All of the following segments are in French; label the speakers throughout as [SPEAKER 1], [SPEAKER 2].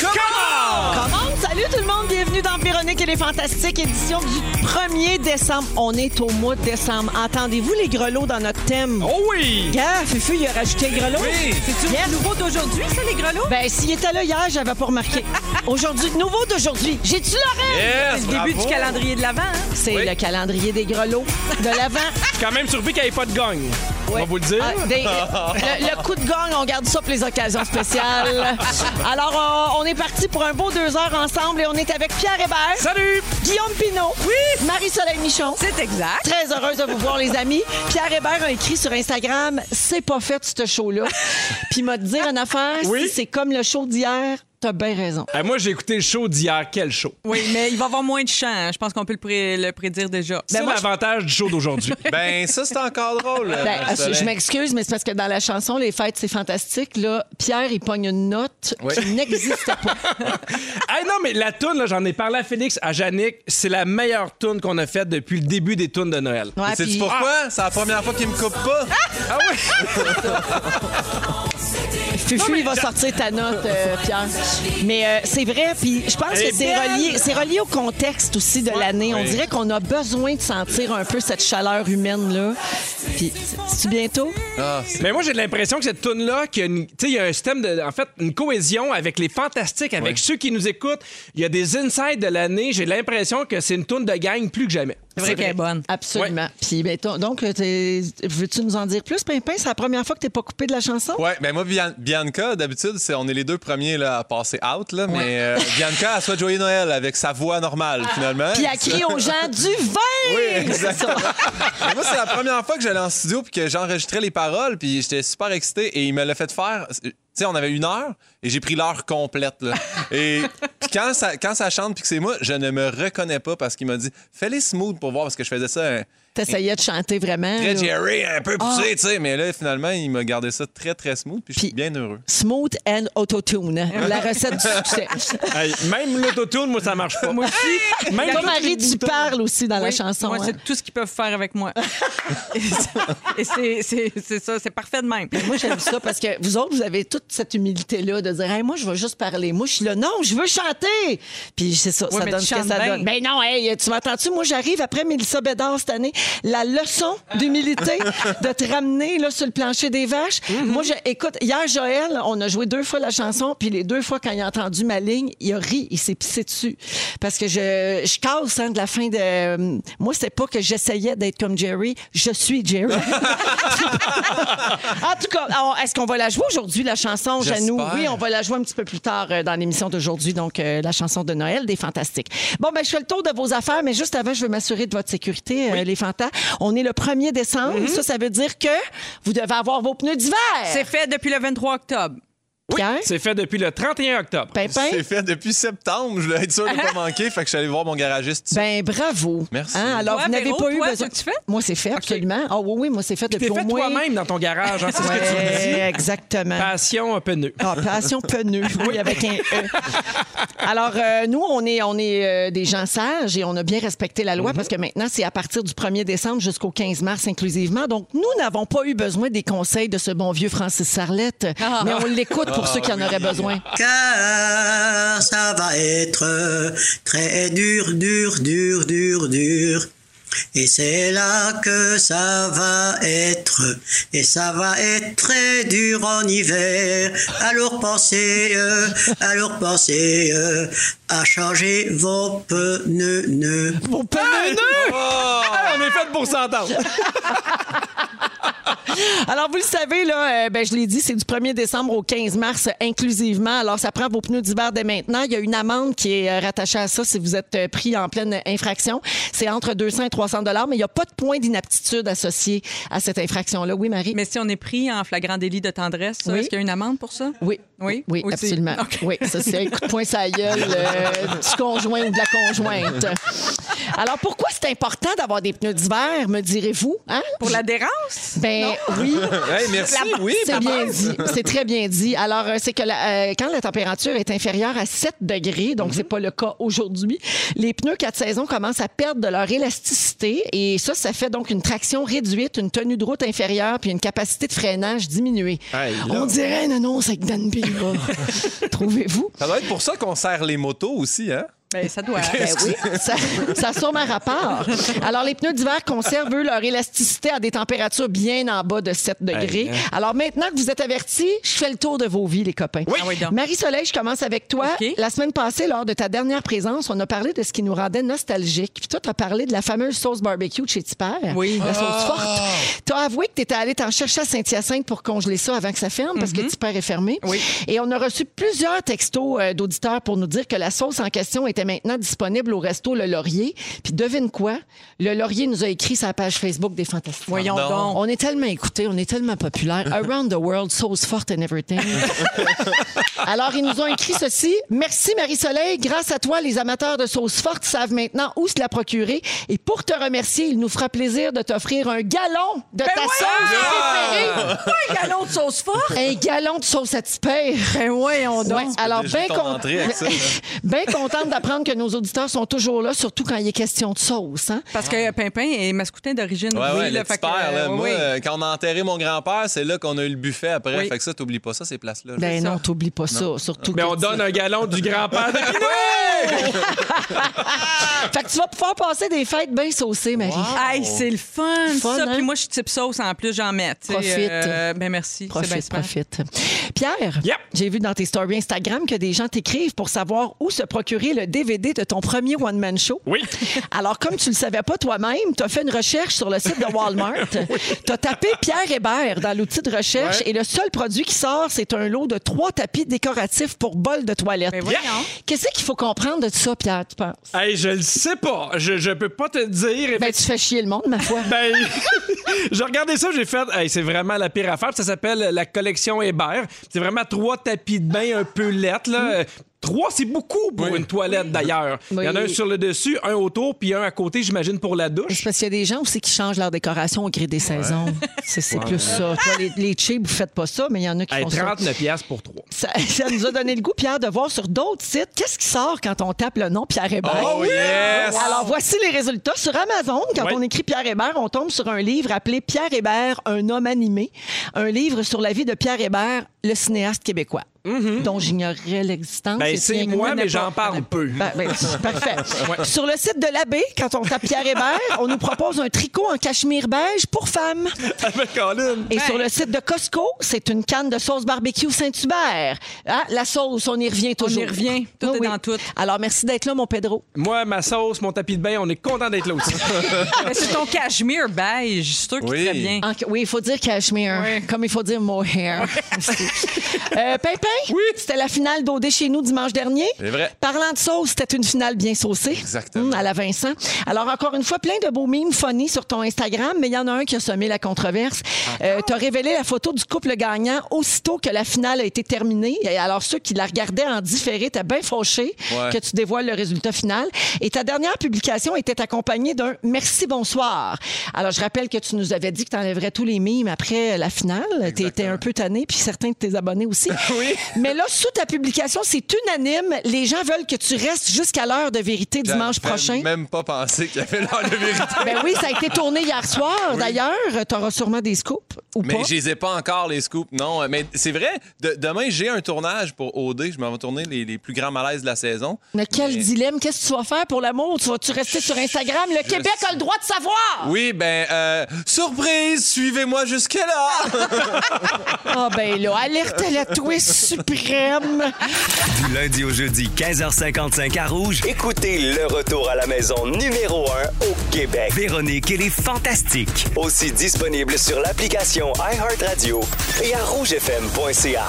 [SPEAKER 1] Comment? Salut tout le monde, bienvenue dans Véronique et les Fantastiques, édition du 1er décembre. On est au mois de décembre. Entendez-vous les grelots dans notre thème?
[SPEAKER 2] Oh oui!
[SPEAKER 1] Gars, Fufu, il a rajouté les grelots.
[SPEAKER 2] Oui.
[SPEAKER 1] C'est-tu nouveau d'aujourd'hui, ça, les grelots? Ben, s'il était là hier, j'avais pas remarqué. Aujourd'hui, nouveau d'aujourd'hui. J'ai-tu l'oreille?
[SPEAKER 2] Yes,
[SPEAKER 3] C'est le début
[SPEAKER 2] bravo.
[SPEAKER 3] du calendrier de l'Avent. hein?
[SPEAKER 1] C'est
[SPEAKER 2] Oui.
[SPEAKER 1] le calendrier des grelots de l'avant.
[SPEAKER 2] Je suis quand même surpris qu'il n'y ait pas de gagne. On va vous le dire.
[SPEAKER 1] Ah, des- le, le coup de gang, on garde ça pour les occasions spéciales. Alors, euh, on est parti pour un beau deux heures ensemble et on est avec Pierre Hébert.
[SPEAKER 2] Salut!
[SPEAKER 1] Guillaume Pinot. Oui. Marie-Soleil Michon.
[SPEAKER 3] C'est exact.
[SPEAKER 1] Très heureuse de vous voir, les amis. Pierre Hébert a écrit sur Instagram C'est pas fait, ce show-là. Puis il m'a dit une affaire
[SPEAKER 2] Oui.
[SPEAKER 1] si c'est comme le show d'hier, t'as bien raison.
[SPEAKER 2] Eh, moi, j'ai écouté le show d'hier. Quel show?
[SPEAKER 3] Oui, mais il va y avoir moins de chants. hein. Je pense qu'on peut le, pré- le prédire déjà.
[SPEAKER 2] C'est l'avantage du show d'aujourd'hui.
[SPEAKER 4] Ben, ça, c'est encore drôle.
[SPEAKER 1] Ben,
[SPEAKER 4] euh,
[SPEAKER 1] je
[SPEAKER 4] Soleil.
[SPEAKER 1] m'excuse, mais c'est parce que dans la chanson Les fêtes, c'est fantastique. Là, Pierre, il pogne une note
[SPEAKER 4] Oui.
[SPEAKER 1] qui n'existait pas.
[SPEAKER 2] Ah non, mais la toune, là, j'en ai parlé à Félix, à Yannick, c'est la meilleure toune qu'on a faite depuis le début des tounes de Noël.
[SPEAKER 1] Ouais,
[SPEAKER 4] Sais-tu
[SPEAKER 1] puis- Ah!
[SPEAKER 4] pourquoi? C'est la première fois qu'il me coupe pas.
[SPEAKER 2] Ah oui?
[SPEAKER 1] Fufu, il va sortir ta note, euh, Pierre. Mais euh, c'est vrai, puis je pense que c'est relié, c'est relié au contexte aussi de l'année. On dirait qu'on a besoin de sentir un peu cette chaleur humaine-là. Puis, c'est-tu bientôt?
[SPEAKER 4] Ah,
[SPEAKER 2] mais moi, j'ai l'impression que cette toune-là, qu'il y a une- tu sais, il y a un système de. En fait, une cohésion avec les fantastiques, avec ceux qui nous écoutent. Il y a des insides de l'année. J'ai l'impression que c'est une toune de gang plus que jamais.
[SPEAKER 3] C'est vrai qu'elle est bonne.
[SPEAKER 1] Absolument. Puis, ben, ton- donc, euh, t'es- veux-tu nous en dire plus, Pimpin? C'est la première fois que t'es pas coupé de la chanson?
[SPEAKER 4] Ouais, ben moi, Bian- Bianca, d'habitude, c'est on est les deux premiers là, à passer out, là, mais euh, Bianca, elle souhaite Joyeux Noël avec sa voix normale, finalement.
[SPEAKER 1] Ah! Puis, elle crie aux gens du vin!
[SPEAKER 4] Oui, exactement.
[SPEAKER 1] C'est ça.
[SPEAKER 4] Mais moi, c'est la première fois que j'allais en studio puis que j'enregistrais les paroles, puis j'étais super excité et il me l'a fait faire. euh, Tu sais, on avait une heure et j'ai pris l'heure complète. là. Et puis quand ça, quand ça chante puis que c'est moi, je ne me reconnais pas parce qu'il m'a dit fais les smooth pour voir parce que je faisais ça hein,
[SPEAKER 1] T'essayais de chanter vraiment.
[SPEAKER 4] très
[SPEAKER 1] là.
[SPEAKER 4] Jerry, un peu poussé, tu sais. Mais là, finalement, il m'a gardé ça très, très smooth puis je suis
[SPEAKER 1] Puis-
[SPEAKER 4] bien heureux.
[SPEAKER 1] Smooth and autotune. hein, La recette du succès.
[SPEAKER 2] Hey, même l'autotune, moi, ça marche pas.
[SPEAKER 3] Moi aussi.
[SPEAKER 2] Même toutes
[SPEAKER 1] Toi,
[SPEAKER 2] les
[SPEAKER 1] Marie, tu
[SPEAKER 2] boutons.
[SPEAKER 1] parles aussi dans la
[SPEAKER 3] Oui,
[SPEAKER 1] chanson.
[SPEAKER 3] Moi,
[SPEAKER 1] hein?
[SPEAKER 3] c'est tout ce qu'ils peuvent faire avec moi. Et c'est- Et c'est- c'est c'est ça, c'est parfait de même.
[SPEAKER 1] Moi, j'aime ça parce que vous autres, vous avez toute cette humilité-là de dire, Hey, moi, je veux juste parler. Moi, je suis là, non, je veux chanter. Puis c'est ça, ça
[SPEAKER 3] mais
[SPEAKER 1] donne
[SPEAKER 3] tu
[SPEAKER 1] ce que
[SPEAKER 3] chantes
[SPEAKER 1] ça
[SPEAKER 3] bien.
[SPEAKER 1] donne. Ben non, hey, tu m'entends-tu? Moi, j'arrive après Mélissa Bédard cette année. La leçon d'humilité de te ramener là, sur le plancher des vaches.
[SPEAKER 3] Mm-hmm.
[SPEAKER 1] Moi, je, écoute, hier, Joël, on a joué deux fois la chanson, puis les deux fois, quand il a entendu ma ligne, il a ri, il s'est pissé dessus. Parce que je, je casse hein, de la fin de. Moi, c'est pas que j'essayais d'être comme Jerry, je suis Jerry. En tout cas, alors, est-ce qu'on va la jouer aujourd'hui, la chanson
[SPEAKER 4] J'espère.
[SPEAKER 1] Janou? Oui, on va la jouer un petit peu plus tard euh, dans l'émission d'aujourd'hui, donc euh, la chanson de Noël des Fantastiques. Bon, ben, je fais le tour de vos affaires, mais juste avant, je veux m'assurer de votre sécurité, euh, les Fantas. On est le 1er décembre.
[SPEAKER 2] Mhm.
[SPEAKER 1] Ça, ça veut dire que vous devez avoir vos pneus d'hiver.
[SPEAKER 3] C'est fait depuis le 23 octobre.
[SPEAKER 1] Pierre,
[SPEAKER 2] C'est fait depuis le 31 octobre.
[SPEAKER 1] Pimpin?
[SPEAKER 4] C'est fait depuis septembre, je voulais être sûr de pas manquer, fait que je suis allé voir mon garagiste.
[SPEAKER 1] Ben bravo. Hein?
[SPEAKER 4] Merci.
[SPEAKER 1] Alors,
[SPEAKER 3] Toi,
[SPEAKER 1] vous n'avez
[SPEAKER 3] Véro,
[SPEAKER 1] pas eu
[SPEAKER 3] toi,
[SPEAKER 1] besoin.
[SPEAKER 3] t'as-tu fait?
[SPEAKER 1] Moi, c'est fait, absolument. Ah oui, oui, moi, c'est fait
[SPEAKER 2] T'es
[SPEAKER 1] depuis
[SPEAKER 2] fait
[SPEAKER 1] au moins.
[SPEAKER 2] toi-même dans ton garage, hein, c'est ce que tu dis.
[SPEAKER 1] Ouais, exactement.
[SPEAKER 2] Passion un peu nœud.
[SPEAKER 1] Ah, passion pneu. Oui, avec un E. Alors, euh, nous, on est, on est euh, des gens sages et on a bien respecté la
[SPEAKER 3] Mhm.
[SPEAKER 1] loi parce que maintenant, c'est à partir du 1er décembre jusqu'au 15 mars inclusivement. Donc, nous n'avons pas eu besoin des conseils de ce bon vieux Francis Sarlette,
[SPEAKER 3] Ah.
[SPEAKER 1] mais on l'écoute pour ceux qui en auraient besoin.
[SPEAKER 5] car ça va être très dur, dur, dur, dur, dur. Et c'est là que ça va être, et ça va être très dur en hiver. Alors pensez, euh, alors pensez euh, à changer vos pneus.
[SPEAKER 1] Vos pneus!
[SPEAKER 4] Oh!
[SPEAKER 1] Ah,
[SPEAKER 2] j'en ai fait pour s'entendre.
[SPEAKER 1] Alors, vous le savez, là, euh, ben, je l'ai dit, c'est du 1er décembre au 15 mars euh, inclusivement. Alors, ça prend vos pneus d'hiver dès maintenant. Il y a une amende qui est euh, rattachée à ça si vous êtes euh, pris en pleine infraction. C'est entre 200 et 300 dollars, mais il n'y a pas de point d'inaptitude associé à cette infraction-là. Oui, Marie?
[SPEAKER 3] Mais si on est pris en flagrant délit de tendresse, ça,
[SPEAKER 1] Oui.
[SPEAKER 3] est-ce qu'il y a une amende pour ça?
[SPEAKER 1] Oui.
[SPEAKER 3] Oui,
[SPEAKER 1] oui,
[SPEAKER 3] aussi.
[SPEAKER 1] absolument.
[SPEAKER 3] OK.
[SPEAKER 1] Oui, ça c'est un coup de poing sur la gueule euh, du conjoint ou de la conjointe. Alors pourquoi c'est important d'avoir des pneus d'hiver, me direz-vous hein?
[SPEAKER 3] Pour l'adhérence?
[SPEAKER 1] Ben oui,
[SPEAKER 4] Hey, merci, oui.
[SPEAKER 1] c'est bien dit. C'est très bien dit. Alors, euh, c'est que la- euh, quand la température est inférieure à 7 degrés, donc
[SPEAKER 4] Mhm.
[SPEAKER 1] c'est pas le cas aujourd'hui, les pneus 4 saisons commencent à perdre de leur élasticité et ça, ça fait donc une traction réduite, une tenue de route inférieure puis une capacité de freinage diminuée.
[SPEAKER 4] Hey, là.
[SPEAKER 1] On dirait une annonce avec Dan Bira. Trouvez-vous?
[SPEAKER 4] Ça doit être pour ça qu'on serre les motos aussi, hein?
[SPEAKER 3] Ben, ça doit.
[SPEAKER 1] Ben oui, ça, ça a sûrement rapport. Alors, les pneus d'hiver conservent, eux, leur élasticité à des températures bien en bas de 7 degrés. Alors, maintenant que vous êtes avertis, je fais le tour de vos vies, les copains.
[SPEAKER 3] Oui. Ah oui, donc.
[SPEAKER 1] Marie-Soleil, je commence avec toi.
[SPEAKER 3] OK.
[SPEAKER 1] La semaine passée, lors de ta dernière présence, on a parlé de ce qui nous rendait nostalgiques. Puis toi, tu as parlé de la fameuse sauce barbecue de chez Tipper.
[SPEAKER 3] Oui.
[SPEAKER 1] La sauce forte. Tu as avoué que tu étais allé t'en chercher à Saint-Hyacinthe pour congeler ça avant que ça ferme, parce que Tipper est fermé.
[SPEAKER 3] Oui.
[SPEAKER 1] Et on a reçu plusieurs textos euh, d'auditeurs pour nous dire que la sauce en question était maintenant disponible au resto Le Laurier. Puis devine quoi? Le Laurier nous a écrit sa page Facebook des Fantastiques.
[SPEAKER 3] Voyons
[SPEAKER 4] Pardon.
[SPEAKER 3] donc.
[SPEAKER 1] On est tellement écoutés, on est tellement populaires. Around the world, sauce forte and everything. Alors, ils nous ont écrit ceci. Merci Marie-Soleil. Grâce à toi, les amateurs de sauce forte savent maintenant où se la procurer. Et pour te remercier, il nous fera plaisir de t'offrir un gallon de ta
[SPEAKER 3] voyons!
[SPEAKER 1] sauce préférée.
[SPEAKER 3] Pas un galon de sauce forte?
[SPEAKER 1] Un gallon de sauce à tipper.
[SPEAKER 3] Ben voyons donc.
[SPEAKER 1] Ouais, alors
[SPEAKER 4] déjà
[SPEAKER 1] bien
[SPEAKER 4] ton entrée avec ça, là.
[SPEAKER 1] contente d'apprendre que nos auditeurs sont toujours là, surtout quand il est question de sauce. Hein?
[SPEAKER 3] Parce que Pimpin est mascoutin d'origine.
[SPEAKER 4] Ouais,
[SPEAKER 3] oui,
[SPEAKER 4] ouais,
[SPEAKER 3] là,
[SPEAKER 4] le
[SPEAKER 3] fait
[SPEAKER 4] petit
[SPEAKER 3] que,
[SPEAKER 4] père, là.
[SPEAKER 3] euh,
[SPEAKER 4] Moi,
[SPEAKER 3] oui.
[SPEAKER 4] euh, quand on a enterré mon grand-père, c'est là qu'on a eu le buffet après.
[SPEAKER 3] Oui.
[SPEAKER 4] Fait que ça, t'oublies pas ça, ces places-là.
[SPEAKER 1] Ben
[SPEAKER 3] ça.
[SPEAKER 1] non, t'oublies pas ça, surtout
[SPEAKER 2] Mais
[SPEAKER 1] que
[SPEAKER 2] on
[SPEAKER 1] tu-
[SPEAKER 2] donne un galon du grand-père de Pinot.
[SPEAKER 1] Fait que tu vas pouvoir passer des fêtes bien saucées, Marie.
[SPEAKER 3] Hey, c'est le fun,
[SPEAKER 1] Fun,
[SPEAKER 3] ça.
[SPEAKER 1] hein?
[SPEAKER 3] Puis moi, je suis type sauce en plus, j'en mets. tu sais,
[SPEAKER 1] Profite.
[SPEAKER 3] euh, ben merci. c'est bien
[SPEAKER 1] Profite,
[SPEAKER 3] super.
[SPEAKER 1] profite. Pierre,
[SPEAKER 2] Yep.
[SPEAKER 1] j'ai vu dans tes stories Instagram que des gens t'écrivent pour savoir où se procurer le DVD de ton premier one-man show.
[SPEAKER 2] Oui.
[SPEAKER 1] Alors, comme tu le savais pas toi-même, tu as fait une recherche sur le site de Walmart. tu as tapé Pierre Hébert dans l'outil de recherche et le seul produit qui sort, c'est un lot de trois tapis décoratifs pour bol de toilette.
[SPEAKER 3] Ben voyons.
[SPEAKER 1] Qu'est-ce qu'il faut comprendre de ça, Pierre, tu penses?
[SPEAKER 2] Hey, je le sais pas. Je, je peux pas te dire.
[SPEAKER 1] Ben, tu fais chier le monde, ma foi.
[SPEAKER 2] Ben, j'ai regardé ça, j'ai fait, hey, c'est vraiment la pire affaire. Puis Ça s'appelle la collection Hébert. C'est vraiment trois tapis de bain un peu lettres. Là. Euh, Trois, c'est beaucoup pour une toilette d'ailleurs. Il y en a
[SPEAKER 1] Mm. Oui.
[SPEAKER 2] un sur le dessus, un autour, puis un à côté, j'imagine, pour la douche.
[SPEAKER 1] C'est parce qu'il y a des gens aussi qui changent leur décoration au gré des saisons. C'est c'est plus ça. Toi, les, les cheap, vous faites pas ça, mais il y en a qui
[SPEAKER 2] Hey,
[SPEAKER 1] font ça.
[SPEAKER 2] 39 piastres pour trois.
[SPEAKER 1] ça. ça nous a donné le goût, Pierre, de voir sur d'autres sites qu'est-ce qui sort quand on tape le nom Pierre Hébert.
[SPEAKER 4] Oh, yes!
[SPEAKER 1] Alors, voici les résultats. Sur Amazon, quand
[SPEAKER 2] Ouais.
[SPEAKER 1] on écrit Pierre Hébert, on tombe sur un livre appelé Pierre Hébert, un homme animé. Un livre sur la vie de Pierre Hébert, le cinéaste québécois, dont j'ignorais l'existence.
[SPEAKER 2] Mm-hmm. Ben,
[SPEAKER 1] Et
[SPEAKER 2] c'est
[SPEAKER 1] bien que
[SPEAKER 2] moi,
[SPEAKER 1] je
[SPEAKER 2] mais
[SPEAKER 1] n'ai pas-
[SPEAKER 2] j'en parle peu.
[SPEAKER 1] Ben, ben, c'est parfait. Sur le site de l'abbé, quand on tape Pierre Hébert, on nous propose un tricot en cachemire beige pour femmes.
[SPEAKER 2] Avec Colin.
[SPEAKER 1] Et sur le site de Costco, c'est une canne de sauce barbecue Saint-Hubert. Hein, La sauce, on y revient toujours.
[SPEAKER 3] revient. Tout est dans tout.
[SPEAKER 1] Alors, merci d'être là, mon Pedro.
[SPEAKER 2] Moi, ma sauce, mon tapis de bain, on est content d'être là aussi.
[SPEAKER 3] Mais c'est ton cachemire beige, je suis sûr qu'il
[SPEAKER 4] Oui.
[SPEAKER 3] te fait bien.
[SPEAKER 1] En- oui, il faut dire cashmere,
[SPEAKER 3] Oui.
[SPEAKER 1] comme il faut dire mohair. euh, Pimpin,
[SPEAKER 2] Oui.
[SPEAKER 1] c'était la finale d'OD chez nous dimanche dernier.
[SPEAKER 4] C'est vrai.
[SPEAKER 1] Parlant de sauce, c'était une finale bien saucée.
[SPEAKER 4] Exactement.
[SPEAKER 1] Hum, à la Vincent. Alors, encore une fois, plein de beaux mimes funny sur ton Instagram, mais il y en a un qui a semé la controverse.
[SPEAKER 4] Ah.
[SPEAKER 1] Euh, T'as révélé la photo du couple gagnant aussitôt que la finale a été terminée. Et alors, ceux qui la regardaient en différé étaient bien fauchés
[SPEAKER 4] Ouais.
[SPEAKER 1] que tu dévoiles le résultat final. Et ta dernière publication était accompagnée d'un merci bonsoir. Alors, je rappelle que tu nous avais dit que tu enlèverais tous les mimes après la finale. Tu étais un peu tanné, puis certains de tes abonnés aussi.
[SPEAKER 4] Oui.
[SPEAKER 1] Mais là, sous ta publication, c'est unanime. Les gens veulent que tu restes jusqu'à l'heure de vérité dimanche
[SPEAKER 4] J'avais
[SPEAKER 1] prochain.
[SPEAKER 4] même pas pensé qu'il y avait l'heure de vérité.
[SPEAKER 1] Ben oui, ça a été tourné hier soir. D'ailleurs, tu auras sûrement des scoops ou
[SPEAKER 4] Mais
[SPEAKER 1] pas.
[SPEAKER 4] je les ai pas encore, les scoops. Non, Euh, mais c'est vrai. de- demain, j'ai un tournage pour OD. Je m'en vais tourner les, les plus grands malaises de la saison.
[SPEAKER 1] Mais quel
[SPEAKER 4] Mais-
[SPEAKER 1] dilemme, qu'est-ce que tu vas faire pour l'amour? Tu vas-tu rester sur Instagram? Le Québec a le droit de savoir!
[SPEAKER 4] Oui, ben, euh, surprise, suivez-moi jusqu'à là.
[SPEAKER 1] Ah ben là, alerte à la twist suprême.
[SPEAKER 6] Du lundi au jeudi, 15h55 à Rouge,
[SPEAKER 7] Écoutez le retour à la maison numéro 1 au Québec.
[SPEAKER 6] Véronique et les Fantastiques.
[SPEAKER 7] Aussi disponible sur l'application iHeartRadio et à rougefm.ca.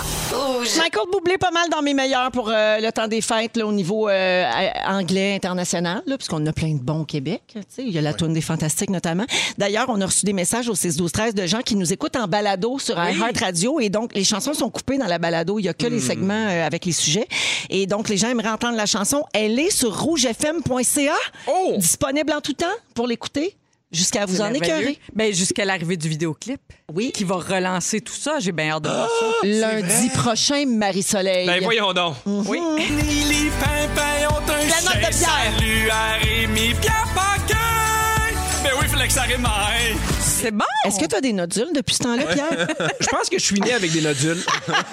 [SPEAKER 1] Michael Boublé, pas mal dans mes meilleurs pour euh, le temps des fêtes là, au niveau euh, à- anglais international, là, puisqu'on a plein de bons au Québec. tu sais. Il y a la tourne des Fantastiques notamment. D'ailleurs, on a reçu des messages au 6-12-13 de gens qui nous écoutent en balado sur
[SPEAKER 2] Ah
[SPEAKER 1] iHeart Radio. Et donc, les chansons sont coupées dans la balado. Il n'y a que
[SPEAKER 2] Hmm.
[SPEAKER 1] les segments euh, avec les sujets. Et donc, les gens aimeraient entendre la chanson. Elle est sur rougefm.ca.
[SPEAKER 2] Oh!
[SPEAKER 1] Disponible en tout temps pour l'écouter jusqu'à vous en écœurer.
[SPEAKER 3] Ben, Jusqu'à l'arrivée du vidéoclip.
[SPEAKER 1] Oui.
[SPEAKER 3] Qui va relancer tout ça. J'ai bien hâte de voir ça.
[SPEAKER 1] Lundi prochain, Marie-Soleil.
[SPEAKER 2] Ah, Ben voyons donc.
[SPEAKER 3] Oui.
[SPEAKER 8] Les pimpins ont un
[SPEAKER 1] La note
[SPEAKER 8] chien.
[SPEAKER 1] de Pierre.
[SPEAKER 8] Salut à Rémi Pierre Paquin. Ben oui, fallait que ça rime, hein.
[SPEAKER 3] C'est bon!
[SPEAKER 1] Est-ce que tu as des nodules depuis ce temps-là, Pierre?
[SPEAKER 2] Je pense que je suis né avec des nodules.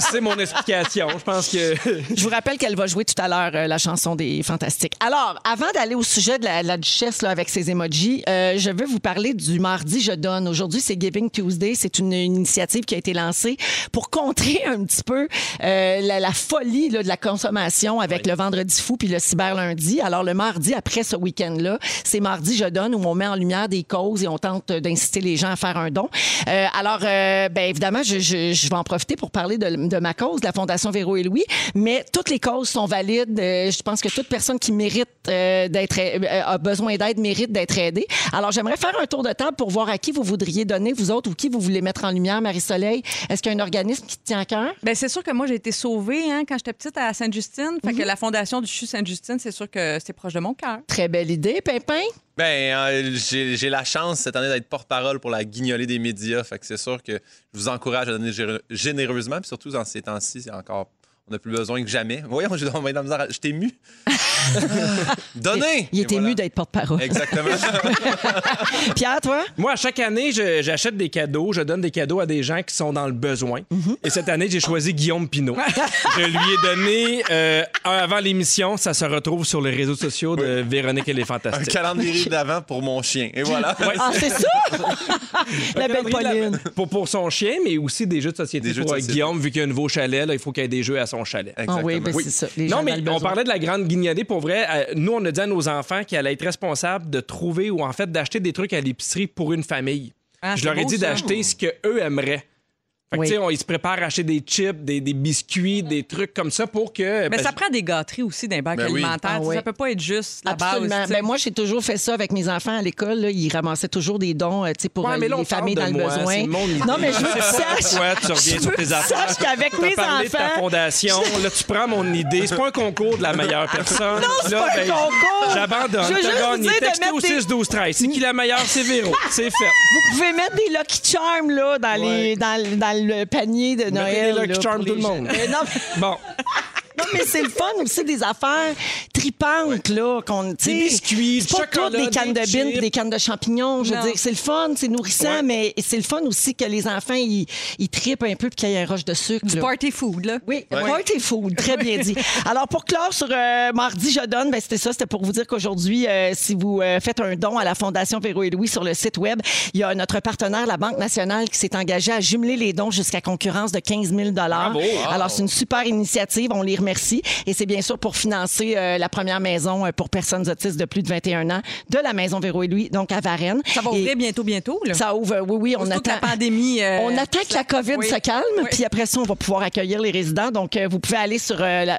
[SPEAKER 2] C'est mon explication. Je pense que.
[SPEAKER 1] Je vous rappelle qu'elle va jouer tout à l'heure euh, la chanson des Fantastiques. Alors, avant d'aller au sujet de la, la duchesse là, avec ses emojis, euh, je veux vous parler du mardi Je donne. Aujourd'hui, c'est Giving Tuesday. C'est une, une initiative qui a été lancée pour contrer un petit peu euh, la, la folie là, de la consommation avec le vendredi fou puis le cyberlundi. Alors, le mardi, après ce week-end-là, c'est mardi Je donne où on met en lumière des causes et on tente d'inciter les gens à faire un don. Euh, alors, euh, ben, évidemment, je, je- je vais en profiter pour parler de, de ma cause, de la Fondation Véro et Louis, mais toutes les causes sont valides. Euh, je pense que toute personne qui mérite euh, d'être euh, a besoin d'aide mérite d'être aidée. Alors, j'aimerais faire un tour de table pour voir à qui vous voudriez donner, vous autres, ou qui vous voulez mettre en lumière, Marie-Soleil. Est-ce qu'il y a un organisme qui te tient à cœur?
[SPEAKER 3] Ben, c'est sûr que moi, j'ai été sauvée hein, quand j'étais petite à Sainte-Justine. Fait que la fondation du CHU Sainte-Justine, c'est sûr que c'est proche de mon cœur.
[SPEAKER 1] Très belle idée, Pimpin.
[SPEAKER 4] Ben, euh, j'ai j'ai la chance cette année d'être porte-parole pour la guignolée des médias. Fait que c'est sûr que je vous encourage à donner gér- généreusement, puis surtout dans ces temps-ci, c'est encore. On n'a plus besoin que jamais. Voyons, j'ai dans la misère. à- Je t'ai mu. Donnez!
[SPEAKER 1] Il
[SPEAKER 4] Et
[SPEAKER 1] est ému
[SPEAKER 4] voilà.
[SPEAKER 1] d'être porte-parole.
[SPEAKER 4] Exactement.
[SPEAKER 1] Pierre, toi?
[SPEAKER 2] Moi, à chaque année, je- j'achète des cadeaux, je donne des cadeaux à des gens qui sont dans le besoin. Et cette année, j'ai choisi Guillaume Pinault. je lui ai donné, euh, un avant l'émission, ça se retrouve sur les réseaux sociaux de Véronique et les
[SPEAKER 4] Un
[SPEAKER 2] Fantastiques.
[SPEAKER 4] calendrier d'avant pour mon chien. Et voilà.
[SPEAKER 2] Ouais,
[SPEAKER 1] Ah, c'est ça? la belle
[SPEAKER 2] calendrier de la-
[SPEAKER 1] Pauline.
[SPEAKER 2] Pour, pour son chien, mais aussi des jeux de société
[SPEAKER 4] Des jeux de
[SPEAKER 2] pour euh,
[SPEAKER 4] société.
[SPEAKER 2] Guillaume, vu qu'il y a un nouveau chalet, là, il faut qu'il y ait des jeux à son chalet.
[SPEAKER 1] Ah oui,
[SPEAKER 4] Exactement.
[SPEAKER 1] ben, c'est ça. Les
[SPEAKER 2] non,
[SPEAKER 1] gens dans
[SPEAKER 2] mais
[SPEAKER 1] le
[SPEAKER 2] on
[SPEAKER 1] besoin.
[SPEAKER 2] parlait de la grande guignolée. Pour vrai, euh, nous, on a dit à nos enfants qu'ils allaient être responsables de trouver ou en fait d'acheter des trucs à l'épicerie pour une famille.
[SPEAKER 3] Ah,
[SPEAKER 2] Je
[SPEAKER 3] c'est
[SPEAKER 2] leur ai
[SPEAKER 3] beau,
[SPEAKER 2] dit
[SPEAKER 3] ça.
[SPEAKER 2] d'acheter ce qu'eux aimeraient. Fait que,
[SPEAKER 1] Oui.
[SPEAKER 2] tu sais, on- ils se préparent à acheter des chips, des, des biscuits, des trucs comme ça pour que.
[SPEAKER 3] Mais
[SPEAKER 2] ben,
[SPEAKER 3] ça
[SPEAKER 2] je-
[SPEAKER 3] prend des gâteries aussi d'un bac
[SPEAKER 4] Ben oui.
[SPEAKER 3] alimentaire.
[SPEAKER 1] Ah
[SPEAKER 3] Tu sais,
[SPEAKER 1] oui.
[SPEAKER 3] Ça peut pas être juste la
[SPEAKER 1] Absolument.
[SPEAKER 3] base. tu sais.
[SPEAKER 1] Ben, moi, j'ai toujours fait ça avec mes enfants à l'école. là. Ils ramassaient toujours des dons euh, tu sais, pour
[SPEAKER 2] Ouais,
[SPEAKER 1] euh,
[SPEAKER 2] mais là, on
[SPEAKER 1] les
[SPEAKER 2] parle
[SPEAKER 1] familles
[SPEAKER 2] de
[SPEAKER 1] dans le
[SPEAKER 2] moi,
[SPEAKER 1] besoin.
[SPEAKER 2] c'est mon idée.
[SPEAKER 1] Non, mais je veux que
[SPEAKER 2] Je sais pas
[SPEAKER 1] tu saches.
[SPEAKER 2] pourquoi tu reviens
[SPEAKER 1] je
[SPEAKER 2] sur
[SPEAKER 1] veux
[SPEAKER 2] tes
[SPEAKER 1] que tu
[SPEAKER 2] affaires.
[SPEAKER 1] saches qu'avec
[SPEAKER 2] T'as
[SPEAKER 1] mes
[SPEAKER 2] parlé de ta
[SPEAKER 1] enfants.
[SPEAKER 2] fondation, là tu prends mon idée. C'est pas un concours de la meilleure personne. Non,
[SPEAKER 1] c'est pas un concours.
[SPEAKER 2] J'abandonne.
[SPEAKER 1] Je veux
[SPEAKER 2] T'as
[SPEAKER 1] juste vous
[SPEAKER 2] gagné.
[SPEAKER 1] dire de
[SPEAKER 2] Textez au
[SPEAKER 1] mettre des-
[SPEAKER 2] 6 12 13. C'est qui la meilleure, c'est Véro. C'est fait.
[SPEAKER 1] Vous pouvez mettre des Lucky Charms là, dans, les, dans, le- dans le panier de Noël.
[SPEAKER 2] des Lucky
[SPEAKER 1] là, pour
[SPEAKER 2] Charms,
[SPEAKER 1] les
[SPEAKER 2] tout le
[SPEAKER 1] gens.
[SPEAKER 2] monde.
[SPEAKER 1] Euh, non, mais-
[SPEAKER 2] Bon,
[SPEAKER 1] non, mais c'est le fun aussi des affaires tripantes. là qu'on tu sais,
[SPEAKER 2] Des biscuits,
[SPEAKER 1] c'est pas
[SPEAKER 2] du chocolat,
[SPEAKER 1] toutes des cannes
[SPEAKER 2] des
[SPEAKER 1] de bines
[SPEAKER 2] chips.
[SPEAKER 1] pis des cannes de champignons. Je veux
[SPEAKER 3] Non.
[SPEAKER 1] dire, c'est le fun, c'est nourrissant, mais c'est le fun aussi que les enfants, ils, ils tripent un peu puis qu'il y ait un roche de sucre.
[SPEAKER 3] Du
[SPEAKER 1] là.
[SPEAKER 3] party food, là.
[SPEAKER 1] Oui, party food, très bien dit. Alors pour clore sur euh, mardi je donne, ben c'était ça, c'était pour vous dire qu'aujourd'hui euh, si vous euh, faites un don à la Fondation Véro et Louis sur le site web, il y a notre partenaire la Banque nationale qui s'est engagée à jumeler les dons jusqu'à concurrence de 15 000 dollars. Alors c'est une super initiative, on les remercie et c'est bien sûr pour financer euh, la première maison euh, pour personnes autistes de plus de 21 ans de la maison Véro et Louis donc à Varennes.
[SPEAKER 3] Ça va
[SPEAKER 1] Et
[SPEAKER 3] ouvrir bientôt, bientôt. Là.
[SPEAKER 1] ça ouvre, oui, oui, on
[SPEAKER 3] Surtout que
[SPEAKER 1] attend.
[SPEAKER 3] la pandémie, euh,
[SPEAKER 1] on attend que la COVID
[SPEAKER 3] oui.
[SPEAKER 1] se calme,
[SPEAKER 3] Oui.
[SPEAKER 1] puis après ça, on va pouvoir accueillir les résidents. Donc, euh, vous pouvez aller sur euh, la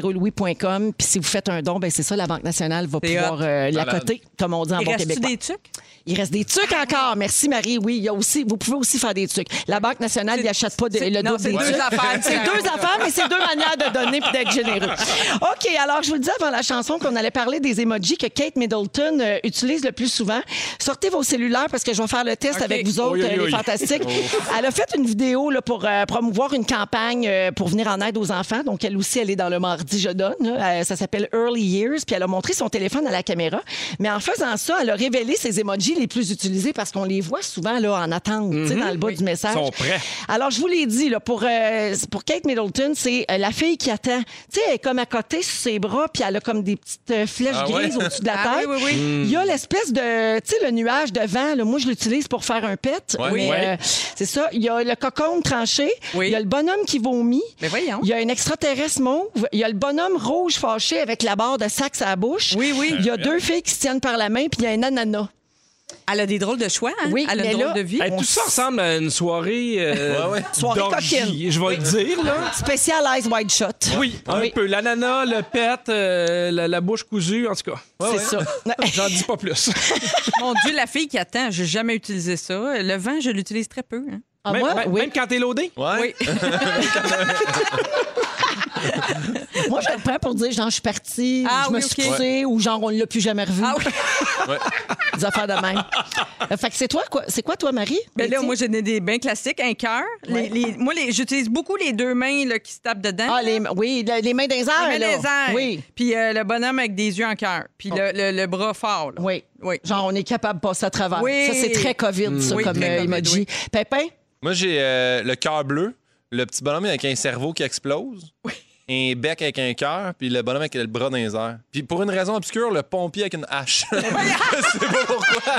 [SPEAKER 1] fondationvérolouis.com, puis si vous faites un don, ben c'est ça, la Banque nationale va
[SPEAKER 3] C'est
[SPEAKER 1] pouvoir
[SPEAKER 3] hot.
[SPEAKER 1] euh, la
[SPEAKER 4] Malade.
[SPEAKER 1] coter, comme on dit en
[SPEAKER 3] Il
[SPEAKER 1] bon
[SPEAKER 3] reste-tu
[SPEAKER 1] québécois.
[SPEAKER 3] des trucs?
[SPEAKER 1] Il reste des trucs encore. Merci, Marie. Oui, il y a aussi, vous pouvez aussi faire des trucs. La Banque nationale
[SPEAKER 3] C'est-
[SPEAKER 1] n'achète pas de-
[SPEAKER 3] c'est-
[SPEAKER 1] le
[SPEAKER 3] non,
[SPEAKER 1] double
[SPEAKER 3] c'est
[SPEAKER 1] des
[SPEAKER 3] deux
[SPEAKER 1] trucs.
[SPEAKER 3] affaires
[SPEAKER 1] C'est
[SPEAKER 3] différentes,
[SPEAKER 1] deux
[SPEAKER 3] là.
[SPEAKER 1] affaires, mais c'est deux manières de donner puis d'être généreux. OK, alors je vous le disais avant la chanson qu'on allait parler des emojis que Kate Middleton euh, utilise le plus souvent. Sortez vos cellulaires parce que je vais faire le test
[SPEAKER 2] OK.
[SPEAKER 1] avec vous autres,
[SPEAKER 2] Oui, oui,
[SPEAKER 1] euh, les
[SPEAKER 2] oui.
[SPEAKER 1] fantastiques.
[SPEAKER 2] Oh.
[SPEAKER 1] Elle a fait une vidéo là, pour euh, promouvoir une campagne euh, pour venir en aide aux enfants. Donc, elle aussi, elle est dans le mardi, je donne. là. Euh, ça s'appelle Early Years. Puis, elle a montré son téléphone à la caméra. Mais en faisant ça, elle a révélé ses emojis les plus utilisés parce qu'on les voit souvent là, en attente, tu sais, dans le bas du message.
[SPEAKER 2] Mhm. Ils sont prêts.
[SPEAKER 1] Alors, je vous l'ai dit, là, pour, euh, pour Kate Middleton, c'est euh, la fille qui attend. Tu sais, elle est comme à côté sur ses bras, puis elle a comme des petites euh, flèches
[SPEAKER 4] Ah ouais?
[SPEAKER 1] grises au-dessus de la
[SPEAKER 3] Ah
[SPEAKER 1] tête.
[SPEAKER 3] oui, oui, oui.
[SPEAKER 1] Il y a l'espèce de, tu sais, le nuage de vent. là. moi, je l'utilise pour faire un pet.
[SPEAKER 4] Ouais.
[SPEAKER 1] mais,
[SPEAKER 2] Ouais.
[SPEAKER 1] euh, c'est ça. Il y a le cocon tranché.
[SPEAKER 3] Oui.
[SPEAKER 1] Il y a le bonhomme qui vomit.
[SPEAKER 3] Mais Ben voyons.
[SPEAKER 1] Il y a un extraterrestre mauve. Il y a le bonhomme rouge fâché avec la barre de sax à la bouche.
[SPEAKER 3] Oui, oui.
[SPEAKER 1] Il y a deux filles qui se tiennent par la main, puis il y a un ananas.
[SPEAKER 3] Elle a des drôles de choix, hein?
[SPEAKER 1] Oui,
[SPEAKER 3] Elle a
[SPEAKER 1] mais
[SPEAKER 3] une drôle
[SPEAKER 1] là-
[SPEAKER 3] de vie.
[SPEAKER 2] Hey, tout ça ressemble à une soirée. euh,
[SPEAKER 4] Ouais, ouais.
[SPEAKER 1] Soirée
[SPEAKER 2] d'orgie,
[SPEAKER 1] coquine.
[SPEAKER 2] Je vais le dire,
[SPEAKER 3] Ah.
[SPEAKER 2] là.
[SPEAKER 1] Spécial Eyes Wide Shot.
[SPEAKER 2] Oui, un peu. L'ananas, le pet, euh, la, la bouche cousue, en tout cas.
[SPEAKER 3] Ah
[SPEAKER 1] C'est ça.
[SPEAKER 2] J'en dis pas plus.
[SPEAKER 3] Mon Dieu, la fille qui attend, j'ai jamais utilisé ça. Le vent, je l'utilise très peu. hein.
[SPEAKER 1] Ah,
[SPEAKER 2] même,
[SPEAKER 1] moi,
[SPEAKER 2] même-
[SPEAKER 1] oui.
[SPEAKER 2] même quand t'es loadé.
[SPEAKER 4] Ouais.
[SPEAKER 1] Moi, je le prends pour dire, genre, je suis partie,
[SPEAKER 3] Ah
[SPEAKER 1] je me
[SPEAKER 3] oui,
[SPEAKER 1] suis
[SPEAKER 3] ok.
[SPEAKER 1] couchée, ou genre, on ne l'a plus jamais revu.
[SPEAKER 3] Ah oui.
[SPEAKER 1] Des affaires de même. Euh, fait que c'est toi, quoi? C'est quoi, toi, Marie?
[SPEAKER 3] Ben là,
[SPEAKER 1] Métier?
[SPEAKER 3] moi, j'ai des- des bains classiques, un cœur. Les-
[SPEAKER 1] Ouais.
[SPEAKER 3] les- moi, les- j'utilise beaucoup les deux mains là, qui se tapent dedans.
[SPEAKER 1] Ah, les, oui, le- les mains des airs,
[SPEAKER 3] Hein? Les mains
[SPEAKER 1] là.
[SPEAKER 3] des airs.
[SPEAKER 1] Oui.
[SPEAKER 3] Puis euh, le bonhomme avec des yeux en cœur. Puis le, le- le bras fort. là.
[SPEAKER 1] Oui.
[SPEAKER 3] Oui.
[SPEAKER 1] Genre, on est capable de passer à travers.
[SPEAKER 3] Oui.
[SPEAKER 1] Ça, c'est très COVID, ça,
[SPEAKER 3] Oui,
[SPEAKER 1] comme
[SPEAKER 3] très
[SPEAKER 1] euh,
[SPEAKER 3] COVID,
[SPEAKER 1] emoji.
[SPEAKER 3] oui.
[SPEAKER 1] Pépin?
[SPEAKER 4] Moi, j'ai euh, le cœur bleu, le petit bonhomme avec un cerveau qui explose, un bec avec un cœur, puis le bonhomme avec le bras dans les airs. Puis pour une raison obscure, le pompier avec une hache. Je sais pas pourquoi.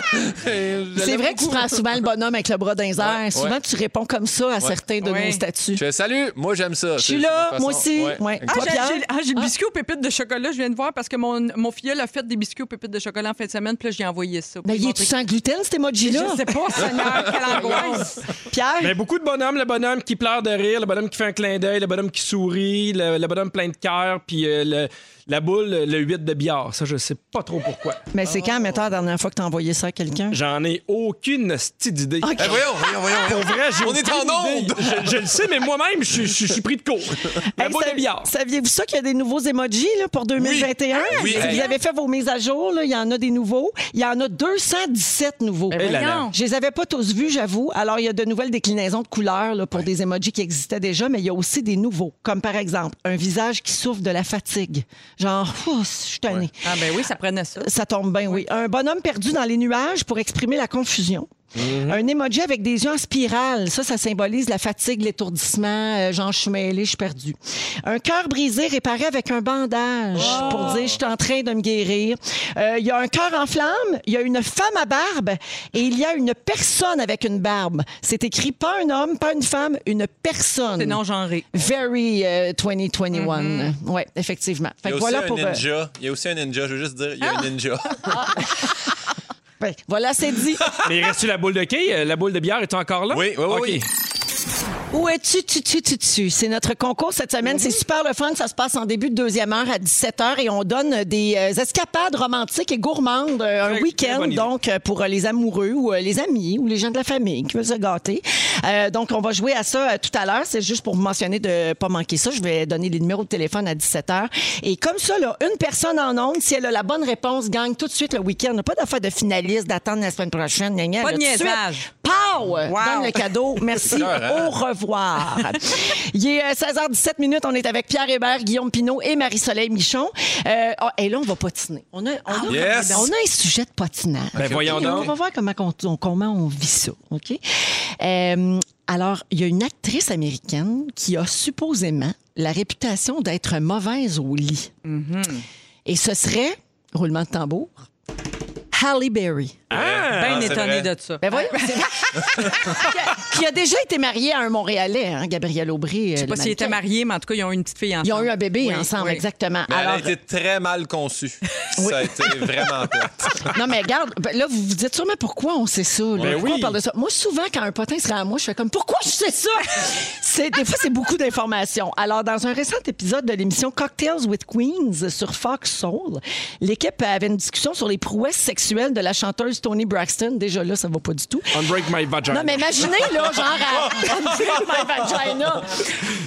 [SPEAKER 1] C'est vrai que tu prends souvent le bonhomme avec le bras dans les airs.
[SPEAKER 4] Ouais,
[SPEAKER 1] Souvent,
[SPEAKER 4] ouais.
[SPEAKER 1] tu réponds comme ça à certains de
[SPEAKER 3] Ouais.
[SPEAKER 1] nos statuts.
[SPEAKER 4] Je fais salut, moi j'aime ça.
[SPEAKER 1] Je
[SPEAKER 4] C'est-
[SPEAKER 1] suis
[SPEAKER 4] c'est
[SPEAKER 1] là,
[SPEAKER 4] ma façon.
[SPEAKER 1] moi aussi.
[SPEAKER 4] Ouais.
[SPEAKER 1] Ouais.
[SPEAKER 3] Ah,
[SPEAKER 1] Toi,
[SPEAKER 3] j'ai-
[SPEAKER 1] Pierre?
[SPEAKER 3] j'ai ah, j'ai le biscuit aux pépites de chocolat, je viens de voir, parce que mon, mon filleul a fait des biscuits aux pépites de chocolat en fin de semaine, puis là, j'ai envoyé ça. pour
[SPEAKER 1] Ben,
[SPEAKER 3] lui
[SPEAKER 1] il est tout
[SPEAKER 3] montrer.
[SPEAKER 1] sans gluten, cet
[SPEAKER 3] Je
[SPEAKER 1] emoji-là?
[SPEAKER 3] sais pas, Seigneur, quelle angoisse.
[SPEAKER 1] Pierre?
[SPEAKER 2] Mais Ben, beaucoup de bonhommes, le bonhomme qui pleure de rire, le bonhomme qui fait un clin d'œil, le bonhomme qui sourit, le, le bonhomme plein de cœur, puis euh, le- la boule, le 8 de billard. Ça, je sais pas trop pourquoi.
[SPEAKER 1] Mais c'est quand, mettons, la dernière fois que t'as envoyé ça à quelqu'un?
[SPEAKER 2] J'en ai aucune stide idée.
[SPEAKER 1] Ok.
[SPEAKER 4] Eh, voyons, voyons, voyons.
[SPEAKER 2] Pour vrai, j'ai
[SPEAKER 4] On est
[SPEAKER 2] aucune
[SPEAKER 4] en
[SPEAKER 2] idée.
[SPEAKER 4] onde.
[SPEAKER 2] Je, je le sais, mais moi-même, je, je- je suis pris de court. La
[SPEAKER 1] Hey,
[SPEAKER 2] boule
[SPEAKER 1] sa-
[SPEAKER 2] de billard.
[SPEAKER 1] Saviez-vous ça qu'il y a des nouveaux emojis là, pour 2021?
[SPEAKER 4] Oui.
[SPEAKER 1] Si
[SPEAKER 4] Ah, oui.
[SPEAKER 1] vous avez fait vos mises à jour, là, il y en a des nouveaux. Il y en a 217 nouveaux.
[SPEAKER 2] Eh là là.
[SPEAKER 3] Ben, Voyons.
[SPEAKER 1] Je les avais pas tous vus, j'avoue. Alors, il y a de nouvelles déclinaisons de couleurs là, pour des emojis qui existaient déjà, mais il y a aussi des nouveaux, comme par exemple un visage qui souffre de la fatigue. Genre, Ouh, je suis tannée.
[SPEAKER 3] Ah ben oui, ça prenait ça.
[SPEAKER 1] Ça tombe bien, oui. Un bonhomme perdu dans les nuages pour exprimer la confusion.
[SPEAKER 4] Mm-hmm.
[SPEAKER 1] Un emoji avec des yeux en spirale, ça, ça symbolise la fatigue, l'étourdissement, euh, genre je suis mêlé, je suis perdu. Un cœur brisé réparé avec un bandage
[SPEAKER 4] Oh!
[SPEAKER 1] pour dire je suis en train de me guérir. Euh, Il y a un cœur en flamme, il y a une femme à barbe et il y a une personne avec une barbe. C'est écrit pas un homme, pas une femme, une personne.
[SPEAKER 3] C'est non-genré.
[SPEAKER 1] Very euh, 2021. Oui, effectivement. Fait
[SPEAKER 4] Mm-hmm. Il y a
[SPEAKER 1] que voilà
[SPEAKER 4] aussi un
[SPEAKER 1] pour. euh, Ah!
[SPEAKER 4] ninja. Il y a aussi un ninja. Je veux juste dire, il y a un ninja.
[SPEAKER 1] ben, voilà, c'est dit.
[SPEAKER 2] Mais reste-tu la boule de quai? Euh, La boule de billard est encore là?
[SPEAKER 4] Oui, oui, oui,
[SPEAKER 2] OK.
[SPEAKER 4] oui.
[SPEAKER 1] Où es-tu, tu, tu, tu, tu? C'est notre concours cette semaine. C'est super le fun. Ça se passe en début de deuxième heure à 17h et on donne des euh, escapades romantiques et gourmandes euh, un
[SPEAKER 2] Très- très
[SPEAKER 1] week-end,
[SPEAKER 2] bonne idée.
[SPEAKER 1] donc euh, pour euh, les amoureux ou euh, les amis ou les gens de la famille qui veulent se gâter. Euh, donc, on va jouer à ça euh, tout à l'heure. C'est juste pour vous mentionner de pas manquer ça. Je vais donner les numéros de téléphone à 17h. Et comme ça, là, une personne en onde, si elle a la bonne réponse, gagne tout de suite le week-end. Pas d'affaire de finaliste, d'attendre la semaine prochaine. gna, gna,
[SPEAKER 3] Pas
[SPEAKER 1] là,
[SPEAKER 3] de
[SPEAKER 1] tout suite.
[SPEAKER 3] niaisage.
[SPEAKER 1] Pow! Donne le cadeau. Merci. Au revoir. Il est euh, 16h17 minutes. On est avec Pierre Hébert, Guillaume Pinot et Marie-Soleil Michon. Euh, ah, et là, on va patiner. On a, on, a,
[SPEAKER 4] Yes!
[SPEAKER 1] on a un sujet de patinage.
[SPEAKER 2] Ah, Ben, voyons
[SPEAKER 1] Et On
[SPEAKER 2] donc.
[SPEAKER 1] va voir comment on, on- comment on vit ça. OK? Euh, alors, il y a une actrice américaine qui a supposément la réputation d'être mauvaise au lit.
[SPEAKER 2] Mm-hmm.
[SPEAKER 1] Et ce serait, roulement de tambour, Halle Berry.
[SPEAKER 2] Ah!
[SPEAKER 3] Bien
[SPEAKER 4] c'est
[SPEAKER 3] étonné
[SPEAKER 4] vrai.
[SPEAKER 3] de ça.
[SPEAKER 1] Ben voyons, c'est vrai. qui, a, qui a déjà été marié à un Montréalais, hein, Gabriel Aubry.
[SPEAKER 3] Je sais pas s'ils étaient mariés, mais en tout cas, ils ont eu une petite fille ensemble.
[SPEAKER 1] Ils ont eu un bébé
[SPEAKER 3] Oui,
[SPEAKER 1] ensemble,
[SPEAKER 3] oui.
[SPEAKER 1] exactement.
[SPEAKER 4] Mais
[SPEAKER 1] Alors,
[SPEAKER 4] Ben, elle a été très mal conçue. Ça a été vraiment plate.
[SPEAKER 1] non, mais regarde, ben là, vous vous dites sûrement pourquoi on sait ça. là.
[SPEAKER 2] Ben
[SPEAKER 1] pourquoi
[SPEAKER 2] oui.
[SPEAKER 1] on parle de ça? Moi, souvent, quand un potin sera à moi, je fais comme Pourquoi je sais ça? C'est, des fois, c'est beaucoup d'informations. Alors, dans un récent épisode de l'émission Cocktails with Queens sur Fox Soul, l'équipe avait une discussion sur les prouesses sexuelles de la chanteuse Toni Braxton. Déjà là, ça va pas du tout.
[SPEAKER 2] Unbreak my vagina.
[SPEAKER 1] Non, mais imaginez, là, genre, à- Unbreak my vagina.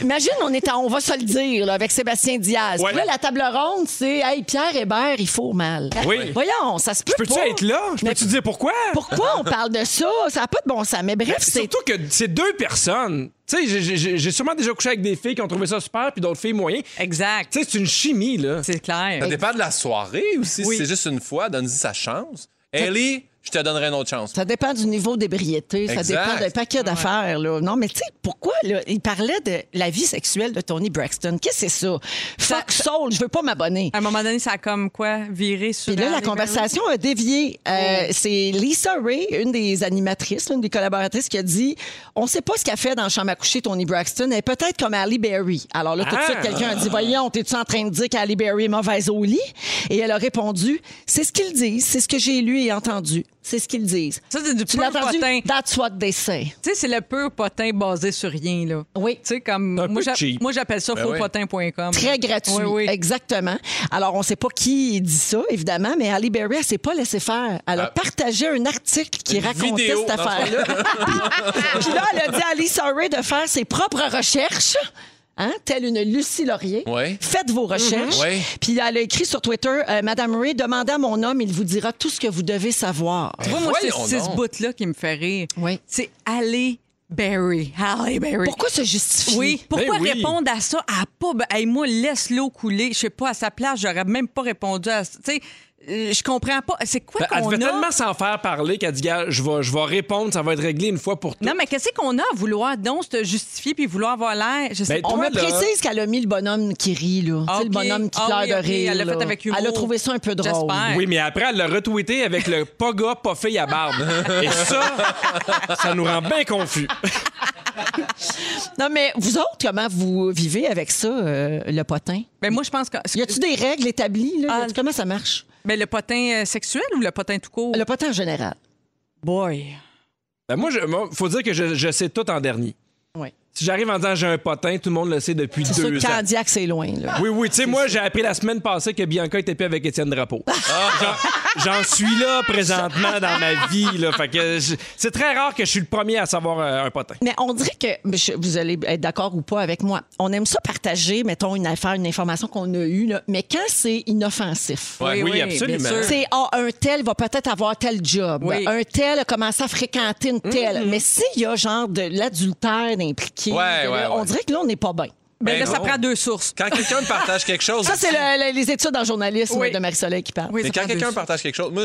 [SPEAKER 1] Imagine, on est à- on va se le dire, là, avec Sébastien Diaz.
[SPEAKER 2] Ouais.
[SPEAKER 1] Puis Là, la table ronde, c'est, hey, Pierre Hébert, il fourre mal.
[SPEAKER 2] Oui.
[SPEAKER 1] Voyons, ça se peut
[SPEAKER 2] Peux-tu
[SPEAKER 1] pas.
[SPEAKER 2] être là? Je
[SPEAKER 1] Mais
[SPEAKER 2] peux-tu dire pourquoi?
[SPEAKER 1] Pourquoi on parle de ça? Ça n'a pas de bon sens. Mais bref, c'est.
[SPEAKER 2] Surtout que c'est deux personnes. Tu sais, j'ai- j'ai- j'ai sûrement déjà couché avec des filles qui ont trouvé ça super, puis d'autres filles moyens.
[SPEAKER 3] Exact.
[SPEAKER 2] Tu sais, c'est une chimie, là.
[SPEAKER 3] C'est clair.
[SPEAKER 4] Ça dépend de la soirée aussi. Si c'est juste une fois, donne-y sa chance. Ellie, je te donnerai une autre chance.
[SPEAKER 1] Ça dépend du niveau d'ébriété, ça
[SPEAKER 4] Exact.
[SPEAKER 1] dépend d'un paquet d'affaires. là. Non, mais tu sais, pourquoi là, il parlait de la vie sexuelle de Tony Braxton? Qu'est-ce que c'est ça? Fuck soul, je veux pas m'abonner.
[SPEAKER 3] À un moment donné, ça a comme quoi viré sur.
[SPEAKER 1] Puis là, la
[SPEAKER 3] les-
[SPEAKER 1] conversation a dévié. Euh, C'est Lisa Ray, une des animatrices, l'une des collaboratrices, qui a dit On sait pas ce qu'a fait dans la chambre à coucher Tony Braxton. Elle est peut-être comme Halle Berry. Alors là, tout de
[SPEAKER 2] Ah!
[SPEAKER 1] suite, quelqu'un a dit Voyons, t'es-tu en train de dire qu'Halle Berry est mauvaise au lit Et elle a répondu C'est ce qu'ils disent, c'est ce que j'ai lu et entendu. C'est ce qu'ils disent.
[SPEAKER 3] Ça, c'est du
[SPEAKER 1] tu l'as
[SPEAKER 3] pur
[SPEAKER 1] entendu
[SPEAKER 3] potin.
[SPEAKER 1] That's what they say.
[SPEAKER 3] Tu sais, c'est le pur potin basé sur rien, là.
[SPEAKER 1] Oui.
[SPEAKER 3] Tu sais, comme.
[SPEAKER 2] Un
[SPEAKER 3] Moi,
[SPEAKER 2] peu
[SPEAKER 3] j'a-
[SPEAKER 2] cheap.
[SPEAKER 3] moi, j'appelle ça
[SPEAKER 4] oui.
[SPEAKER 3] fauxpotin.com.
[SPEAKER 1] Très gratuit.
[SPEAKER 3] Oui, oui.
[SPEAKER 1] Exactement. Alors, on ne sait pas qui dit ça, évidemment, mais Halle Berry, elle ne s'est pas laissée faire. Elle a partagé un article qui
[SPEAKER 4] Ah. Une
[SPEAKER 1] racontait
[SPEAKER 4] vidéo,
[SPEAKER 1] cette
[SPEAKER 4] dans le
[SPEAKER 1] affaire-là. Puis là, elle a dit à Alice Ray de faire ses propres recherches. Hein, telle une Lucie Laurier.
[SPEAKER 4] Ouais.
[SPEAKER 1] Faites
[SPEAKER 3] Mhm.
[SPEAKER 1] vos recherches.
[SPEAKER 4] Ouais.
[SPEAKER 1] Puis elle a écrit sur Twitter euh, Madame Ray, demandez à mon homme, il vous dira tout ce que vous devez savoir.
[SPEAKER 3] Tu vois, moi, c'est
[SPEAKER 4] Voyons
[SPEAKER 3] c'est ce
[SPEAKER 4] donc.
[SPEAKER 3] bout-là qui me fait rire.
[SPEAKER 1] Oui.
[SPEAKER 3] C'est Halle Berry. Halle Berry.
[SPEAKER 1] Pourquoi se justifier?
[SPEAKER 3] Oui, pourquoi
[SPEAKER 2] Ben oui.
[SPEAKER 3] répondre à ça à pas ben, hey, moi laisse l'eau couler, je sais pas à sa place, j'aurais même pas répondu à ça. Tu sais, euh, je comprends pas, c'est quoi
[SPEAKER 2] Ben, elle
[SPEAKER 3] qu'on
[SPEAKER 2] devait
[SPEAKER 3] a
[SPEAKER 2] tellement s'en faire parler qu'elle dit, gars, je vais, je vais répondre, ça va être réglé une fois pour toutes.
[SPEAKER 3] Non, mais qu'est-ce qu'on a à vouloir donc se justifier puis vouloir avoir l'air, je sais
[SPEAKER 2] Ben,
[SPEAKER 3] pas.
[SPEAKER 1] On
[SPEAKER 2] Toi,
[SPEAKER 1] me
[SPEAKER 2] là-
[SPEAKER 1] précise qu'elle a mis le bonhomme qui rit, là. Tu sais, le
[SPEAKER 3] Ok.
[SPEAKER 1] bonhomme qui
[SPEAKER 3] Ah
[SPEAKER 1] pleure
[SPEAKER 3] oui,
[SPEAKER 1] de
[SPEAKER 3] ok,
[SPEAKER 1] rire.
[SPEAKER 3] elle l'a fait
[SPEAKER 1] là.
[SPEAKER 3] avec humour.
[SPEAKER 1] Elle a trouvé ça un peu drôle.
[SPEAKER 3] J'espère.
[SPEAKER 2] Oui, mais après, elle l'a retweeté avec le pas gars, pas fille à barbe. Et ça, ça nous rend bien confus.
[SPEAKER 1] Non, mais vous autres, comment vous vivez avec ça, euh, le potin?
[SPEAKER 3] Ben, moi je pense que
[SPEAKER 1] Y a-tu des règles établies? Là?
[SPEAKER 3] Ah.
[SPEAKER 1] Y a-tu- comment ça marche?
[SPEAKER 3] Ben, le potin euh, sexuel ou le potin tout court
[SPEAKER 1] Le potin en général.
[SPEAKER 3] boy.
[SPEAKER 2] Ben, moi, je, moi, faut dire que je, je sais tout en dernier.
[SPEAKER 1] Oui.
[SPEAKER 2] Si j'arrive en disant j'ai un potin, tout le monde le sait depuis
[SPEAKER 1] C'est sûr
[SPEAKER 2] deux
[SPEAKER 1] que
[SPEAKER 2] ans.
[SPEAKER 1] Candiac, c'est loin. Là.
[SPEAKER 2] Oui, oui, tu sais, moi, j'ai appris la semaine passée que Bianca était plus avec Étienne Drapeau.
[SPEAKER 1] Ah.
[SPEAKER 2] J'en- J'en suis là présentement dans ma vie. Là, fait que je- c'est très rare que je suis le premier à savoir euh, un potin.
[SPEAKER 1] Mais on dirait que, je- vous allez être d'accord ou pas avec moi, on aime ça partager, mettons, une affaire, une information qu'on a eue, là, mais quand c'est inoffensif.
[SPEAKER 2] Ouais, oui, absolument.
[SPEAKER 3] bien sûr.
[SPEAKER 1] C'est ah, un tel va peut-être avoir tel job.
[SPEAKER 3] Oui. Mm-hmm.
[SPEAKER 1] Un tel a commencé à fréquenter une telle. Mais s'il y a genre de l'adultère impliqué,
[SPEAKER 4] Ouais,
[SPEAKER 1] là,
[SPEAKER 4] ouais,
[SPEAKER 1] on
[SPEAKER 4] ouais.
[SPEAKER 1] dirait que là, on n'est pas bien.
[SPEAKER 3] Ben,
[SPEAKER 4] Ben
[SPEAKER 3] là ça
[SPEAKER 4] non.
[SPEAKER 3] prend deux sources.
[SPEAKER 4] Quand quelqu'un me partage quelque chose.
[SPEAKER 1] Ça, c'est le- le- les études en journalisme
[SPEAKER 3] Oui.
[SPEAKER 1] de Marie-Soleil qui parle.
[SPEAKER 3] Oui,
[SPEAKER 4] Mais
[SPEAKER 3] ça
[SPEAKER 4] quand
[SPEAKER 3] prend deux
[SPEAKER 4] quelqu'un
[SPEAKER 3] sources.
[SPEAKER 4] partage quelque chose, moi,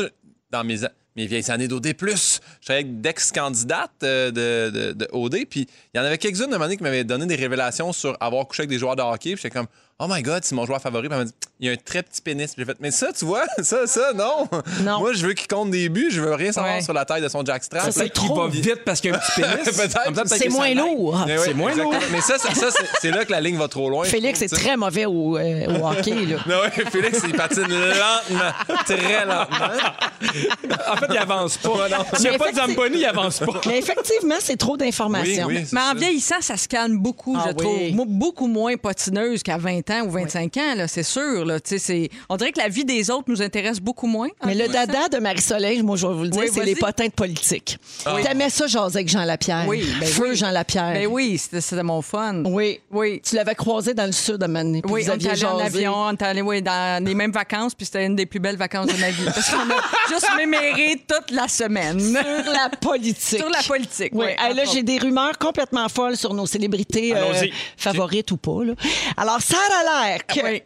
[SPEAKER 4] dans mes, a- mes vieilles années d'OD, plus, j'étais avec d'ex-candidates euh, de, de, de OD, puis il y en avait quelques-unes de donné qui m'avaient donné des révélations sur avoir couché avec des joueurs de hockey, puis j'étais comme, oh my god, c'est mon joueur favori, puis elle m'a dit, il y a un très petit pénis. Puis J'ai fait, mais ça, tu vois, ça, ça, non.
[SPEAKER 1] Non.
[SPEAKER 4] Moi, je veux qu'il compte des buts, je veux rien savoir
[SPEAKER 3] Ouais.
[SPEAKER 4] sur la taille de son jackstrap.
[SPEAKER 1] Ça, c'est
[SPEAKER 4] Là,
[SPEAKER 2] Peut-être qu'il
[SPEAKER 1] trop.
[SPEAKER 2] va vite parce qu'il y a un petit pénis.
[SPEAKER 4] Peut-être.
[SPEAKER 2] En même temps, peut-être
[SPEAKER 1] Ah, C'est
[SPEAKER 2] que ça
[SPEAKER 1] moins
[SPEAKER 2] l'aide.
[SPEAKER 1] lourd.
[SPEAKER 4] mais oui,
[SPEAKER 2] c'est moins
[SPEAKER 4] exactement.
[SPEAKER 2] lourd.
[SPEAKER 4] Mais ça, ça, ça, c'est- c'est là que la ligne va trop loin.
[SPEAKER 1] Félix est
[SPEAKER 4] Tu sais.
[SPEAKER 1] très mauvais au, euh, au hockey. Là.
[SPEAKER 4] Non, ouais, Félix, il patine lentement, très lentement.
[SPEAKER 2] En fait, il avance pas. S'il n'y a pas
[SPEAKER 1] Mais
[SPEAKER 2] de
[SPEAKER 1] effectivement-
[SPEAKER 2] Zamboni, il avance pas.
[SPEAKER 1] Mais effectivement, c'est trop d'informations.
[SPEAKER 4] Oui, oui, c'est
[SPEAKER 3] Mais en
[SPEAKER 4] ça.
[SPEAKER 3] vieillissant, ça se calme beaucoup,
[SPEAKER 1] Ah
[SPEAKER 3] je
[SPEAKER 1] oui.
[SPEAKER 3] trouve. Moi, beaucoup moins potineuse qu'à 20 ans ou 25 ans, là, c'est sûr. Là, Tu sais, c'est- On dirait que la vie des autres nous intéresse beaucoup moins. hein?
[SPEAKER 1] Mais le
[SPEAKER 3] dada
[SPEAKER 1] dada de Marie-Soleil, moi, je vais vous le dire,
[SPEAKER 3] Ah, Oui,
[SPEAKER 1] c'est
[SPEAKER 3] vas-y.
[SPEAKER 1] les potins de politique.
[SPEAKER 4] Ah.
[SPEAKER 1] T'aimais ça, jaser avec Jean Lapierre.
[SPEAKER 3] Oui, ben
[SPEAKER 1] Feu
[SPEAKER 3] oui.
[SPEAKER 1] Jean Lapierre.
[SPEAKER 3] Ben oui, c'était c'était mon fun.
[SPEAKER 1] oui.
[SPEAKER 3] Oui.
[SPEAKER 1] Tu l'avais croisé dans le sud à Mané.
[SPEAKER 3] Oui,
[SPEAKER 1] vous
[SPEAKER 3] on est
[SPEAKER 1] aviez
[SPEAKER 3] allé en
[SPEAKER 1] jasé.
[SPEAKER 3] avion, on est allé oui, dans les mêmes vacances, puis c'était une des plus belles vacances de ma vie. Parce qu'on a juste méméré toute la semaine.
[SPEAKER 1] Sur la politique.
[SPEAKER 3] Sur la politique,
[SPEAKER 1] Oui.
[SPEAKER 3] oui.
[SPEAKER 1] Hey, là, j'ai des rumeurs complètement folles sur nos célébrités euh,
[SPEAKER 2] Allons-y.
[SPEAKER 1] favorites ou pas. là. Alors, Sarah Lairk.
[SPEAKER 3] Oui.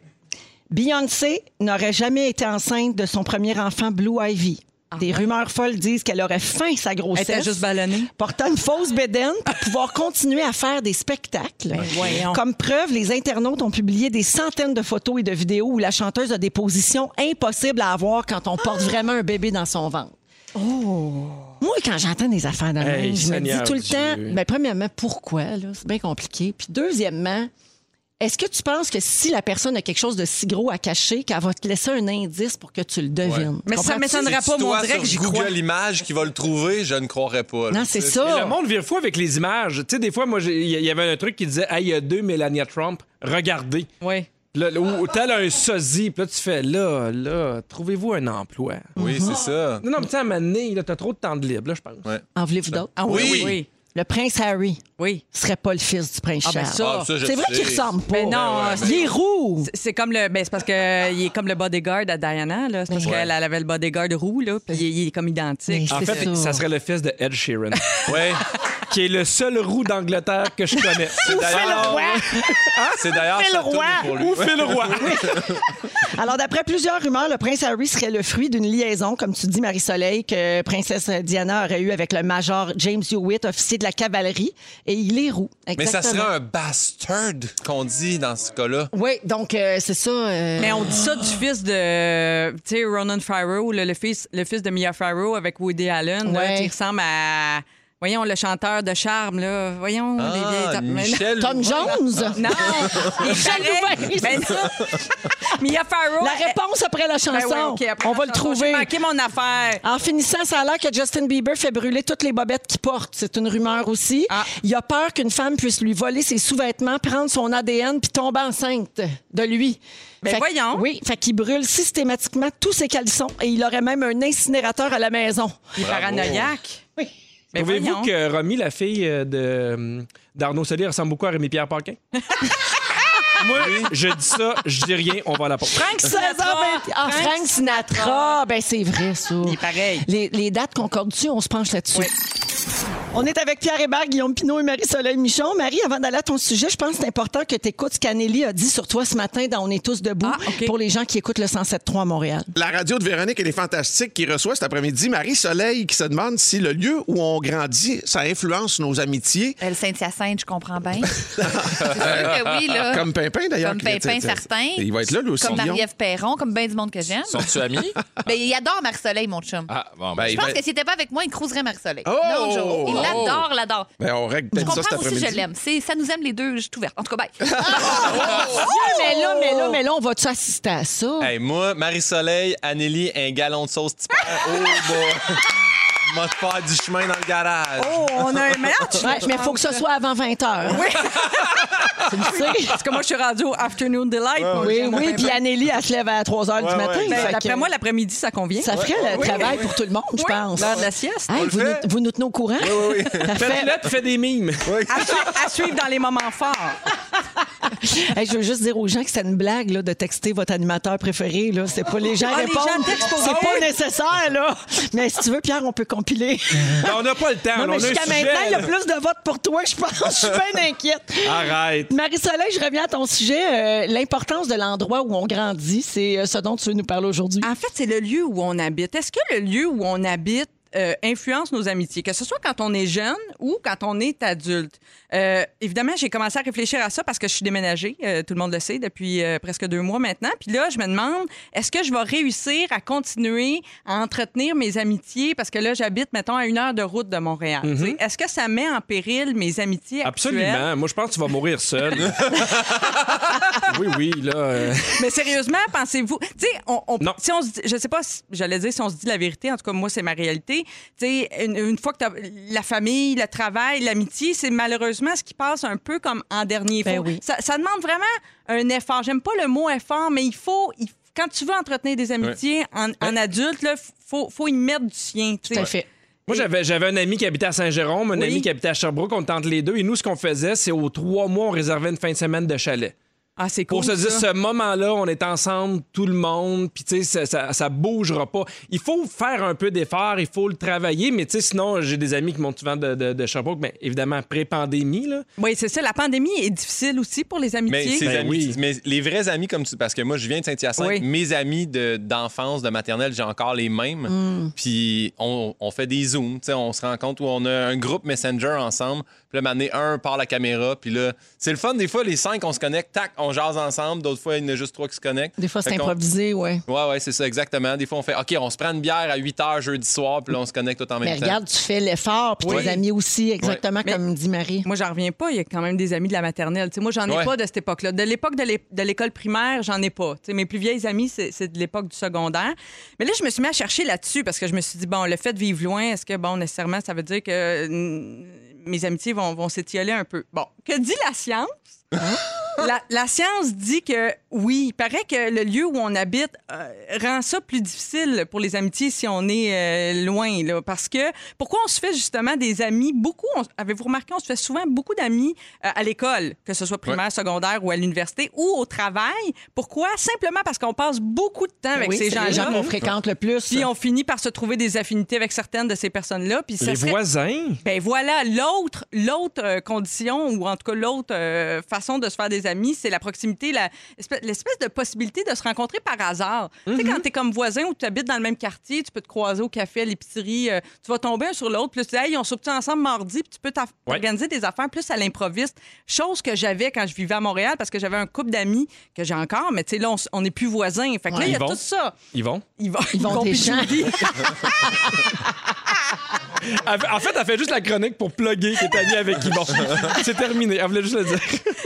[SPEAKER 1] Beyoncé n'aurait jamais été enceinte de son premier enfant, Blue Ivy. Des rumeurs folles disent qu'elle aurait faim sa grossesse.
[SPEAKER 3] Ah Elle était juste ballonnée.
[SPEAKER 1] Portant une fausse bédaine pour pouvoir continuer à faire des spectacles.
[SPEAKER 3] Ben voyons.
[SPEAKER 1] Comme preuve, les internautes ont publié des centaines de photos et de vidéos où la chanteuse a des positions impossibles à avoir quand on porte vraiment un bébé dans son ventre. Moi, quand j'entends des affaires de même,
[SPEAKER 2] Hey,
[SPEAKER 1] je me dis
[SPEAKER 2] Seigneur
[SPEAKER 1] tout le
[SPEAKER 2] Dieu.
[SPEAKER 1] temps, ben, premièrement, pourquoi? là? C'est bien compliqué. Puis deuxièmement, est-ce que tu penses que si la personne a quelque chose de si gros à cacher, qu'elle va te laisser un indice pour que tu le devines?
[SPEAKER 3] Mais ça
[SPEAKER 1] Comprends-tu?
[SPEAKER 3] m'étonnerait
[SPEAKER 4] C'est
[SPEAKER 3] pas, moi, on
[SPEAKER 4] toi
[SPEAKER 3] dirait que j'y
[SPEAKER 4] sur
[SPEAKER 3] crois.
[SPEAKER 4] Google Images qui va le trouver, je ne croirais pas. là.
[SPEAKER 1] Non, c'est
[SPEAKER 4] Tu sais,
[SPEAKER 1] ça.
[SPEAKER 2] Le monde vire fou avec les images. Tu sais, des fois, moi, j'ai- il y il y avait un truc qui disait Hey, il y a deux Melania Trump, regardez.
[SPEAKER 3] Oui.
[SPEAKER 2] Là, là, ou ou tel un sosie. Puis là, tu fais Là, là, trouvez-vous un emploi.
[SPEAKER 4] Oui, c'est ça.
[SPEAKER 2] Non, non, mais tu sais, à un moment donné, là, t'as trop de temps de libre, là, je pense.
[SPEAKER 4] Ouais.
[SPEAKER 1] En voulez-vous d'autres?
[SPEAKER 3] Ah
[SPEAKER 4] Oui.
[SPEAKER 3] Oui.
[SPEAKER 1] Le prince Harry
[SPEAKER 3] oui.
[SPEAKER 1] serait pas le fils du prince
[SPEAKER 3] Ah, ben
[SPEAKER 1] Charles.
[SPEAKER 3] ça.
[SPEAKER 4] Ah, je
[SPEAKER 1] c'est vrai
[SPEAKER 4] sais.
[SPEAKER 1] qu'il ressemble pas.
[SPEAKER 3] Mais non,
[SPEAKER 4] ouais,
[SPEAKER 3] euh,
[SPEAKER 1] Il est roux.
[SPEAKER 3] c'est- c'est comme le. Ben, c'est parce qu'il est comme le bodyguard à Diana,
[SPEAKER 1] Ben
[SPEAKER 3] là. C'est parce qu'elle elle avait le bodyguard roux, là, puis il est- il est comme
[SPEAKER 1] Mais
[SPEAKER 3] identique.
[SPEAKER 1] c'est
[SPEAKER 2] En fait,
[SPEAKER 1] ça.
[SPEAKER 2] ça. serait le fils de Ed Sheeran.
[SPEAKER 4] Ouais.
[SPEAKER 2] qui est le seul roux d'Angleterre que je connais. Ah,
[SPEAKER 4] D'ailleurs,
[SPEAKER 1] hein?
[SPEAKER 4] c'est d'ailleurs
[SPEAKER 1] Fais le
[SPEAKER 4] sa tournée
[SPEAKER 1] roi.
[SPEAKER 4] pour lui.
[SPEAKER 2] Où fait le roi?
[SPEAKER 1] Alors, d'après plusieurs rumeurs, le prince Harry serait le fruit d'une liaison, comme tu dis, Marie-Soleil, que princesse Diana aurait eue avec le major James Hewitt, officier de la cavalerie, et il est roux.
[SPEAKER 4] Mais ça
[SPEAKER 1] Exactement.
[SPEAKER 4] serait un bastard qu'on dit dans ce cas-là.
[SPEAKER 1] Oui, donc euh, c'est ça. euh,
[SPEAKER 3] Mais on dit ça du fils de, tu sais, Ronan Farrow, le, le fils, le fils de Mia Farrow avec Woody Allen, là,
[SPEAKER 1] Ouais.
[SPEAKER 3] qui ressemble à, voyons, le chanteur de charme, là, voyons, les vieilles
[SPEAKER 4] Ah,
[SPEAKER 3] tapes- mais non.
[SPEAKER 4] Michel.
[SPEAKER 1] Tom Jones?
[SPEAKER 3] Non, il
[SPEAKER 1] Louvain.
[SPEAKER 3] paraît. Ben non. Mia Farrow.
[SPEAKER 1] La
[SPEAKER 3] elle-
[SPEAKER 1] réponse après la
[SPEAKER 3] Ben
[SPEAKER 1] chanson.
[SPEAKER 3] ouais, ok, après
[SPEAKER 1] on
[SPEAKER 3] la
[SPEAKER 1] va le
[SPEAKER 3] chanson,
[SPEAKER 1] trouver.
[SPEAKER 3] J'ai manqué mon affaire.
[SPEAKER 1] En finissant, ça a l'air que Justin Bieber fait brûler toutes les bobettes qu'il porte. C'est une rumeur aussi.
[SPEAKER 3] Ah.
[SPEAKER 1] Il a peur qu'une femme puisse lui voler ses sous-vêtements, prendre son ADN puis tomber enceinte de lui.
[SPEAKER 3] Ben
[SPEAKER 1] Fait que-
[SPEAKER 3] voyons.
[SPEAKER 1] Oui, fait qu'il brûle systématiquement tous ses caleçons et il aurait même un incinérateur à la maison.
[SPEAKER 3] Il est paranoïaque. Oui. Mais
[SPEAKER 2] Trouvez-vous
[SPEAKER 3] Ben voyons.
[SPEAKER 2] que Romy, la fille euh, de, euh, d'Arnaud Soli, ressemble beaucoup à Rémi-Pierre Paquin? Moi, je dis ça, je dis rien, on va à la porte.
[SPEAKER 3] Frank
[SPEAKER 1] 16
[SPEAKER 3] Sinatra.
[SPEAKER 1] Ah, Frank Sinatra. Ben, c'est vrai, ça.
[SPEAKER 3] pareil.
[SPEAKER 1] Les, les dates concordent dessus, on se penche là-dessus. On est avec Pierre Hébert, Guillaume Pinot et Marie-Soleil Michon. Marie, avant d'aller à ton sujet, je pense que c'est important que tu écoutes ce qu'Anneli a dit sur toi ce matin dans On est tous debout
[SPEAKER 3] Ah, OK.
[SPEAKER 1] pour les gens qui écoutent le 107.3 à Montréal.
[SPEAKER 9] La radio de Véronique, elle est fantastique, qui reçoit cet après-midi Marie-Soleil qui se demande si le lieu où on grandit, ça influence nos amitiés.
[SPEAKER 10] Euh, Le Saint-Hyacinthe, je comprends bien. C'est sûr que oui, là.
[SPEAKER 9] Comme Pimpin, d'ailleurs.
[SPEAKER 10] Comme
[SPEAKER 9] qui vient de-
[SPEAKER 10] Pimpin,
[SPEAKER 9] de-
[SPEAKER 10] certain.
[SPEAKER 9] Il va être là, lui aussi.
[SPEAKER 10] Comme
[SPEAKER 9] Lyon.
[SPEAKER 10] Marie-Ève Perron, comme bien du monde que j'aime.
[SPEAKER 8] Sont-tu amis?
[SPEAKER 10] Ben, il adore Marie-Soleil, mon chum.
[SPEAKER 8] Ah, bon,
[SPEAKER 9] Ben,
[SPEAKER 8] ben,
[SPEAKER 10] je
[SPEAKER 9] il
[SPEAKER 10] pense
[SPEAKER 9] va-
[SPEAKER 10] que s'il n'était pas avec moi, il cruiserait Marie-Soleil.
[SPEAKER 9] Oh!
[SPEAKER 10] non, Joe. Il
[SPEAKER 9] Oh!
[SPEAKER 10] l'adore, l'adore.
[SPEAKER 9] Ben, on règle
[SPEAKER 10] Je
[SPEAKER 9] peut-être ça cet
[SPEAKER 10] comprends aussi,
[SPEAKER 9] après-midi.
[SPEAKER 10] je l'aime. C'est- Ça nous aime les deux, je suis ouverte. En tout cas, bye.
[SPEAKER 1] Oh, Mais là, mais là, mais là, on va-tu assister à ça?
[SPEAKER 4] Hey, moi, Marie-Soleil, Anneli, un gallon de sauce type. Oh, bah. M'a te faire du chemin dans le garage.
[SPEAKER 3] Oh, on a un match.
[SPEAKER 1] Ouais, mais il faut que ce soit avant 20 h. Ah. Oui. tu le sais.
[SPEAKER 3] Parce que moi, je suis rendu au Afternoon Delight. moi,
[SPEAKER 1] Oui, ben,
[SPEAKER 3] j'aime
[SPEAKER 1] oui,
[SPEAKER 3] bien,
[SPEAKER 1] puis
[SPEAKER 3] bien.
[SPEAKER 1] Anneli, elle se lève à 3 h du
[SPEAKER 4] Ouais,
[SPEAKER 1] matin.
[SPEAKER 4] ouais.
[SPEAKER 1] Fait
[SPEAKER 3] Ben,
[SPEAKER 1] que-
[SPEAKER 3] D'après moi, l'après-midi, ça convient.
[SPEAKER 1] ça ferait le travail pour tout le monde, je
[SPEAKER 3] Oui,
[SPEAKER 1] pense.
[SPEAKER 3] L'heure de la sieste.
[SPEAKER 1] Hey,
[SPEAKER 4] le
[SPEAKER 1] vous, nous,
[SPEAKER 4] fait?
[SPEAKER 1] vous nous tenez au courant?
[SPEAKER 4] Oui, oui.
[SPEAKER 1] Parfait.
[SPEAKER 2] Faites-le, puis fais des mimes.
[SPEAKER 3] À, su- à suivre dans les moments forts.
[SPEAKER 1] Hey, je veux juste dire aux gens que c'est une blague là, de texter votre animateur préféré. Là. C'est pas les gens
[SPEAKER 3] Ah, les
[SPEAKER 1] répondent.
[SPEAKER 3] gens textent pour
[SPEAKER 1] c'est
[SPEAKER 3] vous.
[SPEAKER 1] pas nécessaire, là. Mais si tu veux, Pierre, on peut compiler.
[SPEAKER 2] Ben, on n'a pas le temps,
[SPEAKER 1] Non,
[SPEAKER 2] là, on
[SPEAKER 1] mais
[SPEAKER 2] a un
[SPEAKER 1] jusqu'à
[SPEAKER 2] sujet,
[SPEAKER 1] maintenant, il y a
[SPEAKER 2] là.
[SPEAKER 1] plus de votes pour toi, je pense. Je suis bien inquiète.
[SPEAKER 2] Arrête.
[SPEAKER 1] Marie-Soleil, je reviens à ton sujet. Euh, l'importance de l'endroit où on grandit, c'est euh, ce dont tu veux nous parler aujourd'hui.
[SPEAKER 3] En fait, c'est le lieu où on habite. Est-ce que le lieu où on habite euh, influence nos amitiés, que ce soit quand on est jeune ou quand on est adulte. Euh, évidemment, j'ai commencé à réfléchir à ça parce que je suis déménagée, euh, tout le monde le sait, depuis euh, presque deux mois maintenant. Puis là, je me demande, est-ce que je vais réussir à continuer à entretenir mes amitiés parce que là, j'habite, mettons, à une heure de route de Montréal. tu sais. Est-ce que ça met en péril mes amitiés actuelles?
[SPEAKER 2] Absolument. Moi, je pense que tu vas mourir seul. oui, oui, là. euh,
[SPEAKER 3] Mais sérieusement, pensez-vous, tu sais, on, on-
[SPEAKER 2] Non.
[SPEAKER 3] si on se dit- je sais pas, si- j'allais dire si on se dit la vérité, en tout cas moi c'est ma réalité. Tu sais, une, une fois que t'as la famille, le travail, l'amitié, c'est malheureusement ce qui passe un peu comme en dernier.
[SPEAKER 1] Ben
[SPEAKER 3] Faut-
[SPEAKER 1] oui.
[SPEAKER 3] ça, ça demande vraiment un effort. J'aime pas le mot effort, mais il faut, il- quand tu veux entretenir des amitiés en, en adulte, là, faut, faut y mettre du sien. tu sais.
[SPEAKER 1] Tout à fait.
[SPEAKER 2] Moi, j'avais, j'avais un ami qui habitait à Saint-Jérôme, un
[SPEAKER 3] Oui.
[SPEAKER 2] ami qui habitait à Sherbrooke. On tente les deux. Et nous, ce qu'on faisait, c'est aux trois mois, on réservait une fin de semaine de chalet.
[SPEAKER 3] Ah c'est cool.
[SPEAKER 2] Pour se dire,
[SPEAKER 3] ça.
[SPEAKER 2] ce moment-là, on est ensemble, tout le monde, puis tu sais, ça, ça, ça bougera pas. Il faut faire un peu d'effort, il faut le travailler, mais tu sais, sinon, j'ai des amis qui montent souvent de, de, de Sherbrooke, mais évidemment, pré-pandémie, là.
[SPEAKER 3] Oui, c'est ça. La pandémie est difficile aussi pour les amitiés.
[SPEAKER 4] Mais, ses
[SPEAKER 2] Ben
[SPEAKER 4] amis-
[SPEAKER 2] oui.
[SPEAKER 4] mais les vrais amis, comme tu. Parce que moi, je viens de Saint-Hyacinthe.
[SPEAKER 3] Oui.
[SPEAKER 4] Mes amis de- d'enfance, de, maternelle, j'ai encore les mêmes.
[SPEAKER 1] Mm.
[SPEAKER 4] Puis on, on fait des zooms. tu sais, On se rencontre où on a un groupe Messenger ensemble. Puis là, m'amener un par la caméra. Puis là, c'est le fun. Des fois, les cinq, on se connecte, tac, on jase ensemble. D'autres fois, il y en a juste trois qui se connectent.
[SPEAKER 1] Des fois, c'est
[SPEAKER 4] Fait qu'on-
[SPEAKER 1] improvisé, ouais.
[SPEAKER 4] Ouais, ouais, c'est ça, exactement. Des fois, on fait OK, on se prend une bière à 8 h jeudi soir, puis là, on se connecte tout en même
[SPEAKER 1] Mais
[SPEAKER 4] temps.
[SPEAKER 1] regarde, tu fais l'effort, puis
[SPEAKER 4] Oui.
[SPEAKER 1] tes amis aussi, exactement
[SPEAKER 3] Mais-
[SPEAKER 1] comme dit Marie.
[SPEAKER 3] Moi, j'en reviens pas. Il y a quand même des amis de la maternelle. Tu sais, moi, j'en ai
[SPEAKER 4] Ouais.
[SPEAKER 3] pas de cette époque-là. De l'époque de l'é- de l'école primaire, j'en ai pas. Tu sais, mes plus vieilles amies, c'est c'est de l'époque du secondaire. Mais là, je me suis mis à chercher là-dessus parce que je me suis dit, bon, le fait de vivre loin, est-ce que, bon, nécessairement, ça veut dire que euh, mes amitiés vont, vont s'étioler un peu? Bon, que dit la science? La, la science dit que oui, il paraît que le lieu où on habite euh, rend ça plus difficile pour les amitiés si on est euh, loin. Là, parce que pourquoi on se fait justement des amis? Beaucoup, on- avez-vous remarqué, on se fait souvent beaucoup d'amis euh, à l'école, que ce soit primaire, secondaire ou à l'université ou au travail. Pourquoi? Simplement parce qu'on passe beaucoup de temps avec
[SPEAKER 1] Ben Oui,
[SPEAKER 3] ces
[SPEAKER 1] c'est
[SPEAKER 3] gens-là.
[SPEAKER 1] les gens qu'on fréquente le plus.
[SPEAKER 3] Puis on finit par se trouver des affinités avec certaines de ces personnes-là. Puis ça
[SPEAKER 2] Les
[SPEAKER 3] serait-
[SPEAKER 2] voisins?
[SPEAKER 3] ben voilà, l'autre, l'autre euh, condition ou en tout cas l'autre euh, façon de se faire des amis, c'est la proximité, la- espèce- l'espèce de possibilité de se rencontrer par hasard. Tu sais, quand t'es comme voisin ou tu habites dans le même quartier, tu peux te croiser au café, à l'épicerie, euh, tu vas tomber un sur l'autre, puis là, tu dis, hey, on soupe ensemble mardi, puis tu peux t'aff-
[SPEAKER 11] Ouais.
[SPEAKER 3] organiser des affaires plus à l'improviste. Chose que j'avais quand je vivais à Montréal parce que j'avais un couple d'amis que j'ai encore, mais tu sais, là, on s- on n'est plus voisins. Fait que là, il y a
[SPEAKER 2] Yvon?
[SPEAKER 3] tout ça.
[SPEAKER 2] Yvon?
[SPEAKER 3] Ils vont,
[SPEAKER 1] Yvon Deschamps.
[SPEAKER 2] Elle fait- En fait, elle fait juste la chronique pour plugger qui est amie avec Yvon. C'est terminé. Elle voulait juste le dire.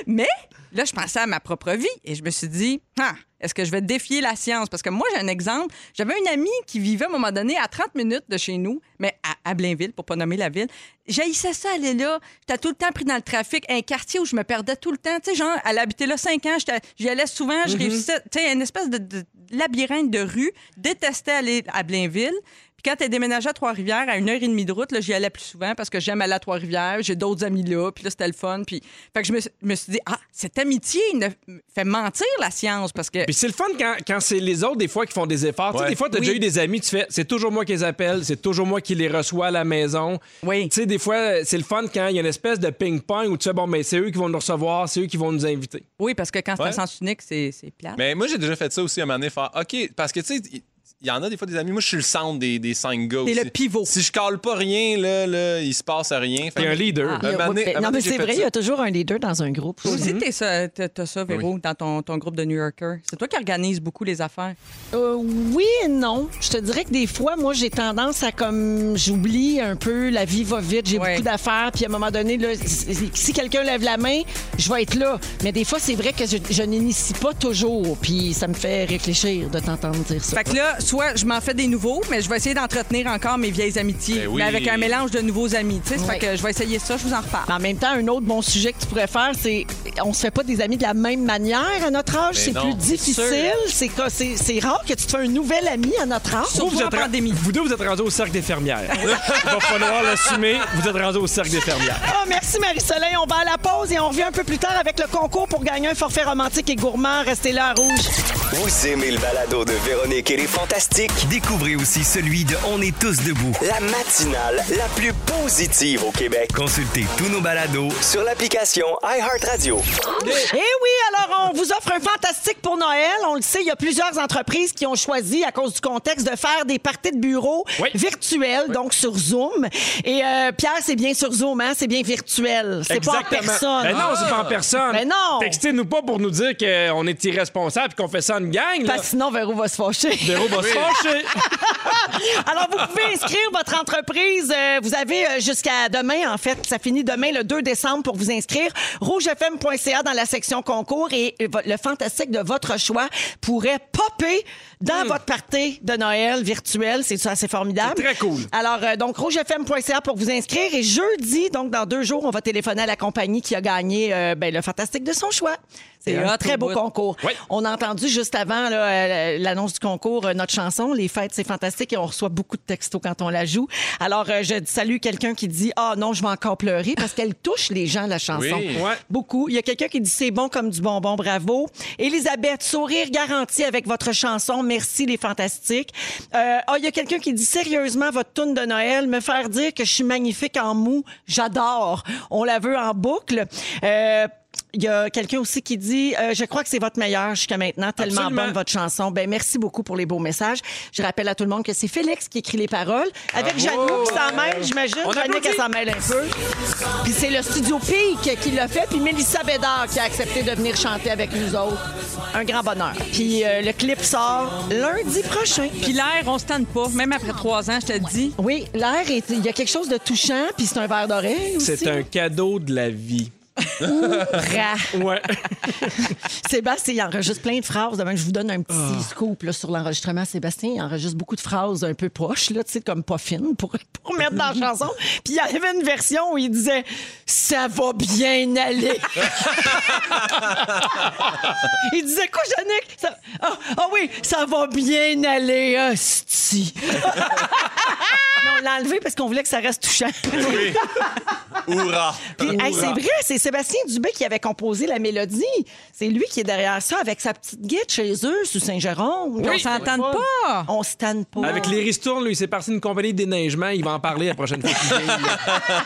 [SPEAKER 3] Mais là, je pensais à ma propre vie et je me suis dit, ah, est-ce que je vais défier la science? Parce que moi, j'ai un exemple. J'avais une amie qui vivait à un moment donné à 30 minutes de chez nous, mais à, à Blainville, pour pas nommer la ville. J'haïssais ça, aller là. J'étais tout le temps pris dans le trafic, un quartier où je me perdais tout le temps. Tu sais, genre, elle habitait là 5 ans, j'étais- j'y allais souvent, je
[SPEAKER 11] Mhm.
[SPEAKER 3] réussissais. Tu sais, une espèce de, de labyrinthe de rue. Détestais aller à Blainville. Puis quand elle déménageait à Trois-Rivières, à une heure et demie de route, là, j'y allais plus souvent parce que j'aime aller à Trois-Rivières. J'ai d'autres amis là, puis là, c'était le fun. Puis... Fait que je me, suis- me suis dit, ah, cette amitié ne fait mentir la science parce que.
[SPEAKER 2] Puis c'est le fun quand, quand c'est les autres, des fois, qui font des efforts. Tu sais,
[SPEAKER 3] Ouais.
[SPEAKER 2] des fois, t'as
[SPEAKER 3] Oui.
[SPEAKER 2] déjà eu des amis, tu fais, c'est toujours moi qui les appelle, c'est toujours moi qui les reçois à la maison.
[SPEAKER 3] Oui.
[SPEAKER 2] Tu sais, des fois, c'est le fun quand il y a une espèce de ping-pong où tu sais, bon, ben, c'est eux qui vont nous recevoir, c'est eux qui vont nous inviter.
[SPEAKER 3] Oui, parce que quand c'est
[SPEAKER 4] Ouais.
[SPEAKER 3] un sens unique, c'est c'est plate.
[SPEAKER 4] Mais moi, j'ai déjà fait ça aussi à un moment donné, faire OK, parce que tu sais, il il y en a des fois des amis. Moi, je suis le centre des, des cinq gars.
[SPEAKER 3] T'es
[SPEAKER 4] aussi.
[SPEAKER 3] le pivot.
[SPEAKER 4] Si je cale pas rien, là, là, il se passe rien. Fait
[SPEAKER 2] T'es un
[SPEAKER 4] que-
[SPEAKER 2] leader.
[SPEAKER 3] Ah.
[SPEAKER 4] Un moment donné- un moment
[SPEAKER 1] ben, non, mais
[SPEAKER 4] donné, j'ai
[SPEAKER 1] c'est
[SPEAKER 4] fait
[SPEAKER 1] vrai, il y
[SPEAKER 4] ça.
[SPEAKER 1] a toujours un leader dans un groupe.
[SPEAKER 3] Toi aussi, t'es ça- t'as t'as ça, Véro, dans ton, ton groupe de New Yorker. C'est toi qui organise beaucoup les affaires.
[SPEAKER 1] Euh, oui et non. Je te dirais que des fois, moi, j'ai tendance à comme j'oublie un peu, la vie va vite, j'ai beaucoup d'affaires, puis à un moment donné, là, si si quelqu'un lève la main, je vais être là. Mais des fois, c'est vrai que je, je n'initie pas toujours, puis ça me fait réfléchir de t'entendre dire ça.
[SPEAKER 3] Fait que là, soit je m'en fais des nouveaux, mais je vais essayer d'entretenir encore mes vieilles amitiés,
[SPEAKER 1] Ben oui.
[SPEAKER 3] mais avec un mélange de nouveaux amis. Tu sais,
[SPEAKER 1] Oui.
[SPEAKER 3] fait que je vais essayer ça, je vous en reparle.
[SPEAKER 1] En même temps, un autre bon sujet que tu pourrais faire, c'est on se fait pas des amis de la même manière à notre âge.
[SPEAKER 4] Ben
[SPEAKER 2] Mais
[SPEAKER 1] C'est
[SPEAKER 2] non.
[SPEAKER 1] plus
[SPEAKER 2] C'est
[SPEAKER 1] difficile.
[SPEAKER 2] sûr.
[SPEAKER 1] C'est co- c'est- c'est rare que tu te fais un nouvel ami à notre âge.
[SPEAKER 2] Vous, vous, êtes ra- vous deux, vous êtes rendus au cercle des fermières. Il va falloir l'assumer, vous êtes rendus au cercle des fermières.
[SPEAKER 1] Ah, merci Marie-Soleil. On va à la pause et on revient un peu plus tard avec le concours pour gagner un forfait romantique et gourmand. Restez là à rouge.
[SPEAKER 7] Vous aimez le balado de Véronique et les Fantastiques?
[SPEAKER 6] Découvrez aussi celui de On est tous debout.
[SPEAKER 7] La matinale la plus positive au Québec.
[SPEAKER 6] Consultez tous nos balados
[SPEAKER 7] Sur l'application iHeartRadio.
[SPEAKER 1] Eh oui, alors on vous offre un fantastique pour Noël. On le sait, il y a plusieurs entreprises qui ont choisi, à cause du contexte, de faire des parties de bureau virtuelles, donc sur Zoom. Et euh, Pierre, c'est bien sur Zoom, hein? c'est bien virtuel. C'est pas en
[SPEAKER 2] Exactement.
[SPEAKER 1] personne.
[SPEAKER 2] Ben non, c'est pas en personne.
[SPEAKER 1] Ben non.
[SPEAKER 2] Textez-nous pas pour nous dire qu'on est irresponsable et qu'on fait ça en gang.
[SPEAKER 1] Parce Ah, que sinon, Véro va se fâcher.
[SPEAKER 2] Véro va se fâcher.
[SPEAKER 1] Alors, vous pouvez inscrire votre entreprise. Euh, Vous avez euh, jusqu'à demain, en fait. Ça finit demain, le 2 décembre, pour vous inscrire. rougefm.ca dans la section concours et euh, vo- le fantastique de votre choix pourrait popper dans votre party de Noël virtuel. C'est ça, c'est formidable.
[SPEAKER 2] Hmm. C'est très cool.
[SPEAKER 1] Alors, euh, donc, rougefm.ca pour vous inscrire. Et jeudi, donc, dans deux jours, on va téléphoner à la compagnie qui a gagné euh, ben, le fantastique de son choix. C'est
[SPEAKER 3] C'est
[SPEAKER 1] un
[SPEAKER 3] hot
[SPEAKER 1] très
[SPEAKER 3] au
[SPEAKER 1] beau
[SPEAKER 3] bout.
[SPEAKER 1] concours. On a entendu juste avant là, euh, l'annonce du concours, euh, notre chanson, Les Fêtes, c'est fantastique, et on reçoit beaucoup de textos quand on la joue. Alors, euh, je salue quelqu'un qui dit Ah non, je vais encore pleurer parce qu'elle touche les gens, la chanson.
[SPEAKER 11] Oui. Ouais.
[SPEAKER 1] Beaucoup. Il y a quelqu'un qui dit C'est bon comme du bonbon, bravo. Elisabeth, sourire garanti avec votre chanson, merci les fantastiques. Euh, ah, il y a quelqu'un qui dit Sérieusement, votre tune de Noël, me faire dire que je suis magnifique en mou, j'adore. On la veut en boucle. Euh, il y a quelqu'un aussi qui dit euh, Je crois que c'est votre meilleur jusqu'à maintenant, tellement
[SPEAKER 11] Absolument.
[SPEAKER 1] bonne votre chanson. Ben, merci beaucoup pour les beaux messages. Je rappelle à tout le monde que c'est Félix qui écrit les paroles, avec
[SPEAKER 11] Bravo.
[SPEAKER 1] Janou qui s'en mêle, j'imagine.
[SPEAKER 11] On
[SPEAKER 1] Véronique,
[SPEAKER 11] applaudit.
[SPEAKER 1] elle s'en mêle un peu. Puis c'est le studio Pic qui l'a fait, puis Mélissa Bédard qui a accepté de venir chanter avec nous autres. Un grand bonheur. Puis euh, le clip sort lundi prochain.
[SPEAKER 3] Puis l'air, on se tente pas, même après trois ans, je te le dis.
[SPEAKER 1] Oui, l'air, est- il y a quelque chose de touchant, puis c'est un verre d'oreille aussi.
[SPEAKER 2] C'est un cadeau de la vie. Ouais.
[SPEAKER 1] Sébastien, il enregistre plein de phrases. Demain, je vous donne un petit scoop là, sur l'enregistrement. Sébastien, il enregistre beaucoup de phrases un peu poches, là, tu sais, comme pas fines pour, pour mettre dans la chanson. Puis il y avait une version où il disait Ça va bien aller. il disait quoi, Yannick? Ça- Ah ah oui, ça va bien aller, hostie. Mais on l'a enlevé parce qu'on voulait que ça reste touchant.
[SPEAKER 4] Oui. Hourra.
[SPEAKER 1] Puis, hey, c'est vrai, c'est Sébastien Dubé qui avait composé la mélodie. C'est lui qui est derrière ça avec sa petite guide chez eux, sous Saint-Jérôme.
[SPEAKER 3] Oui. On s'entende pas.
[SPEAKER 1] On s'entende pas.
[SPEAKER 2] Avec les ristournes, lui, il s'est parti d'une compagnie de déneigement. Il va en parler la prochaine fois qu'il vient, là.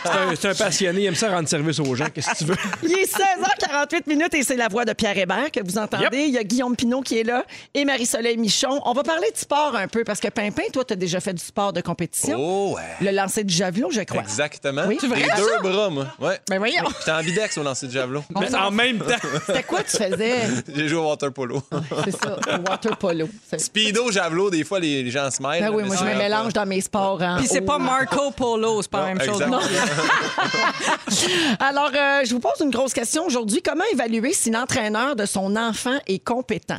[SPEAKER 2] C'est un- C'est un, passionné. Il aime ça rendre service aux gens. Qu'est-ce que tu veux?
[SPEAKER 1] Il est 16h48 minutes et c'est la voix de Pierre Hébert que vous entendez. Il y a Guillaume Pinot qui est là et Marie-Soleil Michon. On va parler de sport un peu parce que Pimpin, toi, t'as déjà fait du sport de compétition.
[SPEAKER 4] Oh, ouais.
[SPEAKER 1] Le lancer du javelot, je crois.
[SPEAKER 4] Exactement.
[SPEAKER 1] Oui.
[SPEAKER 4] Les
[SPEAKER 1] C'est vrai,
[SPEAKER 4] deux
[SPEAKER 1] ça?
[SPEAKER 4] bras, moi. Ouais.
[SPEAKER 1] Mais voyons.
[SPEAKER 4] Oui. J'étais ambidex au lancer de javelot.
[SPEAKER 2] Mais en même temps.
[SPEAKER 1] C'était quoi tu faisais?
[SPEAKER 4] J'ai joué au water polo.
[SPEAKER 1] C'est ça, au water polo. C'est-
[SPEAKER 4] Speedo, javelot, des fois, les, les gens se mêlent.
[SPEAKER 1] Ben oui,
[SPEAKER 4] mais
[SPEAKER 1] moi, je
[SPEAKER 4] c'est
[SPEAKER 1] me
[SPEAKER 4] vraiment
[SPEAKER 1] mélange dans mes sports. hein.
[SPEAKER 3] Puis c'est
[SPEAKER 1] Oh.
[SPEAKER 3] pas Marco Polo, c'est pas la même chose.
[SPEAKER 4] exactement.
[SPEAKER 3] non plus.
[SPEAKER 1] Alors, euh, je vous pose une grosse question aujourd'hui. Comment évaluer si l'entraîneur de son enfant est compétent?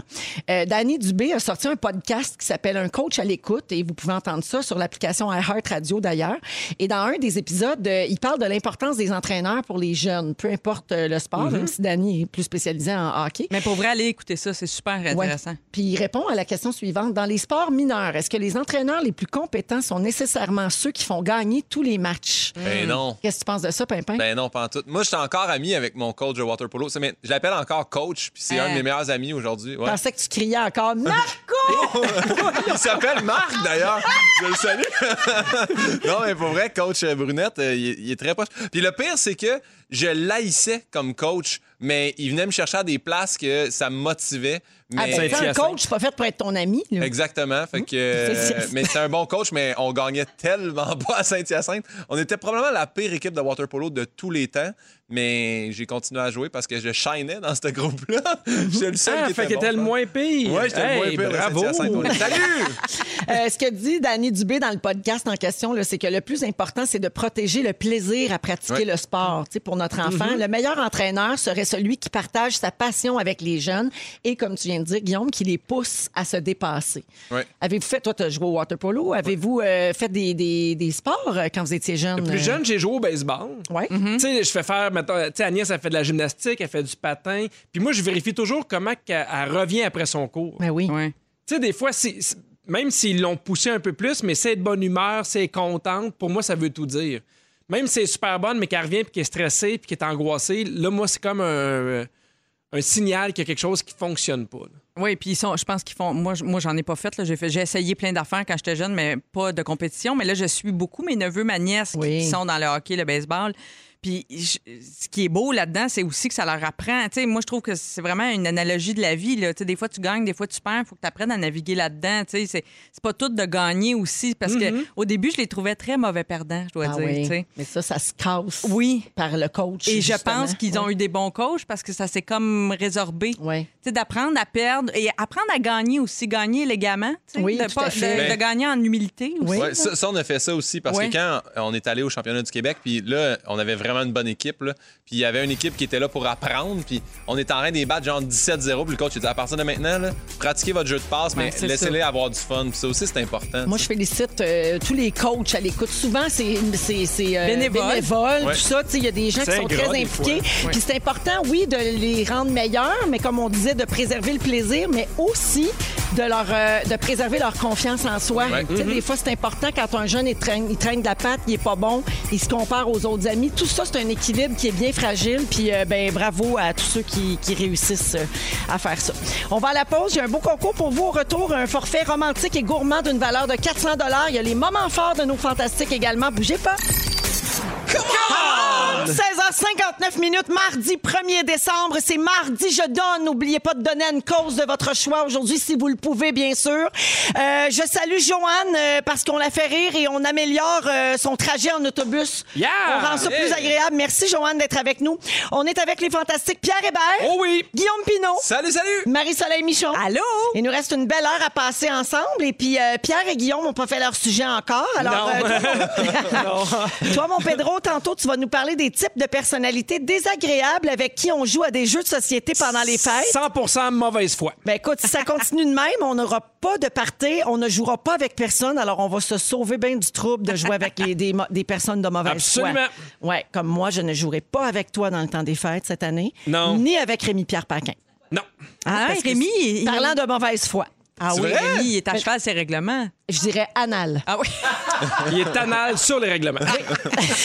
[SPEAKER 1] Euh, Danny Dubé a sorti un podcast qui s'appelle Un coach à l'écoute et vous pouvez entendre ça sur l'application iHeart Radio d'ailleurs. Et dans un des épisodes, euh, il parle de l'importance des entraîneurs pour les jeunes, peu importe euh, le sport, même si Danny est plus spécialisé en hockey.
[SPEAKER 3] Mm-hmm. Mais pour vrai, allez écouter ça, c'est super
[SPEAKER 1] Ouais.
[SPEAKER 3] intéressant.
[SPEAKER 1] Puis il répond à la question suivante. Dans les sports mineurs, est-ce que les entraîneurs les plus compétents sont nécessairement ceux qui font gagner tous les matchs?
[SPEAKER 3] Mm.
[SPEAKER 4] Ben non.
[SPEAKER 1] Qu'est-ce que tu penses de ça, Pimpin?
[SPEAKER 4] Ben non, pas en tout. Moi, je suis encore ami avec mon coach de water polo. C'est- mais Je l'appelle encore coach, puis c'est
[SPEAKER 3] Hein.
[SPEAKER 4] un de mes meilleurs amis aujourd'hui.
[SPEAKER 1] Je
[SPEAKER 4] Ouais.
[SPEAKER 1] pensais que tu criais encore Marco!
[SPEAKER 4] Il s'appelle Marc, d'ailleurs. Je le salue. non, mais pour vrai, coach Brunette, euh, il, est- il est très proche. Puis le pire, c'est que je l'haïssais comme coach, mais il venait me chercher à des places que ça me motivait.
[SPEAKER 1] Ah,
[SPEAKER 4] Mais...
[SPEAKER 1] ben, fais un coach, c'est pas fait pour être ton ami. là.
[SPEAKER 4] Exactement. Fait que, euh,
[SPEAKER 1] Saint-Hyacinthe.
[SPEAKER 4] mais c'est un bon coach, mais on gagnait tellement pas à Saint-Hyacinthe. On était probablement la pire équipe de water polo de tous les temps, mais j'ai continué à jouer parce que je shinais dans ce groupe-là. J'étais le seul
[SPEAKER 2] Ah,
[SPEAKER 4] qui
[SPEAKER 2] fait
[SPEAKER 4] était
[SPEAKER 2] qu'il
[SPEAKER 4] bon,
[SPEAKER 2] était le
[SPEAKER 4] je pense.
[SPEAKER 2] moins pire.
[SPEAKER 4] Ouais, j'étais
[SPEAKER 2] Hey,
[SPEAKER 4] le moins pire à
[SPEAKER 2] Bravo.
[SPEAKER 4] Saint-Hyacinthe. On est- Salut!
[SPEAKER 1] Euh, ce que dit Danny Dubé dans le podcast en question, là, c'est que le plus important, c'est de protéger le plaisir à pratiquer
[SPEAKER 4] Ouais.
[SPEAKER 1] le sport tu sais, pour notre enfant.
[SPEAKER 3] Mm-hmm.
[SPEAKER 1] Le meilleur entraîneur serait celui qui partage sa passion avec les jeunes et, comme tu viens de dire, Guillaume, qui les pousse à se dépasser.
[SPEAKER 4] Ouais.
[SPEAKER 1] Avez-vous fait, toi, tu as joué au water polo, avez-vous euh, fait des, des- des sports euh, quand vous étiez jeune?
[SPEAKER 2] Plus jeune, j'ai joué au baseball.
[SPEAKER 1] Ouais.
[SPEAKER 3] Mm-hmm.
[SPEAKER 2] Tu sais, je fais faire, mettons, tu sais, Agnès, elle fait de la gymnastique, elle fait du patin. Puis moi, je vérifie toujours comment qu'elle- elle revient après son cours.
[SPEAKER 1] Ben oui.
[SPEAKER 3] Ouais.
[SPEAKER 2] Tu sais, des fois, si- si- même s'ils l'ont poussé un peu plus, mais c'est de bonne humeur, c'est contente, pour moi, ça veut tout dire. Même si elle est super bonne, mais qu'elle revient, puis qu'elle est stressée, puis qu'elle est angoissée, là, moi, c'est comme un, un signal qu'il y a quelque chose qui fonctionne pas. là.
[SPEAKER 3] Oui, puis ils sont, je pense qu'ils font. Moi, je- moi j'en ai pas fait. là. J'ai fait, j'ai essayé plein d'affaires quand j'étais jeune, mais pas de compétition. Mais là, je suis beaucoup mes neveux, ma nièce qui-
[SPEAKER 1] Oui.
[SPEAKER 3] qui, sont dans le hockey, le baseball. Puis je- ce qui est beau là-dedans, c'est aussi que ça leur apprend. Tu sais, moi, je trouve que c'est vraiment une analogie de la vie. Là. Tu sais, Des fois, tu gagnes, des fois, tu perds. Il faut que tu apprennes à naviguer là-dedans. Tu sais, C'est c'est pas tout de gagner aussi. Parce que au début, je les trouvais très mauvais perdants, je dois
[SPEAKER 1] Ah
[SPEAKER 3] dire.
[SPEAKER 1] oui.
[SPEAKER 3] tu sais.
[SPEAKER 1] Mais ça, ça se casse
[SPEAKER 3] Oui.
[SPEAKER 1] par le coach.
[SPEAKER 3] Et je
[SPEAKER 1] justement.
[SPEAKER 3] pense qu'ils ont eu des bons coachs parce que ça s'est comme résorbé.
[SPEAKER 1] Ouais.
[SPEAKER 3] Tu sais, d'apprendre à perdre et apprendre à gagner aussi, gagner élégamment. tu sais,
[SPEAKER 1] Oui,
[SPEAKER 3] de,
[SPEAKER 1] tout à
[SPEAKER 3] de-
[SPEAKER 1] fait.
[SPEAKER 3] de gagner en humilité aussi.
[SPEAKER 1] Oui.
[SPEAKER 4] Ouais, ça, ça, on a fait ça aussi parce
[SPEAKER 3] Ouais.
[SPEAKER 4] que quand on est allé au championnat du Québec, puis là, on avait vraiment une bonne équipe. là. Puis il y avait une équipe qui était là pour apprendre, puis on était en train de les battre genre 17-0. Puis le coach, il dit à partir de maintenant, là, pratiquez votre jeu de passe,
[SPEAKER 3] Ouais,
[SPEAKER 4] mais
[SPEAKER 3] c'est
[SPEAKER 4] laissez-les avoir du fun. Puis ça aussi, c'est important.
[SPEAKER 1] Moi, je félicite euh, tous les coachs à l'écoute. Souvent, c'est c'est- c'est, euh,
[SPEAKER 3] Bénévoles.
[SPEAKER 1] bénévole,
[SPEAKER 4] Ouais.
[SPEAKER 1] tout ça. Tu sais, Il y a des gens qui
[SPEAKER 2] C'est
[SPEAKER 1] sont
[SPEAKER 2] ingrat,
[SPEAKER 1] très
[SPEAKER 2] des
[SPEAKER 1] impliqués.
[SPEAKER 2] fois. Ouais.
[SPEAKER 1] Puis c'est important, oui, de les rendre meilleurs, mais comme on disait, de préserver le plaisir, mais aussi de leur euh, de préserver leur confiance en soi.
[SPEAKER 4] Ouais.
[SPEAKER 1] Tu sais, Des fois, c'est important quand un jeune il traîne, il traîne de la patte, il est pas bon, il se compare aux autres amis. Tout ça, c'est un équilibre qui est bien fragile. Puis euh, ben bravo à tous ceux qui, qui réussissent euh, à faire ça. On va à la pause. J'ai un beau concours pour vous. Au retour, un forfait romantique et gourmand d'une valeur de 400 Il y a les moments forts de nos fantastiques également. Bougez pas. 16h59 minutes, mardi 1er décembre, c'est mardi je donne. N'oubliez pas de donner à une cause de votre choix aujourd'hui si vous le pouvez bien sûr. Euh, je salue Joanne euh, parce qu'on la fait rire et on améliore euh, son trajet en autobus.
[SPEAKER 2] Yeah!
[SPEAKER 1] On rend ça plus
[SPEAKER 2] Hey!
[SPEAKER 1] agréable. Merci Joanne d'être avec nous. On est avec les fantastiques Pierre Hébert.
[SPEAKER 2] Oh oui!
[SPEAKER 1] Guillaume Pinot.
[SPEAKER 4] Salut, salut!
[SPEAKER 1] Ah Marie-Soleil Michon.
[SPEAKER 3] Allô?
[SPEAKER 1] Il nous reste une belle heure à passer ensemble. Et puis, euh, Pierre et Guillaume n'ont pas fait leur sujet encore. Alors,
[SPEAKER 2] Non.
[SPEAKER 1] euh, toi, mon- toi, mon Pedro, tantôt, tu vas nous parler des des types de personnalités désagréables avec qui on joue à des jeux de société pendant les fêtes.
[SPEAKER 2] 100 mauvaise foi.
[SPEAKER 1] Ben écoute, si ça continue de même, on n'aura pas de party, on ne jouera pas avec personne, alors on va se sauver bien du trouble de jouer avec les- des, mo- des personnes de mauvaise foi.
[SPEAKER 2] Absolument.
[SPEAKER 1] Ouais, comme moi, je ne jouerai pas avec toi dans le temps des fêtes cette année.
[SPEAKER 2] Non.
[SPEAKER 1] Ni avec Rémi-Pierre Paquin.
[SPEAKER 2] Non.
[SPEAKER 1] Hein, parce que
[SPEAKER 3] Ah, Rémi,
[SPEAKER 1] c'est- Parlant de mauvaise foi.
[SPEAKER 3] Ah
[SPEAKER 2] C'est
[SPEAKER 3] oui,
[SPEAKER 2] vrai?
[SPEAKER 3] Rémi, il est à cheval à ses règlements.
[SPEAKER 1] Je dirais anal.
[SPEAKER 3] Ah oui.
[SPEAKER 2] Il est anal sur les règlements.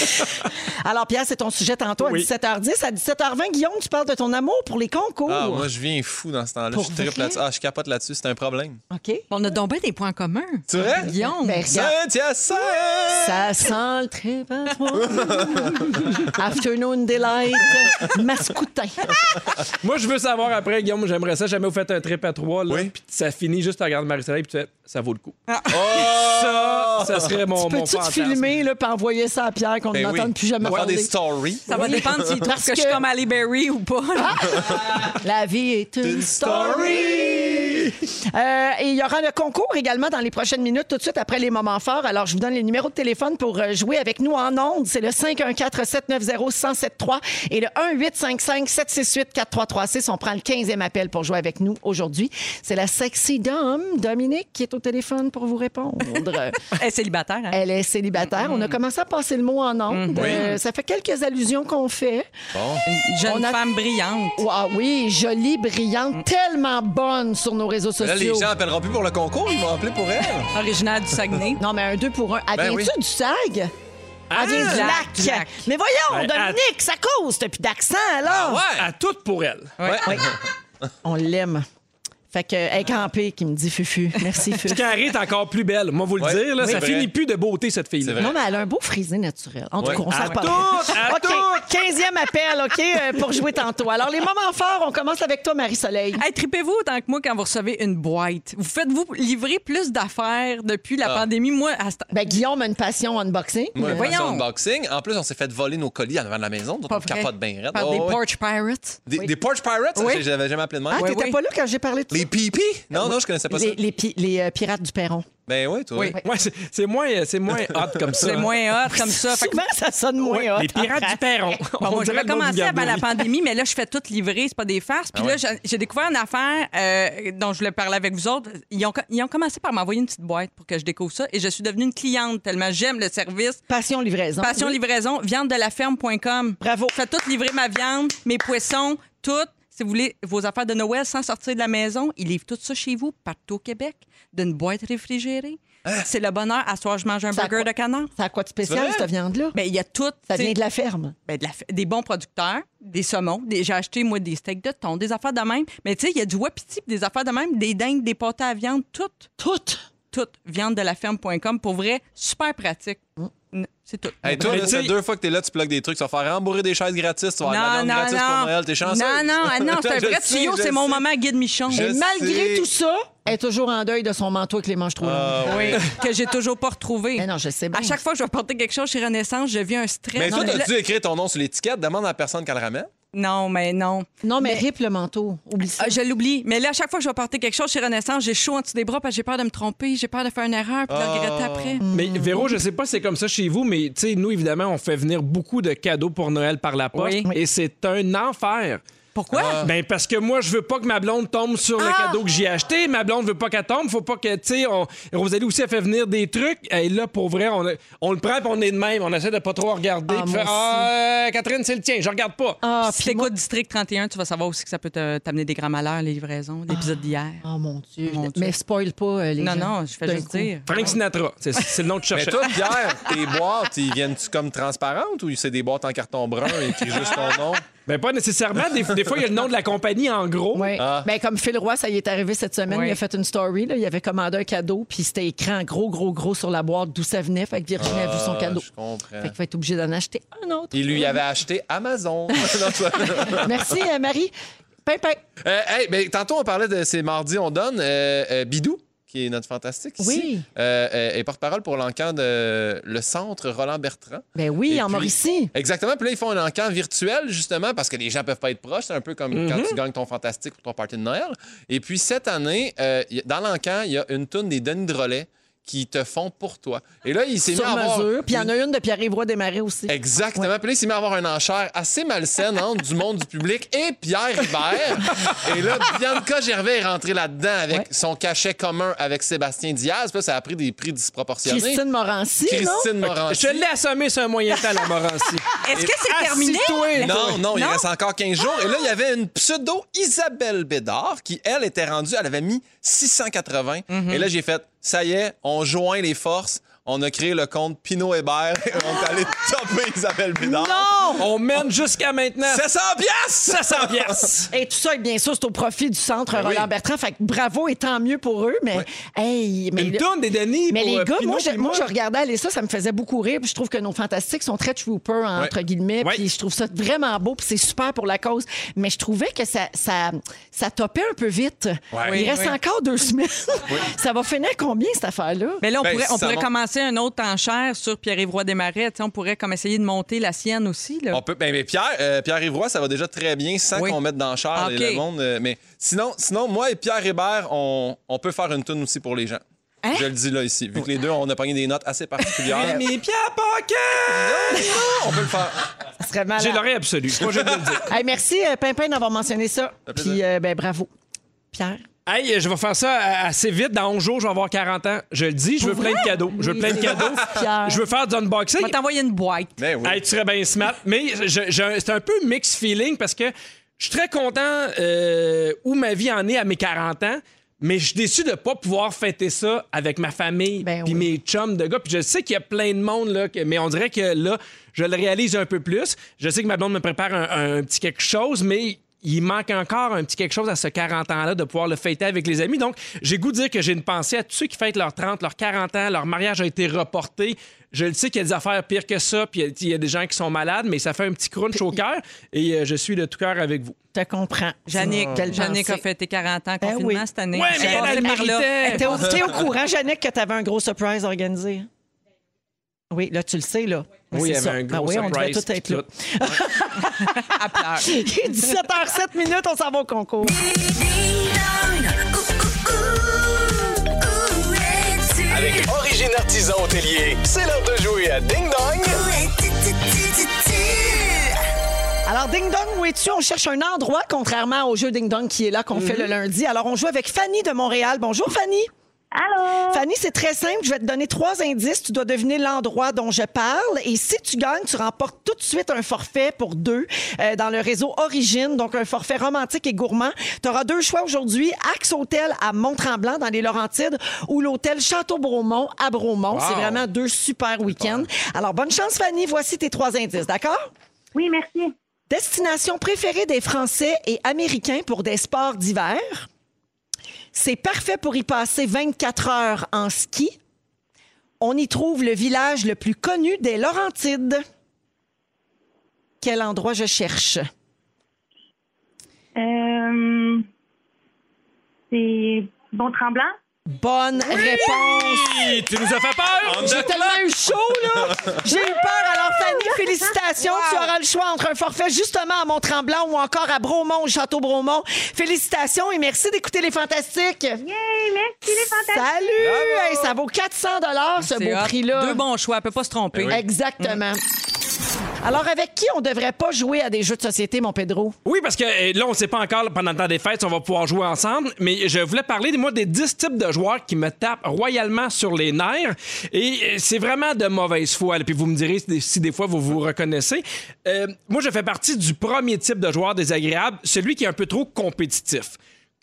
[SPEAKER 1] Alors, Pierre, c'est ton sujet tantôt
[SPEAKER 2] Oui.
[SPEAKER 1] à 17h10. À 17h20, Guillaume, tu parles de ton amour pour les concours.
[SPEAKER 4] Ah, moi, je viens fou dans ce temps-là.
[SPEAKER 1] Pour
[SPEAKER 4] Je tripe
[SPEAKER 1] vrai?
[SPEAKER 4] là-dessus. Ah, je capote là-dessus. C'est un problème.
[SPEAKER 1] OK.
[SPEAKER 3] On a tombé des points communs.
[SPEAKER 4] C'est vrai?
[SPEAKER 3] Guillaume.
[SPEAKER 1] Ben, regarde.
[SPEAKER 4] Saint-Hyacinthe!
[SPEAKER 1] Ça sent le trépas. Afternoon Delight, Mascoutin.
[SPEAKER 2] Moi, je veux savoir après, Guillaume, j'aimerais ça. Jamais vous faites un trip à trois, là, puis ça finit juste à regarder Marie-Soleil, puis tu fais, ça vaut le coup.
[SPEAKER 3] Ah!
[SPEAKER 2] Ça, ça serait mon, mon
[SPEAKER 1] Peux-tu te
[SPEAKER 2] fantasme.
[SPEAKER 1] filmer là, puis envoyer ça à Pierre qu'on
[SPEAKER 2] Ben oui.
[SPEAKER 1] n'entende plus jamais
[SPEAKER 2] On va faire
[SPEAKER 1] parler?
[SPEAKER 2] des stories.
[SPEAKER 3] Ça va
[SPEAKER 1] Oui.
[SPEAKER 3] dépendre si
[SPEAKER 1] Parce
[SPEAKER 3] parce que, je suis
[SPEAKER 1] que- Ah!
[SPEAKER 3] comme Ali Berry ou pas. là.
[SPEAKER 1] La vie est une, story. Euh, et il y aura le concours également dans les prochaines minutes, tout de suite après les moments forts. Alors, je vous donne les numéros de téléphone pour euh, jouer avec nous en ondes. C'est le 514-790-1073 et le 1855-768-4336. On prend le 15e appel pour jouer avec nous aujourd'hui. C'est la sexy dame, Dominique, qui est au téléphone pour vous répondre.
[SPEAKER 3] Elle est célibataire. hein?
[SPEAKER 1] Elle est célibataire. On a commencé à passer le mot en ondes.
[SPEAKER 3] Oui.
[SPEAKER 1] Euh, ça fait quelques allusions qu'on fait.
[SPEAKER 4] Bon.
[SPEAKER 3] Une jeune
[SPEAKER 1] On a-
[SPEAKER 3] femme brillante.
[SPEAKER 1] Ah oui, jolie, brillante, tellement bonne sur nos réseaux
[SPEAKER 4] Mais Là, les
[SPEAKER 1] sociaux.
[SPEAKER 4] gens appelleront plus pour le concours, ils vont appeler pour elle.
[SPEAKER 3] Originaire du Saguenay.
[SPEAKER 1] Non, mais un deux pour un. Elle
[SPEAKER 4] Ben
[SPEAKER 1] vient-tu
[SPEAKER 4] oui.
[SPEAKER 1] du SAG?
[SPEAKER 2] Ah,
[SPEAKER 1] Elle vient du
[SPEAKER 3] du
[SPEAKER 1] lac.
[SPEAKER 3] lac, du lac.
[SPEAKER 1] Mais
[SPEAKER 2] Ben,
[SPEAKER 1] voyons, Dominique, ça cause, t'as plus d'accent,
[SPEAKER 4] Ah
[SPEAKER 1] alors.
[SPEAKER 2] À toutes pour elle.
[SPEAKER 4] Ouais.
[SPEAKER 1] Oui. On l'aime. Fait que, elle est campée qui me dit Fufu. Merci, Fufu.
[SPEAKER 2] Puis Carré est encore plus belle, moi vous le
[SPEAKER 4] Ouais.
[SPEAKER 2] dire, là,
[SPEAKER 4] Oui,
[SPEAKER 2] ça
[SPEAKER 4] c'est
[SPEAKER 2] finit
[SPEAKER 4] vrai.
[SPEAKER 2] plus de beauté cette fille. là
[SPEAKER 4] C'est vrai.
[SPEAKER 1] Non, mais elle a un beau frisé naturel. En
[SPEAKER 4] Ouais.
[SPEAKER 1] tout cas, on
[SPEAKER 2] À
[SPEAKER 1] s'en reparle.
[SPEAKER 2] toutes, à
[SPEAKER 1] OK, 15e appel, OK, euh, pour jouer tantôt. Alors, les moments forts, on commence avec toi, Marie-Soleil.
[SPEAKER 3] Hey, tripez-vous autant que moi quand vous recevez une boîte. Vous faites-vous livrer plus d'affaires depuis
[SPEAKER 4] Ah.
[SPEAKER 3] la pandémie. Moi, à ce temps-
[SPEAKER 1] Ben, Guillaume a une passion unboxing.
[SPEAKER 4] Moi,
[SPEAKER 3] Mais
[SPEAKER 4] une façon
[SPEAKER 3] voyons.
[SPEAKER 4] de boxing. En plus, on s'est fait voler nos colis en avant de la maison, donc
[SPEAKER 3] pas
[SPEAKER 4] on
[SPEAKER 3] vrai.
[SPEAKER 4] capote bien raide.
[SPEAKER 3] Par
[SPEAKER 4] Oh,
[SPEAKER 3] des
[SPEAKER 4] ouais.
[SPEAKER 3] Porch Pirates.
[SPEAKER 4] Des, des Porch Pirates, ça,
[SPEAKER 3] Oui.
[SPEAKER 4] j'ai- j'avais jamais appelé de même.
[SPEAKER 1] Ah,
[SPEAKER 3] Ouais,
[SPEAKER 1] t'étais
[SPEAKER 3] ouais.
[SPEAKER 1] pas là quand j'ai parlé de ça?
[SPEAKER 4] Les pipi?
[SPEAKER 3] Oh,
[SPEAKER 4] Non, non, je connaissais pas
[SPEAKER 1] Les,
[SPEAKER 4] ça.
[SPEAKER 1] les pi- les, euh, pirates du Perron.
[SPEAKER 4] Ben oui, toi.
[SPEAKER 3] Oui.
[SPEAKER 2] Ouais, c'est- c'est moins, c'est moins hot comme ça.
[SPEAKER 3] C'est moins hot comme ça. Fait que-
[SPEAKER 1] Souvent, ça sonne moins hot.
[SPEAKER 2] Les pirates du Perron.
[SPEAKER 3] Bon, moi, j'avais commencé avant ben, la
[SPEAKER 2] pandémie.
[SPEAKER 3] pandémie, mais là, je fais tout livrer, c'est pas des farces. Puis
[SPEAKER 4] Ah
[SPEAKER 3] là, j'ai- j'ai découvert une affaire euh, dont je voulais parler avec vous autres. Ils ont, ils ont commencé par m'envoyer une petite boîte pour que je découvre ça et je suis devenue une cliente tellement j'aime le service.
[SPEAKER 1] Passion livraison.
[SPEAKER 3] Passion livraison, viande de la ferme.com.
[SPEAKER 1] Bravo.
[SPEAKER 3] Je fais tout livrer ma viande, mes poissons, tout. Si vous voulez vos affaires de Noël sans sortir de la maison, ils livrent tout ça chez vous, partout au Québec, d'une boîte réfrigérée. C'est le bonheur. À soir, je mange un
[SPEAKER 1] Hein? Ça a
[SPEAKER 3] burger
[SPEAKER 1] quoi-
[SPEAKER 3] de canard.
[SPEAKER 1] Ça a quoi de spécial,
[SPEAKER 4] C'est vrai?
[SPEAKER 1] cette viande-là?
[SPEAKER 3] Mais il y a tout.
[SPEAKER 1] Ça
[SPEAKER 3] tu sais,
[SPEAKER 1] vient de la ferme.
[SPEAKER 3] ben, de la f- des bons producteurs, des saumons. des- J'ai acheté, moi, des steaks de thon, des affaires de même. Mais tu sais, il y a du wapiti, puis des affaires de même, des dingues, des pâtés à viande, tout,
[SPEAKER 1] Toutes.
[SPEAKER 3] tout. Viande de la ferme.com. Pour vrai, super pratique.
[SPEAKER 1] Mm.
[SPEAKER 3] N- C'est tout.
[SPEAKER 4] Hey, toi,
[SPEAKER 2] Mais
[SPEAKER 4] là,
[SPEAKER 2] tu
[SPEAKER 4] ça
[SPEAKER 2] sais-
[SPEAKER 4] fait deux fois que t'es là, tu plugues des trucs, tu vas faire rembourrer des chaises gratis, tu vas avoir de la viande gratis pour Noël, t'es chanceux.
[SPEAKER 3] Non, non, ah non, c'est un vrai tuyau, c'est mon moment Guy de Michon.
[SPEAKER 4] Je
[SPEAKER 3] Mais
[SPEAKER 4] sais.
[SPEAKER 1] Malgré
[SPEAKER 4] C'est-
[SPEAKER 1] tout ça, elle est toujours en deuil de son manteau avec les manches trop longues.
[SPEAKER 4] Ah, oui.
[SPEAKER 3] que j'ai toujours pas retrouvé.
[SPEAKER 1] Mais non, je sais bien.
[SPEAKER 3] À chaque fois que je vais porter quelque chose chez Renaissance, je vis un stress.
[SPEAKER 4] Mais toi,
[SPEAKER 3] non,
[SPEAKER 4] t'as
[SPEAKER 3] là-
[SPEAKER 4] dû écrire ton nom sur l'étiquette, demande à la personne qu'elle ramène.
[SPEAKER 3] non, mais non.
[SPEAKER 1] Non, mais, rip le manteau. Oublie ça.
[SPEAKER 3] Ah, je l'oublie. Mais là, à chaque fois que je vais porter quelque chose chez Renaissance, j'ai chaud en dessous des bras parce que j'ai peur de me tromper, j'ai peur de faire une erreur puis de
[SPEAKER 4] Ah.
[SPEAKER 3] la regretter après.
[SPEAKER 2] Mais
[SPEAKER 1] Mm-hmm.
[SPEAKER 2] Véro, je sais pas si c'est comme ça chez vous, mais tu sais, nous, évidemment, on fait venir beaucoup de cadeaux pour Noël par la poste
[SPEAKER 3] Oui.
[SPEAKER 2] et c'est un enfer.
[SPEAKER 3] Pourquoi?
[SPEAKER 2] Ben parce que moi je veux pas que ma blonde tombe sur le
[SPEAKER 1] Ah!
[SPEAKER 2] cadeau que j'ai acheté, ma blonde veut pas qu'elle tombe, faut pas que tu sais on Rosalie aussi a fait venir des trucs et là pour vrai on, on le prend puis on est de même, on essaie de pas trop regarder,
[SPEAKER 1] Ah,
[SPEAKER 2] puis
[SPEAKER 1] moi
[SPEAKER 2] faire, ah euh, Catherine c'est le tien, je regarde pas.
[SPEAKER 1] Ah,
[SPEAKER 3] si
[SPEAKER 1] puis moi-
[SPEAKER 3] t'écoutes District 31, tu vas savoir aussi que ça peut te- t'amener des grands malheurs, les livraisons, l'épisode d'hier.
[SPEAKER 1] Oh mon Dieu.
[SPEAKER 3] Mon Dieu.
[SPEAKER 1] Mais spoil pas euh, les
[SPEAKER 3] Non,
[SPEAKER 1] gens.
[SPEAKER 3] non, je fais
[SPEAKER 1] D'un
[SPEAKER 3] juste
[SPEAKER 1] coup.
[SPEAKER 3] dire.
[SPEAKER 2] Frank Sinatra, c'est- c'est le nom que je
[SPEAKER 4] Mais
[SPEAKER 2] cherchais.
[SPEAKER 4] Ben, toi, Pierre, tes boîtes, ils viennent-tu comme transparentes ou c'est des boîtes en carton brun et écrit juste ton nom?
[SPEAKER 2] Ben pas nécessairement, des, des fois il y a le nom de la compagnie en gros.
[SPEAKER 1] Ouais.
[SPEAKER 4] Ah.
[SPEAKER 1] Ben, comme Phil Roy, ça y est arrivé cette semaine.
[SPEAKER 3] Ouais.
[SPEAKER 1] Il a fait une story. Là. Il avait commandé un cadeau, puis c'était écrit en gros, gros, gros sur la boîte d'où ça venait. Fait que Virginie a vu son
[SPEAKER 4] Ah,
[SPEAKER 1] cadeau.
[SPEAKER 4] Je comprends.
[SPEAKER 1] Fait qu'il va être obligé d'en acheter un autre.
[SPEAKER 4] Il lui avait acheté Amazon. Non, ça-
[SPEAKER 1] Merci, euh, Marie. Pimpin.
[SPEAKER 4] Euh, hey, ben, tantôt, on parlait de ces mardis, on donne euh, euh, Bidou, qui est notre fantastique ici,
[SPEAKER 1] Oui.
[SPEAKER 4] euh, euh, est porte-parole pour l'encan de le centre Roland Bertrand.
[SPEAKER 1] Ben oui,
[SPEAKER 4] Et
[SPEAKER 1] en
[SPEAKER 4] puis-
[SPEAKER 1] Mauricie.
[SPEAKER 4] Exactement. Puis là, ils font un encan virtuel, justement, parce que les gens peuvent pas être proches. C'est un peu
[SPEAKER 1] Mm-hmm.
[SPEAKER 4] comme quand tu gagnes ton fantastique pour ton party de Noël. Et puis, cette année, euh, y a- dans l'encan, il y a une toune des Denis Drolet qui te font pour toi. Et là, il s'est mis
[SPEAKER 1] Sur
[SPEAKER 4] à avoir...
[SPEAKER 1] mesure. Puis il y en a une de Pierre-Yves Desmarais aussi.
[SPEAKER 4] Exactement. Puis là, il s'est mis à avoir une enchère assez malsaine entre du monde du public et Pierre Hébert. et là, Bianca Gervais est rentrée là-dedans avec son cachet commun avec Sébastien Diaz. Puis là, ça a pris des prix disproportionnés.
[SPEAKER 1] Christine Morancy,
[SPEAKER 4] Christine
[SPEAKER 1] non?
[SPEAKER 4] Morancy.
[SPEAKER 2] Je l'ai assommé sur un moyen temps, la Morancy.
[SPEAKER 3] Est-ce que c'est terminé?
[SPEAKER 4] Non, non, il reste encore 15 jours. Et là, il y avait une pseudo Isabelle Bédard qui, elle, était rendue, elle avait mis 680. Et là, j'ai fait, ça y est, on joint les forces. On a créé le compte Pinot Hébert et on est allé topper Isabelle Bédard.
[SPEAKER 1] Non!
[SPEAKER 2] On mène jusqu'à maintenant.
[SPEAKER 4] 700 piastres!
[SPEAKER 2] 700 piastres!
[SPEAKER 1] Et tout ça, bien sûr, c'est au profit du centre Roland Bertrand. Fait que bravo et tant mieux pour eux. Mais, hey, mais
[SPEAKER 2] Une
[SPEAKER 1] le-
[SPEAKER 2] tonne des Denis
[SPEAKER 1] Mais
[SPEAKER 2] pour,
[SPEAKER 1] les
[SPEAKER 2] euh,
[SPEAKER 1] gars,
[SPEAKER 2] Pinot
[SPEAKER 1] moi, je,
[SPEAKER 2] puis
[SPEAKER 1] moi,
[SPEAKER 2] moi.
[SPEAKER 1] je regardais aller ça, ça me faisait beaucoup rire. Puis je trouve que nos fantastiques sont très troopers, hein,
[SPEAKER 2] Ouais.
[SPEAKER 1] entre guillemets.
[SPEAKER 2] Ouais.
[SPEAKER 1] Puis je trouve ça vraiment beau, puis c'est super pour la cause. Mais je trouvais que ça, ça, ça topait un peu vite.
[SPEAKER 4] Ouais.
[SPEAKER 1] Il
[SPEAKER 3] Oui,
[SPEAKER 1] reste
[SPEAKER 3] oui.
[SPEAKER 1] encore deux semaines. ça va finir combien, cette affaire-là?
[SPEAKER 3] Mais là, on
[SPEAKER 4] Ben,
[SPEAKER 3] pourrait, on
[SPEAKER 4] ça
[SPEAKER 3] pourrait
[SPEAKER 4] monte.
[SPEAKER 3] commencer un autre enchère sur Pierre-Évroy Desmarais. Tu sais, On pourrait comme essayer de monter la sienne aussi. Là.
[SPEAKER 4] On peut, ben, mais Pierre, euh, Pierre Évroy, ça va déjà très bien sans
[SPEAKER 3] Oui. Ah,
[SPEAKER 4] qu'on mette dans le char
[SPEAKER 3] Ok.
[SPEAKER 4] et le monde. euh, mais sinon, sinon, moi et Pierre Hébert, on, on peut faire une tune aussi pour les gens.
[SPEAKER 3] Hein?
[SPEAKER 4] Je le dis là ici. Vu que les deux, on a pogné des notes assez particulières.
[SPEAKER 2] Mais Pierre Paquin!
[SPEAKER 4] on peut le faire.
[SPEAKER 1] Ça serait malade.
[SPEAKER 2] J'ai l'oreille absolue. Moi, je vais le dire.
[SPEAKER 1] Hey, merci, euh, Pimpin, d'avoir mentionné ça.
[SPEAKER 4] fait plaisir.
[SPEAKER 1] Puis, euh, ben, bravo. Pierre.
[SPEAKER 2] Hey, je vais faire ça euh, assez vite. Dans 11 jours, je vais avoir 40 ans. Je le dis, je veux
[SPEAKER 1] Pour
[SPEAKER 2] plein de
[SPEAKER 1] vrai?
[SPEAKER 2] cadeaux. Je veux
[SPEAKER 1] Oui,
[SPEAKER 2] plein de
[SPEAKER 1] c'est
[SPEAKER 2] cadeaux.
[SPEAKER 1] gentil, Pierre.
[SPEAKER 2] Je veux faire du unboxing.
[SPEAKER 3] On va t'envoyer une boîte.
[SPEAKER 4] Ben oui.
[SPEAKER 2] Hey, tu serais bien smart. Mais je- je- c'est un peu mixed feeling parce que je suis très content euh, où ma vie en est à mes 40 ans. Mais je suis déçu de ne pas pouvoir fêter ça avec ma famille
[SPEAKER 1] Ben
[SPEAKER 2] puis
[SPEAKER 1] oui.
[SPEAKER 2] mes chums de gars. Puis je sais qu'il y a plein de monde, là, que- mais on dirait que là, je le réalise un peu plus. Je sais que ma blonde me prépare un, un petit quelque chose, mais il manque encore un petit quelque chose à ce 40 ans-là de pouvoir le fêter avec les amis. Donc, j'ai goût de dire que j'ai une pensée à tous ceux qui fêtent leurs 30, leurs 40 ans, leur mariage a été reporté. Je le sais qu'il y a des affaires pires que ça, puis il y a- il y, a des gens qui sont malades, mais ça fait un petit crunch au cœur et euh, je suis de tout cœur avec vous.
[SPEAKER 1] Je te comprends.
[SPEAKER 3] Jannick,
[SPEAKER 1] Quelle
[SPEAKER 3] Jannick a
[SPEAKER 1] pensée.
[SPEAKER 3] fêté 40 ans
[SPEAKER 1] Ah. Ben
[SPEAKER 3] confinement
[SPEAKER 1] oui.
[SPEAKER 3] cette année.
[SPEAKER 2] Ouais,
[SPEAKER 3] J'ai
[SPEAKER 2] mais elle,
[SPEAKER 3] passé
[SPEAKER 2] elle
[SPEAKER 3] par là.
[SPEAKER 2] méritait.
[SPEAKER 1] T'es au, t'es au courant, Jannick, que t'avais un gros surprise organisé? Oui, là, tu le sais, là.
[SPEAKER 2] Oui, il y
[SPEAKER 1] c'est
[SPEAKER 2] avait
[SPEAKER 1] ça.
[SPEAKER 2] un
[SPEAKER 1] Ben
[SPEAKER 2] gros
[SPEAKER 1] oui, on devait
[SPEAKER 2] surprise,
[SPEAKER 1] tout être
[SPEAKER 2] puis
[SPEAKER 1] là.
[SPEAKER 2] tout.
[SPEAKER 3] Elle pleure.
[SPEAKER 1] Il est 17h07 minutes, on s'en va au concours.
[SPEAKER 7] Avec Origine Artisan Hôtelier, c'est l'heure de jouer à Ding Dong.
[SPEAKER 1] Alors, Ding Dong, où es-tu? On cherche un endroit, contrairement au jeu Ding Dong qui est là, qu'on fait le lundi. Alors, on joue avec Fanny de Montréal. Bonjour, Fanny. Allô? Fanny, c'est très simple. Je vais te donner trois indices. Tu dois deviner l'endroit dont je parle. Et si tu gagnes, tu remportes tout de suite un forfait pour deux euh, dans le réseau Origine, donc un forfait romantique et gourmand. Tu auras deux choix aujourd'hui. Axe Hôtel à Mont-Tremblant, dans les Laurentides, ou l'hôtel Château-Bromont à Bromont. C'est vraiment deux super week-ends. Alors, bonne chance, Fanny. Voici tes trois indices, d'accord?
[SPEAKER 11] Oui, merci.
[SPEAKER 1] Destination préférée des Français et Américains pour des sports d'hiver. C'est parfait pour y passer 24 heures en ski. On y trouve le village le plus connu des Laurentides. Quel endroit je cherche?
[SPEAKER 11] Euh, c'est Bon Tremblant.
[SPEAKER 1] Bonne réponse!
[SPEAKER 2] Hey, tu nous as fait peur!
[SPEAKER 1] J'ai tellement eu chaud, là! J'ai eu peur. Alors, Fanny, félicitations. Tu auras le choix entre un forfait justement à Mont-Tremblant ou encore à Bromont, au Château-Bromont. Félicitations et merci d'écouter Les Fantastiques!
[SPEAKER 11] Hey, merci les fantasmes.
[SPEAKER 1] Salut! Hey, ça vaut 400 ce
[SPEAKER 3] C'est
[SPEAKER 1] beau
[SPEAKER 3] hot.
[SPEAKER 1] prix-là. Ben
[SPEAKER 3] Deux bons choix, elle peut pas se tromper.
[SPEAKER 1] Exactement. Alors, avec qui on devrait pas jouer à des jeux de société, mon Pedro?
[SPEAKER 2] Oui, parce que euh, là, on ne sait pas encore pendant le temps des fêtes si on va pouvoir jouer ensemble, mais je voulais parler, moi, des 10 types de joueurs qui me tapent royalement sur les nerfs. Et euh, c'est vraiment de mauvaise foi. là. Puis vous me direz si des- si des fois vous vous reconnaissez. Euh, moi, je fais partie du premier type de joueur désagréable, celui qui est un peu trop compétitif.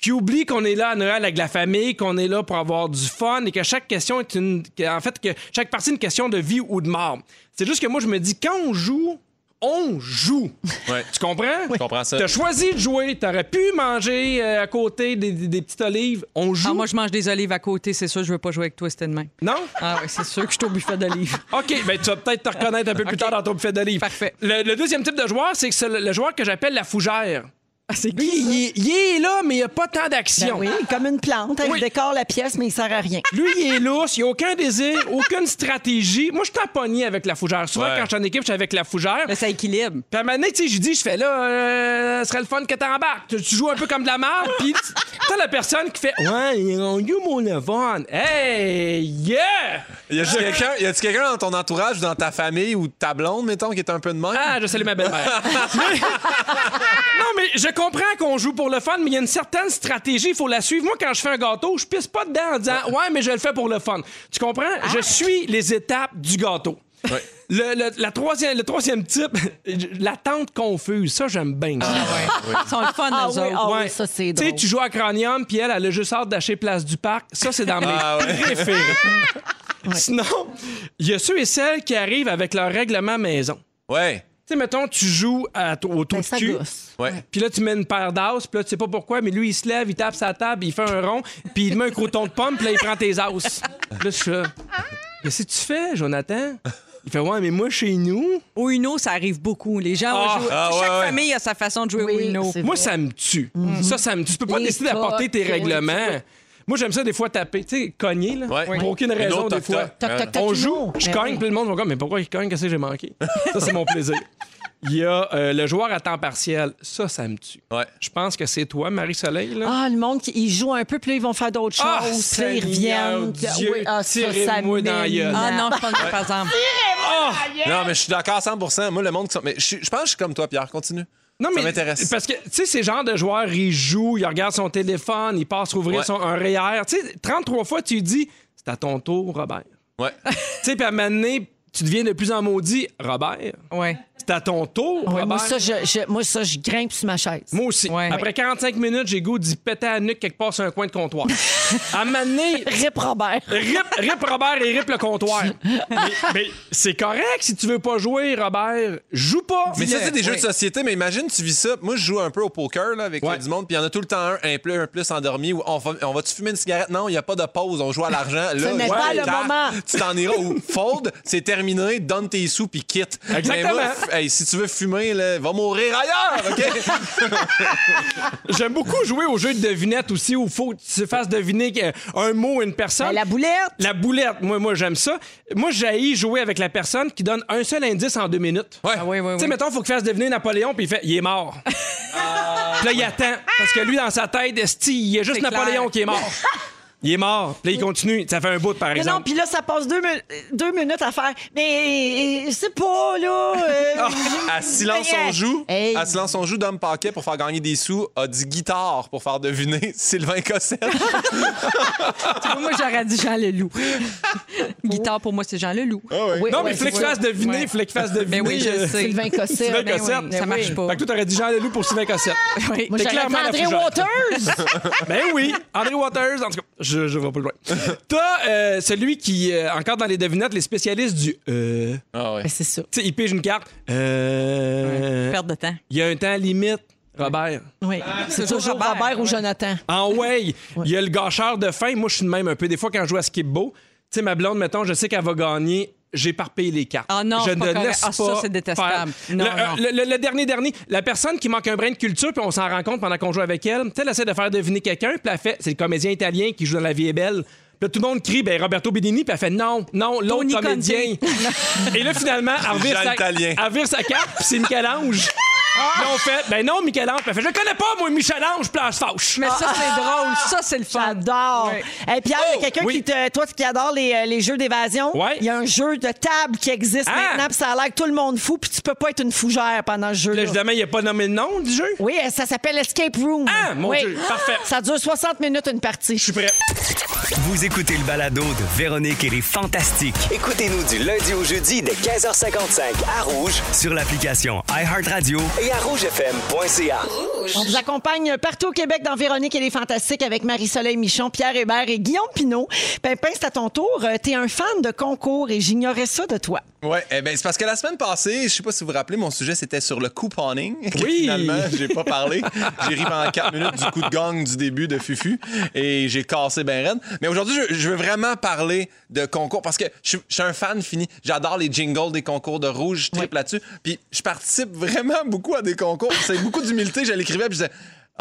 [SPEAKER 2] Qui oublie qu'on est là à Noël avec la famille, qu'on est là pour avoir du fun et que chaque question est une. que- En fait, que chaque partie est une question de vie ou de mort. C'est juste que moi, je me dis, quand on joue, on joue.
[SPEAKER 4] Ouais.
[SPEAKER 2] Tu comprends?
[SPEAKER 4] Je comprends ça.
[SPEAKER 2] T'as choisi de jouer, t'aurais pu manger euh, à côté des, des- des petites olives. On joue.
[SPEAKER 3] Ah, moi, je mange des olives à côté, c'est sûr, je veux pas jouer avec toi cette demain.
[SPEAKER 2] Non?
[SPEAKER 3] Ah oui, c'est sûr que je suis au buffet d'olives.
[SPEAKER 2] OK, ben tu vas peut-être te reconnaître un peu plus tard dans ton buffet d'olives.
[SPEAKER 3] Parfait.
[SPEAKER 2] Le, le deuxième type de joueur, c'est que c'est le, le joueur que j'appelle la fougère.
[SPEAKER 3] Ah,
[SPEAKER 2] c'est qui? Il, est- il est là, mais il n'y a pas tant
[SPEAKER 1] Ben
[SPEAKER 2] d'action.
[SPEAKER 1] oui, comme une plante. Elle
[SPEAKER 2] Oui.
[SPEAKER 1] décore la pièce, mais il sert à rien.
[SPEAKER 2] Lui, il est lousse, il n'y a aucun désir, aucune stratégie. Moi, je suis en pogné avec la fougère. Souvent,
[SPEAKER 4] Ouais.
[SPEAKER 2] quand je suis en équipe, je suis avec la fougère.
[SPEAKER 3] Mais ça équilibre.
[SPEAKER 2] Puis à un moment donné, tu sais, je dis, je fais là, euh, ce serait le fun que t'embarques. Tu, tu joues un peu comme de la merde, puis tu- t'as la personne qui fait Ouais, ils ont eu mon téléphone. Hey, yeah!
[SPEAKER 4] Y a-tu quelqu'un y a-tu quelqu'un dans ton entourage, ou dans ta famille ou ta blonde, mettons, qui est un peu de même? Ah,
[SPEAKER 2] je salue ma belle-mère. Non, mais je comprends qu'on joue pour le fun, mais il y a une certaine stratégie, il faut la suivre. Moi, quand je fais un gâteau, je pisse pas dedans en disant Ouais, Ah. mais je le fais pour le fun. Tu comprends? Je suis les étapes du gâteau. Le, le- la troisième, le troisième type, l'attente confuse, ça j'aime bien. ça.
[SPEAKER 10] Ils sont le fun,
[SPEAKER 1] Ah
[SPEAKER 10] eux
[SPEAKER 1] oui,
[SPEAKER 10] autres.
[SPEAKER 1] ah oui,
[SPEAKER 2] Ouais.
[SPEAKER 1] ça, c'est
[SPEAKER 2] Tu sais,
[SPEAKER 1] drôle.
[SPEAKER 2] tu joues à Cranium, puis elle, elle a juste hâte d'acheter Place du Parc. Ça, c'est dans mes
[SPEAKER 4] Ah ouais.
[SPEAKER 2] préférés. Sinon, il y a ceux et celles qui arrivent avec leur règlement maison.
[SPEAKER 4] Ouais.
[SPEAKER 2] Tu sais, mettons, tu joues à, au trou
[SPEAKER 1] Ben,
[SPEAKER 2] de
[SPEAKER 10] Ben, ça
[SPEAKER 2] cul.
[SPEAKER 10] gosse.
[SPEAKER 4] Ouais.
[SPEAKER 2] Puis là, tu mets une paire d'as, puis là, tu sais pas pourquoi, mais lui, il se lève, il tape sa table, il fait un rond, puis il met un croton de pomme, puis là, il prend tes as. Puis là, je suis là. Qu'est-ce que tu fais, Jonathan? Il fait, ouais, mais moi, chez nous.
[SPEAKER 3] Au Uno, ça arrive beaucoup. Les gens
[SPEAKER 2] Ah,
[SPEAKER 3] vont jouer.
[SPEAKER 2] ah, ouais,
[SPEAKER 3] Chaque
[SPEAKER 2] ouais.
[SPEAKER 3] famille a sa façon de jouer
[SPEAKER 10] Oui,
[SPEAKER 3] au Uno.
[SPEAKER 10] c'est Mm-hmm.
[SPEAKER 2] Moi, ça me tue. Ça, ça me tue. Tu peux pas
[SPEAKER 10] Les
[SPEAKER 2] décider d'apporter tes
[SPEAKER 10] tocs, oui,
[SPEAKER 2] règlements. Moi, j'aime ça des fois taper, tu sais, cogner, là.
[SPEAKER 4] Ouais.
[SPEAKER 2] Pour aucune
[SPEAKER 4] Une
[SPEAKER 2] raison,
[SPEAKER 4] autre
[SPEAKER 2] des fois.
[SPEAKER 4] toc-toc. Toc, toc,
[SPEAKER 1] toc,
[SPEAKER 2] On
[SPEAKER 1] tu
[SPEAKER 2] joue,
[SPEAKER 1] nous.
[SPEAKER 2] je
[SPEAKER 1] Ben
[SPEAKER 2] cogne,
[SPEAKER 1] oui.
[SPEAKER 2] puis le monde va comme, mais pourquoi il cogne? Qu'est-ce que j'ai manqué? Ça, c'est mon plaisir. Il y a euh, le joueur à temps partiel. Ça, ça me tue.
[SPEAKER 4] Ouais.
[SPEAKER 2] Je pense que c'est toi, Marie-Soleil, là.
[SPEAKER 1] Ah, le monde, qui, ils jouent un peu, puis là, ils vont faire d'autres
[SPEAKER 2] Ah,
[SPEAKER 1] choses, puis là, ils
[SPEAKER 2] Seigneur
[SPEAKER 1] reviennent.
[SPEAKER 2] Dieu,
[SPEAKER 1] Oui, ah, ça, ça
[SPEAKER 2] tirez-moi dans la gueule.
[SPEAKER 3] Ah
[SPEAKER 1] m'énerve.
[SPEAKER 3] non, je pense que par exemple.
[SPEAKER 4] Non, mais je suis d'accord 100 Moi, le monde qui sont. Mais je, suis- je pense que je suis comme toi, Pierre. Continue.
[SPEAKER 2] Non,
[SPEAKER 4] Ça m'intéresse.
[SPEAKER 2] Parce que, tu sais, ces genres de joueurs, ils jouent, ils regardent son téléphone, ils passent ouvrir
[SPEAKER 4] Ouais.
[SPEAKER 2] son, un REER. Tu sais, 33 fois, tu lui dis, c'est à ton tour, Robert.
[SPEAKER 4] Ouais.
[SPEAKER 2] tu sais, puis à un moment donné, tu deviens de plus en maudit, Robert.
[SPEAKER 3] Ouais.
[SPEAKER 2] C'est à ton tour,
[SPEAKER 1] Ouais,
[SPEAKER 2] Robert.
[SPEAKER 1] moi, ça, je, je- moi, ça, je grimpe sur ma chaise.
[SPEAKER 2] Moi aussi.
[SPEAKER 3] Ouais.
[SPEAKER 2] Après 45 minutes, j'ai goût d'y péter à la nuque quelque part sur un coin de comptoir. à un moment donné,
[SPEAKER 1] Rip Robert.
[SPEAKER 2] Rip, rip Robert et rip le comptoir. mais mais c'est correct si tu veux pas jouer, Robert. Joue pas.
[SPEAKER 4] Mais ça, c'est des jeux
[SPEAKER 2] Ouais.
[SPEAKER 4] de société. Mais imagine, tu vis ça. Moi, je joue un peu au poker là, avec
[SPEAKER 2] Ouais.
[SPEAKER 4] euh, du monde. Puis il y en a tout le temps un, un plus, un plus endormi. Où on va- on va-tu fumer une cigarette? Non, il n'y a pas de pause. On joue à l'argent. Là,
[SPEAKER 1] n'est
[SPEAKER 4] je-
[SPEAKER 1] pas le
[SPEAKER 4] Pierre,
[SPEAKER 1] moment.
[SPEAKER 4] Tu t'en iras ou fold, c'est terminé. Donne tes sous puis quitte.
[SPEAKER 2] Exactement.
[SPEAKER 4] Mais moi, f- hey, si tu veux fumer, là, va mourir ailleurs. OK?
[SPEAKER 2] J'aime beaucoup jouer au jeu de devinette aussi où il faut que tu te fasses deviner que- euh, un mot, une personne.
[SPEAKER 1] Ben, la boulette.
[SPEAKER 2] La boulette, moi, moi j'aime ça. Moi, j'ai jouer avec la personne qui donne un seul indice en deux minutes.
[SPEAKER 4] Ouais.
[SPEAKER 3] Ah oui, oui,
[SPEAKER 2] Tu sais,
[SPEAKER 3] oui.
[SPEAKER 2] mettons, faut qu'il fasse deviner Napoléon, puis il fait, il est mort. Puis là, il attend. Parce que lui, dans sa tête, esti, il y a juste
[SPEAKER 3] C'est
[SPEAKER 2] Napoléon
[SPEAKER 3] clair.
[SPEAKER 2] qui est mort. Il est mort. Puis là, il continue. Ça fait un bout, par
[SPEAKER 1] Mais non,
[SPEAKER 2] exemple.
[SPEAKER 1] puis là, ça passe deux, mi- deux minutes à faire. Mais euh, c'est pas, là. euh,
[SPEAKER 2] Ah.
[SPEAKER 4] À silence on joue,
[SPEAKER 1] Hey.
[SPEAKER 4] à silence on joue, Dom Paquet pour faire gagner des sous a dit guitare pour faire deviner Sylvain Cossette.
[SPEAKER 3] moi, j'aurais dit Jean Leloup. Guitare, pour moi, c'est Jean Leloup.
[SPEAKER 1] oui,
[SPEAKER 2] Non,
[SPEAKER 1] oui,
[SPEAKER 2] mais il fallait que
[SPEAKER 1] oui.
[SPEAKER 2] tu fasses deviner. Il fallait que tu fasses deviner.
[SPEAKER 3] Ben oui, je
[SPEAKER 2] euh,
[SPEAKER 3] sais.
[SPEAKER 1] Sylvain Cossette.
[SPEAKER 2] Sylvain
[SPEAKER 1] Ben oui,
[SPEAKER 2] Cossette.
[SPEAKER 1] ben
[SPEAKER 3] Ça
[SPEAKER 1] oui.
[SPEAKER 3] marche pas.
[SPEAKER 2] Fait que toi, t'aurais dit Jean Leloup pour Sylvain Cossette.
[SPEAKER 3] Oui.
[SPEAKER 1] Moi,
[SPEAKER 2] T'es
[SPEAKER 1] j'aurais
[SPEAKER 2] clairement
[SPEAKER 1] dit André
[SPEAKER 2] la fougère.
[SPEAKER 1] Waters.
[SPEAKER 2] Ben oui, André Waters, en tout cas, je, je vais pas loin. T'as euh, celui qui, euh, encore dans les devinettes, les spécialistes du euh,
[SPEAKER 4] Ah ouais.
[SPEAKER 1] Ben, c'est ça.
[SPEAKER 2] tu sais, il pige une carte. Euh,
[SPEAKER 3] Perte de temps.
[SPEAKER 2] il y a un temps limite, Robert.
[SPEAKER 1] Oui. C'est toujours Robert,
[SPEAKER 3] Robert,
[SPEAKER 1] ou
[SPEAKER 3] ouais.
[SPEAKER 1] Jonathan.
[SPEAKER 2] En way, Ah il y a le gâcheur de fin. Moi, je suis de même un peu. Des fois, quand je joue à Skip Bo, tu sais, ma blonde, mettons, je sais qu'elle va gagner. J'éparpille les cartes.
[SPEAKER 3] Ah non,
[SPEAKER 2] je
[SPEAKER 3] c'est pas
[SPEAKER 2] ne
[SPEAKER 3] correct.
[SPEAKER 2] laisse
[SPEAKER 3] Ah, ça,
[SPEAKER 2] pas
[SPEAKER 3] c'est détestable.
[SPEAKER 2] faire.
[SPEAKER 3] Non,
[SPEAKER 2] le, euh,
[SPEAKER 3] non.
[SPEAKER 2] le- le- le dernier, dernier, la personne qui manque un brin de culture, puis on s'en rend compte pendant qu'on joue avec elle, tu sais, elle essaie de faire deviner quelqu'un, puis elle fait, c'est le comédien italien qui joue dans La vie est belle. Puis là, tout le monde crie, ben Roberto Benigni, puis elle fait non, non,
[SPEAKER 3] Tony
[SPEAKER 2] l'autre comédien. Et là, finalement, elle revire,
[SPEAKER 4] Jean
[SPEAKER 2] sa,
[SPEAKER 4] Italien.
[SPEAKER 2] elle revire sa carte, puis c'est Michel-Ange.
[SPEAKER 3] Ah!
[SPEAKER 2] Puis là, on fait, ben non, Michel-Ange. Puis elle fait, je connais pas, moi, Michel-Ange, plage fauche.
[SPEAKER 3] Mais ça, c'est drôle. Ça, c'est le fun.
[SPEAKER 1] J'adore.
[SPEAKER 3] Oui.
[SPEAKER 1] Et Pierre, il y a quelqu'un
[SPEAKER 2] Oh, Oui.
[SPEAKER 1] qui te, toi qui adore les, euh, les jeux d'évasion.
[SPEAKER 2] Ouais.
[SPEAKER 1] Il y a un jeu de table qui existe
[SPEAKER 2] Ah.
[SPEAKER 1] maintenant, puis ça a l'air que tout le monde fou, puis tu peux pas être une fougère pendant ce jeu.
[SPEAKER 2] Là,
[SPEAKER 1] là
[SPEAKER 2] évidemment, il n'a pas nommé le nom du jeu.
[SPEAKER 1] Oui, ça s'appelle Escape Room.
[SPEAKER 2] Ah, mon
[SPEAKER 1] Oui.
[SPEAKER 2] Dieu, parfait.
[SPEAKER 1] Ça dure 60 minutes une partie.
[SPEAKER 2] Je suis prêt.
[SPEAKER 6] Vous écoutez le balado de Véronique et les Fantastiques
[SPEAKER 7] Écoutez-nous du lundi au jeudi dès 15h55 à Rouge
[SPEAKER 6] sur l'application iHeartRadio.
[SPEAKER 7] et à rougefm.ca.
[SPEAKER 1] On vous accompagne partout au Québec dans Véronique et les Fantastiques avec Marie-Soleil Michon, Pierre Hébert et Guillaume Pinot. Pimpin, c'est à ton tour. Euh, T'es un fan de concours et j'ignorais ça de toi.
[SPEAKER 4] Ouais, eh ben, c'est parce que la semaine passée, je sais pas si vous vous rappelez, mon sujet c'était sur le couponing. que
[SPEAKER 2] Oui.
[SPEAKER 4] Finalement, j'ai pas parlé. J'ai ri pendant 4 minutes du coup de gang du début de Fufu et j'ai cassé ben raide. Mais aujourd'hui, je, je veux vraiment parler de concours parce que je, suis- je suis un fan fini. J'adore les jingles des concours de rouge, je tripe là-dessus. Puis je participe vraiment beaucoup à des concours. C'est beaucoup d'humilité. Je l'écrivais puis je disais.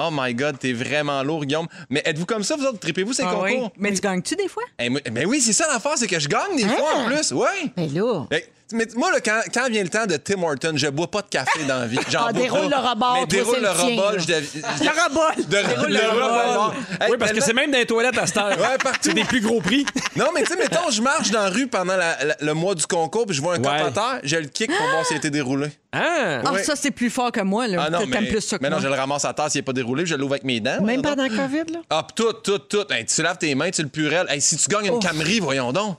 [SPEAKER 4] Oh my God, t'es vraiment lourd, Guillaume. Mais êtes-vous comme ça, vous autres? Tripez-vous ces
[SPEAKER 3] Ah oui.
[SPEAKER 4] concours?
[SPEAKER 3] Mais tu gagnes-tu des fois? Ah!
[SPEAKER 4] Eh, moi- ben oui, c'est ça l'affaire, c'est que je gagne des fois en plus. Ouais.
[SPEAKER 1] Mais là,
[SPEAKER 4] Fait que Mais moi, là, quand, quand vient le temps de Tim Horton, je bois pas de café dans la vie. J'en
[SPEAKER 1] Ah,
[SPEAKER 4] bois
[SPEAKER 1] déroule
[SPEAKER 4] pas.
[SPEAKER 1] le rebord,
[SPEAKER 4] Mais
[SPEAKER 1] toi,
[SPEAKER 4] déroule
[SPEAKER 1] c'est
[SPEAKER 4] le
[SPEAKER 1] le tien,
[SPEAKER 4] rebord.
[SPEAKER 1] là.
[SPEAKER 4] je dev- je-
[SPEAKER 1] Le rebord.
[SPEAKER 4] De-
[SPEAKER 2] Déroule
[SPEAKER 4] le
[SPEAKER 2] le
[SPEAKER 4] rebord.
[SPEAKER 2] rebord.
[SPEAKER 4] Hey,
[SPEAKER 2] Oui, parce que
[SPEAKER 4] tellement-
[SPEAKER 2] c'est même dans les toilettes à cette heure.
[SPEAKER 4] Ouais, partout.
[SPEAKER 2] C'est des plus gros prix.
[SPEAKER 4] Non, mais tu sais, mettons, je marche dans la rue pendant la- la- le mois du concours, puis je vois un cop à terre, je le kick pour voir s'il a été déroulé.
[SPEAKER 2] Ah!
[SPEAKER 3] Ah, ça, c'est plus fort que moi, là.
[SPEAKER 4] Ah non,
[SPEAKER 3] T'aimes
[SPEAKER 4] mais,
[SPEAKER 3] plus ça que
[SPEAKER 4] mais non,
[SPEAKER 3] moi.
[SPEAKER 4] je le ramasse à terre s'il n'est pas déroulé, puis je l'ouvre avec mes dents.
[SPEAKER 1] Même
[SPEAKER 4] voyons donc.
[SPEAKER 1] pendant le COVID, là.
[SPEAKER 4] Ah, pis tout, tout, tout. Hey, tu laves tes mains, tu le purelles. Hey, si tu gagnes une Camry, voyons donc.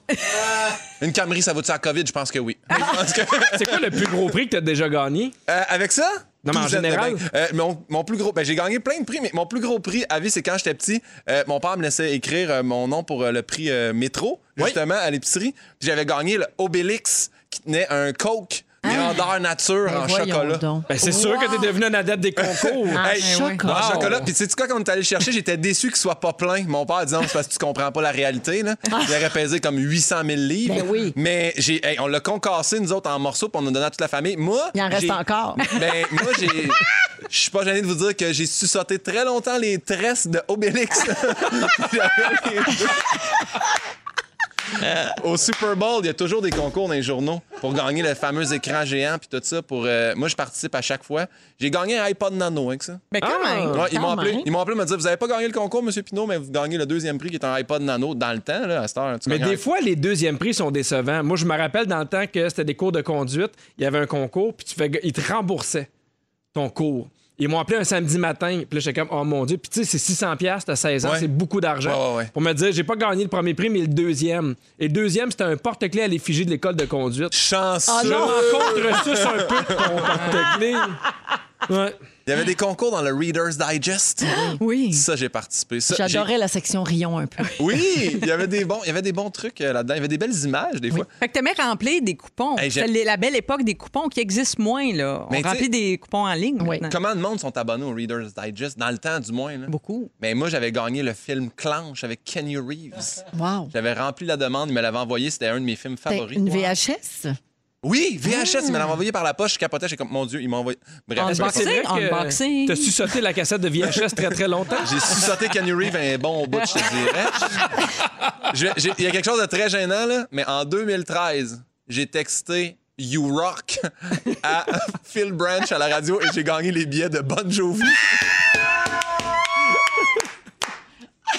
[SPEAKER 4] une Camry, ça vaut-tu la COVID? Je pense que oui. Je pense que-
[SPEAKER 2] C'est quoi le plus gros prix que t'as déjà gagné?
[SPEAKER 4] Euh, avec ça?
[SPEAKER 2] Non, mais en
[SPEAKER 4] Douzaine de
[SPEAKER 2] général.
[SPEAKER 4] becs. Euh, mon, mon plus gros. Ben, j'ai gagné plein de prix, mais mon plus gros prix à vie, c'est quand j'étais petit. euh, mon père me laissait écrire euh, mon nom pour euh, le prix euh, métro, justement, à l'épicerie. Puis j'avais gagné le Obélix qui tenait un Coke
[SPEAKER 1] Ah!
[SPEAKER 4] grandeur nature
[SPEAKER 10] Ben,
[SPEAKER 4] en
[SPEAKER 10] voyons
[SPEAKER 4] chocolat.
[SPEAKER 10] donc.
[SPEAKER 2] Ben, c'est sûr
[SPEAKER 10] Wow.
[SPEAKER 2] que t'es devenu un adepte des concours.
[SPEAKER 4] Hey,
[SPEAKER 10] Ah, ouais.
[SPEAKER 4] En
[SPEAKER 2] Wow.
[SPEAKER 4] chocolat. Puis, tu sais quoi, quand on est allé le chercher, j'étais déçu qu'il soit pas plein. Mon père disant, c'est parce que tu comprends pas la réalité. Là. Il aurait pesé comme 800 000 livres.
[SPEAKER 1] Ah! Ben oui.
[SPEAKER 4] Mais j'ai, hey, on l'a concassé, nous autres, en morceaux, puis on a donné à toute la famille. Moi.
[SPEAKER 1] Il en reste
[SPEAKER 4] j'ai-
[SPEAKER 1] encore.
[SPEAKER 4] Ben, moi, j'ai. Je suis pas gêné de vous dire que j'ai su sauter très longtemps les tresses de Obélix. J'avais les deux. Au Super Bowl, il y a toujours des concours dans les journaux pour gagner le fameux écran géant puis tout ça. Pour, euh, moi, je participe à chaque fois. J'ai gagné un iPod Nano avec ça.
[SPEAKER 3] Mais quand même.
[SPEAKER 4] Ah. Ouais, ils m'ont
[SPEAKER 1] Euh, quand
[SPEAKER 4] appelé,
[SPEAKER 1] même.
[SPEAKER 4] ils m'ont appelé me dire Vous avez pas gagné le concours, M. Pinault, mais vous gagnez le deuxième prix qui est un iPod Nano dans le temps, là, à cette heure. hein, tu
[SPEAKER 2] Mais
[SPEAKER 4] gagnes
[SPEAKER 2] des
[SPEAKER 4] un-
[SPEAKER 2] fois, les deuxièmes prix sont décevants. Moi, je me rappelle dans le temps que c'était des cours de conduite, il y avait un concours, puis tu fais, ils te remboursaient ton cours. Ils m'ont appelé un samedi matin, puis là, j'étais comme, oh mon Dieu. Puis tu sais, c'est 600$, t'as 16 ans,
[SPEAKER 4] Ouais.
[SPEAKER 2] c'est beaucoup d'argent.
[SPEAKER 4] Ouais, ouais, ouais.
[SPEAKER 2] Pour me dire, j'ai pas gagné le premier prix, mais le deuxième. Et le deuxième, c'était un porte-clés à l'effigie de l'école de conduite.
[SPEAKER 4] Chanceux.
[SPEAKER 3] Ah
[SPEAKER 2] Je rencontre ça sur un peu de ton porte-clés. Ouais.
[SPEAKER 4] Il y avait des concours dans le Reader's Digest.
[SPEAKER 3] Oui.
[SPEAKER 4] Ça, j'ai participé. Ça, j'ai-
[SPEAKER 10] J'adorais la section Rion un peu.
[SPEAKER 4] Oui, il y avait des bons, il y avait des bons trucs euh, là-dedans. Il y avait des belles images, des fois.
[SPEAKER 3] Fait que t'aimais remplir des coupons.
[SPEAKER 4] Hey, j'ai-
[SPEAKER 3] C'était les- la belle époque des coupons qui existent moins, là. On
[SPEAKER 4] Mais tu sais-
[SPEAKER 3] remplit des coupons en ligne maintenant.
[SPEAKER 4] Comment de monde sont abonnés au Reader's Digest, dans le temps du moins? Là?
[SPEAKER 3] Beaucoup.
[SPEAKER 4] Mais moi, j'avais gagné le film Clanche avec Kenny Reeves.
[SPEAKER 10] Wow.
[SPEAKER 4] J'avais rempli la demande, il me l'avait envoyé, c'était un de mes films
[SPEAKER 10] T'as
[SPEAKER 4] favoris.
[SPEAKER 10] une VHS?
[SPEAKER 4] Oui, VHS,
[SPEAKER 10] Ah.
[SPEAKER 4] il me l'avait envoyé par la poche, je capotais, j'ai comme, mon Dieu, il m'a envoyé. Bref,
[SPEAKER 3] Ah,
[SPEAKER 4] peu
[SPEAKER 2] Est-ce que
[SPEAKER 4] importe.
[SPEAKER 2] c'est vrai
[SPEAKER 3] Unboxing, unboxing.
[SPEAKER 2] que t'as su sauter la cassette de VHS très, très longtemps?
[SPEAKER 4] J'ai suscité Kenny Reeves un bon bout, je te dirais. Je vais- j'ai- Il y a quelque chose de très gênant, là, mais en 2013, j'ai texté You Rock à Phil Branch à la radio et j'ai gagné les billets de Bon Jovi.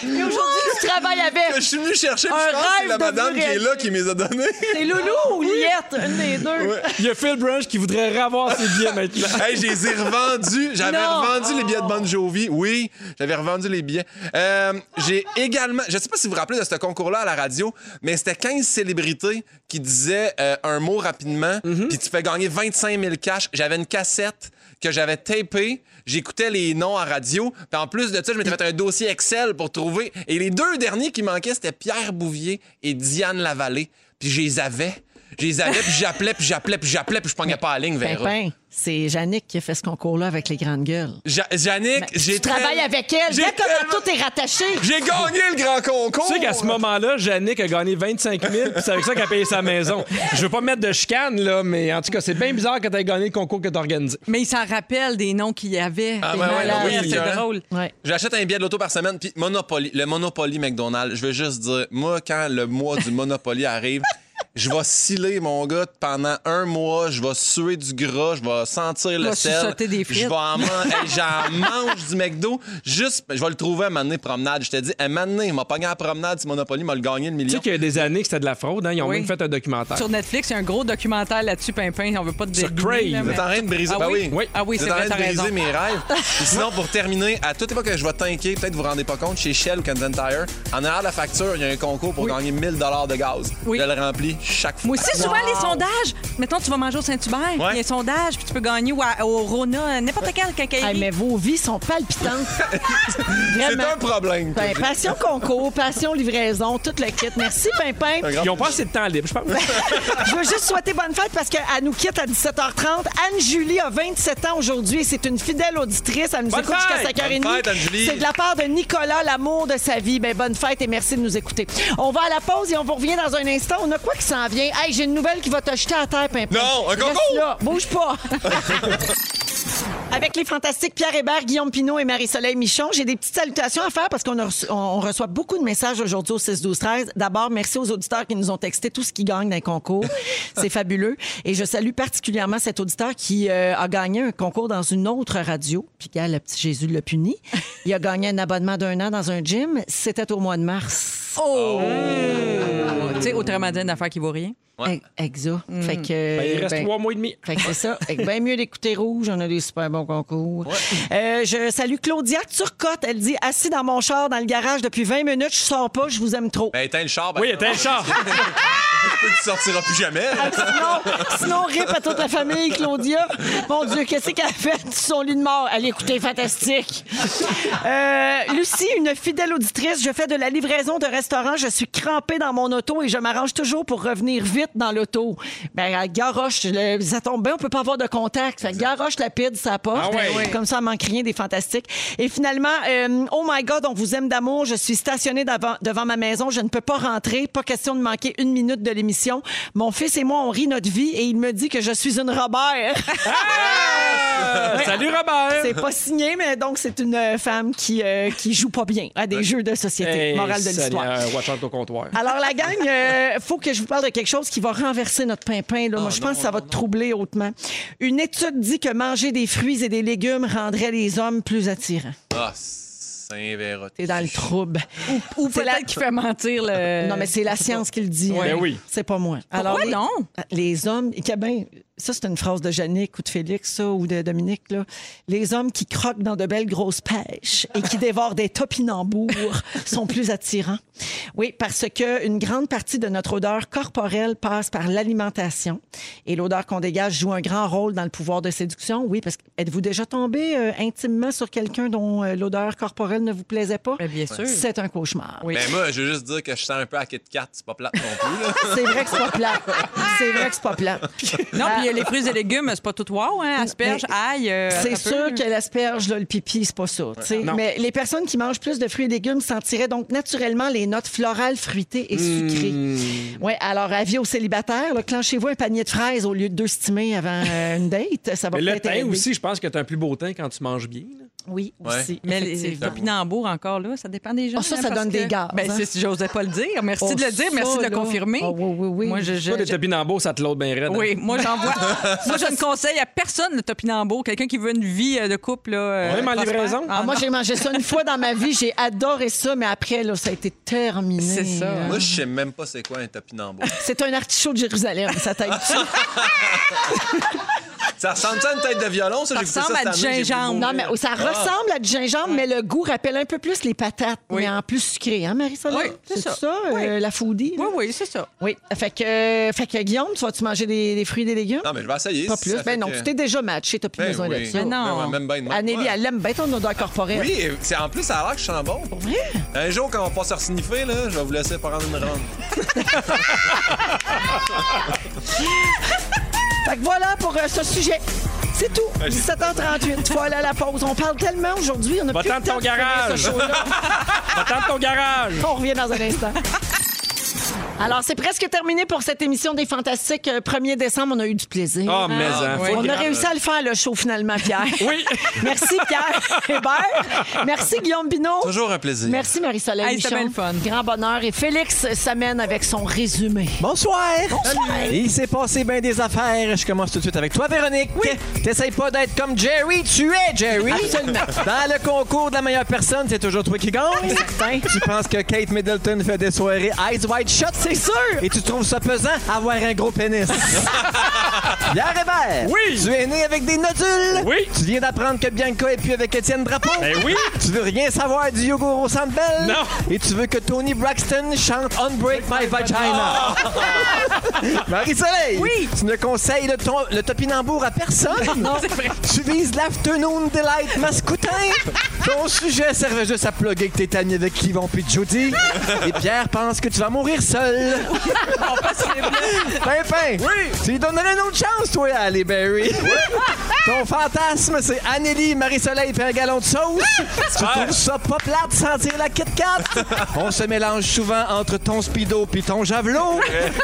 [SPEAKER 1] Et aujourd'hui, tu travailles
[SPEAKER 4] Je
[SPEAKER 1] avec.
[SPEAKER 4] suis venu chercher, puis
[SPEAKER 1] Un
[SPEAKER 4] je pense que c'est
[SPEAKER 1] rêve
[SPEAKER 4] la
[SPEAKER 1] devenu
[SPEAKER 4] madame qui est là
[SPEAKER 1] réalité.
[SPEAKER 4] qui me les a donnés.
[SPEAKER 1] C'est Loulou ou Liette, une des deux.
[SPEAKER 2] Il y a Phil Brunch qui voudrait revoir ses billets maintenant.
[SPEAKER 4] Hey, je les ai revendus. J'avais
[SPEAKER 1] Non.
[SPEAKER 4] revendu les billets de Bon Jovi. Oui, j'avais revendu les billets. Euh, j'ai également, je sais pas si vous vous rappelez de ce concours-là à la radio, mais c'était 15 célébrités qui disaient euh, un mot rapidement, puis tu fais gagner 25 000 cash. J'avais une cassette que j'avais tapée. J'écoutais les noms à radio. Puis en plus de ça, je m'étais fait un dossier Excel pour trouver. Et les deux derniers qui manquaient, c'était Pierre Bouvier et Diane Lavallée. Puis je les avais. Je les avais, puis j'appelais, puis j'appelais, puis j'appelais, puis je pognais pas la ligne, Véro.
[SPEAKER 1] Pimpin, c'est Yannick qui a fait ce concours-là avec les grandes gueules.
[SPEAKER 4] Ja- Yannick, j'ai
[SPEAKER 1] Ben, Tu travailles
[SPEAKER 4] tel-
[SPEAKER 1] avec elle.
[SPEAKER 4] j'ai
[SPEAKER 1] Dès
[SPEAKER 4] tellement-
[SPEAKER 1] comme tout est rattaché.
[SPEAKER 4] J'ai gagné le grand concours.
[SPEAKER 2] Tu sais
[SPEAKER 1] Oh!
[SPEAKER 2] qu'à ce moment-là, Yannick a gagné 25 000, puis c'est avec ça qu'elle a payé sa maison. Je veux pas mettre de chicane, là, mais en tout cas, c'est bien bizarre que t'aies gagné le concours que t'as organisé.
[SPEAKER 3] Mais il s'en rappelle des noms qu'il y avait.
[SPEAKER 4] Ah,
[SPEAKER 3] Des
[SPEAKER 4] ouais, ouais,
[SPEAKER 3] malades,
[SPEAKER 4] oui, il y a
[SPEAKER 3] c'est
[SPEAKER 4] un.
[SPEAKER 3] drôle.
[SPEAKER 1] Ouais.
[SPEAKER 4] J'achète un billet de l'auto par semaine, puis Monopoly, le Monopoly McDonald's, je veux juste dire, moi, quand le mois du Monopoly arrive, je vais sciller mon gars pendant un mois, je vais suer du gras, je vais sentir le
[SPEAKER 3] vas
[SPEAKER 4] sel.
[SPEAKER 3] sucer des
[SPEAKER 4] Je vais en man- Hey, j'en mange du McDo. Juste, je vais le trouver un moment donné, promenade. Je te dis, un moment donné, il m'a pogné à la promenade du Monopoly, il m'a le gagné le
[SPEAKER 2] Tu sais
[SPEAKER 4] million.
[SPEAKER 2] qu'il y a des années que c'était de la fraude, hein? Ils ont
[SPEAKER 3] Oui.
[SPEAKER 2] même fait un documentaire.
[SPEAKER 3] Sur Netflix, il y a un gros documentaire là-dessus, Pimpin. On veut pas te
[SPEAKER 2] Sur
[SPEAKER 3] dériviner,
[SPEAKER 2] Crave.
[SPEAKER 3] là,
[SPEAKER 4] Vous
[SPEAKER 3] mais-
[SPEAKER 4] êtes en train de briser.
[SPEAKER 3] Ah
[SPEAKER 4] ben
[SPEAKER 3] oui?
[SPEAKER 4] oui.
[SPEAKER 3] Ah oui,
[SPEAKER 4] Vous
[SPEAKER 3] c'est
[SPEAKER 4] êtes en
[SPEAKER 3] vrai,
[SPEAKER 4] train de
[SPEAKER 3] t'as
[SPEAKER 4] briser
[SPEAKER 3] raison.
[SPEAKER 4] mes rêves. Et sinon, pour terminer, à toute époque que je vais tanker, peut-être vous vous rendez pas compte, chez Shell ou Canadian Tire, en arrière de la facture, il y a un concours pour gagner 1000 de gaz.
[SPEAKER 3] Oui.
[SPEAKER 4] Je le remplis chaque fois.
[SPEAKER 3] Moi aussi, souvent, les sondages. Mettons, tu vas manger au Saint-Hubert, il y a un sondage, puis tu peux gagner au, au Rona, n'importe quelle
[SPEAKER 1] Hey,
[SPEAKER 3] quincaillerie.
[SPEAKER 1] mais vos vies sont palpitantes.
[SPEAKER 4] C'est
[SPEAKER 1] Vraiment.
[SPEAKER 4] un problème.
[SPEAKER 1] Ben, passion concours, passion livraison, tout le kit. Merci, Pimpin.
[SPEAKER 4] Un grand-
[SPEAKER 2] Ils ont pas assez de temps libre, je pense.
[SPEAKER 1] Je veux juste souhaiter bonne fête parce qu'elle nous quitte à 17h30. Anne-Julie a 27 ans aujourd'hui. C'est une fidèle auditrice. Elle nous
[SPEAKER 2] Bonne
[SPEAKER 1] écoute
[SPEAKER 2] fête!
[SPEAKER 1] jusqu'à 5h30.
[SPEAKER 4] Bonne fête, Anne-Julie.
[SPEAKER 1] C'est de la part de Nicolas, l'amour de sa vie. Ben, bonne fête et merci de nous écouter. On va à la pause et on vous revient dans un instant. On a quoi qui s'en vient? Hey, j'ai une nouvelle qui va te jeter à terre, Pimpin.
[SPEAKER 4] Non, un
[SPEAKER 1] Reste
[SPEAKER 4] concours!
[SPEAKER 1] là. Bouge pas. Avec les fantastiques Pierre Hébert, Guillaume Pinot et Marie-Soleil Michon, j'ai des petites salutations à faire parce qu'on a reçu- on- on reçoit beaucoup de messages aujourd'hui au 6-12-13. D'abord, merci aux auditeurs qui nous ont texté tout ce qu'ils gagnent d'un concours. C'est fabuleux. Et je salue particulièrement cet auditeur qui euh, a gagné un concours dans une autre radio. Puis, gars, le petit Jésus le punit. Il a gagné un abonnement d'un an dans un gym. C'était au mois de mars.
[SPEAKER 3] Oh! Tu sais, autrement dit, une affaire qui vaut rien.
[SPEAKER 1] Exa. Fait que,
[SPEAKER 2] Ben, il reste
[SPEAKER 1] ben,
[SPEAKER 2] trois mois et demi.
[SPEAKER 1] Fait que c'est ça. Fait que bien mieux d'écouter Rouge, on a des super bons concours. Euh, je salue Claudia Turcotte. Elle dit Assis dans mon char, dans le garage depuis 20 minutes, je sors pas, je vous aime trop.
[SPEAKER 4] Ben, éteins le char.
[SPEAKER 2] Oui, éteins le char.
[SPEAKER 4] tu sortiras plus jamais.
[SPEAKER 3] Ah.
[SPEAKER 1] Sinon, sinon, rip à toute la famille, Claudia. Mon Dieu, qu'est-ce qu'elle a fait de son lit de mort? Elle écoutait fantastique. Euh, Lucie, une fidèle auditrice, je fais de la livraison de restaurant. Je suis crampée dans mon auto et je m'arrange toujours pour revenir vite dans l'auto. Ben, elle garoche, le- ça tombe bien, on peut pas avoir de contact. Fait que garoche la pide, ça porte.
[SPEAKER 2] Ah ouais.
[SPEAKER 1] Comme ça, elle manque rien des fantastiques. Et finalement, euh, oh my God, on vous aime d'amour. Je suis stationnée d'avant- devant ma maison. Je ne peux pas rentrer. Pas question de manquer une minute de l'émission. Mon fils et moi, on rit notre vie et il me dit que je suis une Robert.
[SPEAKER 2] Ah!
[SPEAKER 1] Ouais.
[SPEAKER 2] Salut Robert!
[SPEAKER 1] C'est pas signé, mais donc c'est une euh, femme qui, euh, qui joue pas bien à des jeux de société.
[SPEAKER 2] Hey,
[SPEAKER 1] Morale de l'histoire. Ah,
[SPEAKER 2] Seigneur, watch out au comptoir.
[SPEAKER 1] Alors, la gang, il faut que je vous parle de quelque chose qui va renverser notre pimpin. Là.
[SPEAKER 3] Oh
[SPEAKER 1] Moi, je pense que ça va te troubler hautement. Une étude dit que manger des fruits et des légumes rendrait les hommes plus attirants.
[SPEAKER 4] Ah, c'est invéroté.
[SPEAKER 1] T'es dans le trouble.
[SPEAKER 3] Ou peut-être qui fait mentir le.
[SPEAKER 1] Non, mais c'est la science qui le dit.
[SPEAKER 3] Ouais.
[SPEAKER 1] hein.
[SPEAKER 3] Ben oui.
[SPEAKER 1] C'est pas moi.
[SPEAKER 3] Pourquoi
[SPEAKER 1] les,
[SPEAKER 3] donc?
[SPEAKER 1] Les hommes... que- ben, ça, c'est une phrase de Yannick ou de Félix, ça, ou de Dominique. Là. Les hommes qui croquent dans de belles grosses pêches et qui dévorent des topinambours sont plus attirants. Oui, parce que une grande partie de notre odeur corporelle passe par l'alimentation. Et l'odeur qu'on dégage joue un grand rôle dans le pouvoir de séduction. Oui, parce que êtes-vous déjà tombé euh, intimement sur quelqu'un dont euh, l'odeur corporelle ne vous plaisait pas?
[SPEAKER 3] Ben, bien sûr.
[SPEAKER 1] C'est un cauchemar.
[SPEAKER 4] Ben moi, je veux juste dire que je sens un peu à Kit Kat, c'est pas plate non plus. là.
[SPEAKER 1] C'est vrai que c'est pas plat. C'est vrai que c'est pas plat.
[SPEAKER 3] Non, puis euh, les fruits et légumes, c'est pas tout wow, hein? Asperges,
[SPEAKER 1] Mais
[SPEAKER 3] ail. euh,
[SPEAKER 1] C'est
[SPEAKER 3] ça
[SPEAKER 1] sûr
[SPEAKER 3] peut-
[SPEAKER 1] que l'asperge, là, le pipi, c'est pas ça. tu sais.
[SPEAKER 3] Non.
[SPEAKER 1] Mais les personnes qui mangent plus de fruits et légumes sentiraient donc naturellement les notes florales, fruitées et sucrées.
[SPEAKER 2] Hmm.
[SPEAKER 1] Ouais, alors avis aux célibataires, là, clenchez-vous un panier de fraises au lieu de deux stimés avant euh, une date. Ça va
[SPEAKER 2] Mais le
[SPEAKER 1] peut-être
[SPEAKER 2] teint
[SPEAKER 1] aider.
[SPEAKER 2] aussi, je pense que t'as un plus beau teint quand tu manges bien. là.
[SPEAKER 1] Oui,
[SPEAKER 2] Ouais.
[SPEAKER 1] aussi.
[SPEAKER 3] Mais euh, les
[SPEAKER 1] effectivement.
[SPEAKER 3] topinambours, encore là, ça dépend des gens.
[SPEAKER 1] Ah, ça,
[SPEAKER 3] hein,
[SPEAKER 1] ça
[SPEAKER 3] parce
[SPEAKER 1] donne des gaz,
[SPEAKER 3] Ben,
[SPEAKER 1] hein.
[SPEAKER 3] c'est- j'osais pas le dire. Merci
[SPEAKER 1] Oh,
[SPEAKER 3] de le dire, merci
[SPEAKER 1] ça,
[SPEAKER 3] de le
[SPEAKER 1] là.
[SPEAKER 3] confirmer.
[SPEAKER 1] Ah, oui, oui, oui.
[SPEAKER 3] Moi, je- je-
[SPEAKER 2] Toi, des
[SPEAKER 3] je-
[SPEAKER 2] topinambours, ça te l'aude bien raide. hein.
[SPEAKER 3] Oui, moi j'en vois. moi je ne conseille à personne le topinambour. Quelqu'un qui veut une vie euh, de couple. Là, euh,
[SPEAKER 2] Même en
[SPEAKER 3] prospère.
[SPEAKER 2] livraison?
[SPEAKER 1] Ah, moi, j'ai mangé ça une fois dans ma vie. J'ai adoré ça, mais après, là, ça a été terminé.
[SPEAKER 3] C'est ça.
[SPEAKER 4] Moi, je sais même pas c'est quoi un topinambour.
[SPEAKER 1] C'est un artichaut de Jérusalem, ça t'aide.
[SPEAKER 4] ça ressemble ça à une tête de violon, ça?
[SPEAKER 3] Ça
[SPEAKER 4] J'ai goûté
[SPEAKER 3] ressemble
[SPEAKER 4] cette
[SPEAKER 3] à du
[SPEAKER 4] année, j'ai voulu
[SPEAKER 3] gingembre.
[SPEAKER 4] mourir.
[SPEAKER 1] Non, mais ça
[SPEAKER 4] Ah.
[SPEAKER 1] ressemble à du gingembre, mais le goût rappelle un peu plus les patates, mais en plus sucré, hein, Marie-Soleil?
[SPEAKER 3] Oui, c'est ça.
[SPEAKER 1] ça, euh, la foodie? là?
[SPEAKER 3] Oui, oui, c'est ça.
[SPEAKER 1] Oui. Fait que, euh, fait que Guillaume, tu vas-tu manger des, des fruits et des légumes?
[SPEAKER 4] Non, mais je vais essayer.
[SPEAKER 1] Pas
[SPEAKER 4] si
[SPEAKER 1] plus.
[SPEAKER 4] ça fait
[SPEAKER 1] Ben non,
[SPEAKER 4] que-
[SPEAKER 1] tu t'es déjà matché, t'as plus
[SPEAKER 4] Ben
[SPEAKER 1] besoin
[SPEAKER 4] oui.
[SPEAKER 1] de ça.
[SPEAKER 4] Ben non. Ben, même bien de moi.
[SPEAKER 1] Annélie,
[SPEAKER 4] Ouais.
[SPEAKER 1] elle aime bien ton odeur corporelle.
[SPEAKER 4] Oui, et c'est- en plus, ça a l'air que je sens bon. Pour
[SPEAKER 1] vrai?
[SPEAKER 4] Un jour, quand on passe à sniffer, là, je vais vous laisser prendre une ronde.
[SPEAKER 1] Fait que voilà pour euh, ce sujet. C'est tout.
[SPEAKER 4] Ben,
[SPEAKER 1] 17h38. Voilà la pause. On parle tellement aujourd'hui, on a plus
[SPEAKER 2] Va-t'en
[SPEAKER 1] le
[SPEAKER 2] de
[SPEAKER 1] temps
[SPEAKER 2] ton
[SPEAKER 1] de finir ce
[SPEAKER 2] garage!
[SPEAKER 1] show-là.
[SPEAKER 2] Va-t'en de ton garage!
[SPEAKER 1] On revient dans un instant. Alors, c'est presque terminé pour cette émission des Fantastiques. Euh, 1er décembre, on a eu du plaisir.
[SPEAKER 2] Ah, mais, hein, faut
[SPEAKER 1] On
[SPEAKER 2] le
[SPEAKER 1] a
[SPEAKER 2] dire.
[SPEAKER 1] réussi à le faire, le show, finalement, Pierre.
[SPEAKER 2] Oui.
[SPEAKER 1] Merci, Pierre Hébert. Merci, Guillaume Binot.
[SPEAKER 4] Toujours un plaisir.
[SPEAKER 1] Merci, Marie-Soleil
[SPEAKER 3] Hey, c'était
[SPEAKER 1] Michon.
[SPEAKER 3] bien le fun.
[SPEAKER 1] Grand bonheur. Et Félix s'amène avec son résumé.
[SPEAKER 12] Bonsoir! Il s'est passé bien des affaires. Je commence tout de suite avec toi, Véronique. T'essayes pas d'être comme Jerry. Tu es Jerry.
[SPEAKER 1] Absolument.
[SPEAKER 12] Dans le concours de la meilleure personne, c'est toujours toi qui gagne. Tu penses que Kate Middleton fait des soirées Eyes Wide Shut? C'est sûr! Et tu trouves ça pesant avoir un gros pénis. Pierre Hébert.
[SPEAKER 2] Oui.
[SPEAKER 12] Tu es né avec des nodules.
[SPEAKER 2] Oui.
[SPEAKER 12] Tu viens d'apprendre que Bianca est plus avec Étienne Drapeau.
[SPEAKER 2] Ben oui.
[SPEAKER 12] Tu veux rien savoir du yogourt au Centre Bell.
[SPEAKER 2] Non.
[SPEAKER 12] Et tu veux que Tony Braxton chante Unbreak My Vagina.
[SPEAKER 2] Oh!
[SPEAKER 12] Marie-Soleil,
[SPEAKER 3] Oui.
[SPEAKER 12] tu ne conseilles le, ton- le topinambour à personne.
[SPEAKER 3] Non, c'est vrai.
[SPEAKER 12] Tu vises l'afternoon delight mascoutin. Ton sujet servait juste à plugger que t'es ami avec Yvon puis Judy. Et Pierre pense que tu vas mourir seul. Pimpin, oui. tu lui donnerais une autre chance, toi, à Halle Berry.
[SPEAKER 9] Ton fantasme, c'est Anneli, Marie-Soleil fait un gallon de sauce. tu trouves ça pas plate de sentir la Kit Kat? On se mélange souvent entre ton speedo puis ton javelot.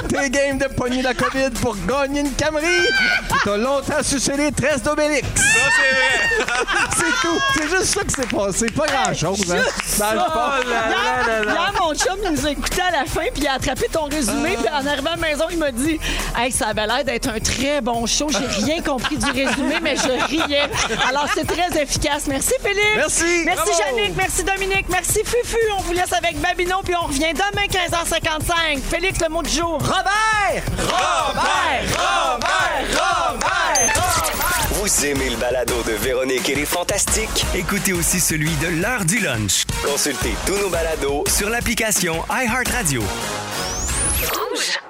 [SPEAKER 9] T'es game de pogner la COVID pour gagner une Camry. Puis t'as longtemps sucé les tresses d'Obélix.
[SPEAKER 13] Ça, c'est vrai.
[SPEAKER 9] C'est tout. C'est juste ça qui s'est passé. Pas grand-chose. Hein? Dans le fond.
[SPEAKER 1] Oh Hier, hier, mon chum, il nous a écoutés à la fin, puis il a attrapé ton résumé. Puis en arrivant à la maison, il m'a dit Hey, ça avait l'air d'être un très bon show. J'ai rien compris du résumé, mais je riais. Alors, c'est très efficace. Merci, Philippe.
[SPEAKER 9] Merci.
[SPEAKER 1] Merci,
[SPEAKER 9] Bravo.
[SPEAKER 1] Yannick. Merci, Dominique. Merci, Fufu. On vous laisse avec Babino, puis on revient demain, 15h55. Félix, le mot du jour Robert Robert
[SPEAKER 12] Vous aimez le balado de Véronique et les Fantastiques?
[SPEAKER 14] Écoutez aussi celui de l'heure du lunch
[SPEAKER 12] Consultez tous nos balados
[SPEAKER 14] sur l'application iHeartRadio.
[SPEAKER 12] Rouge.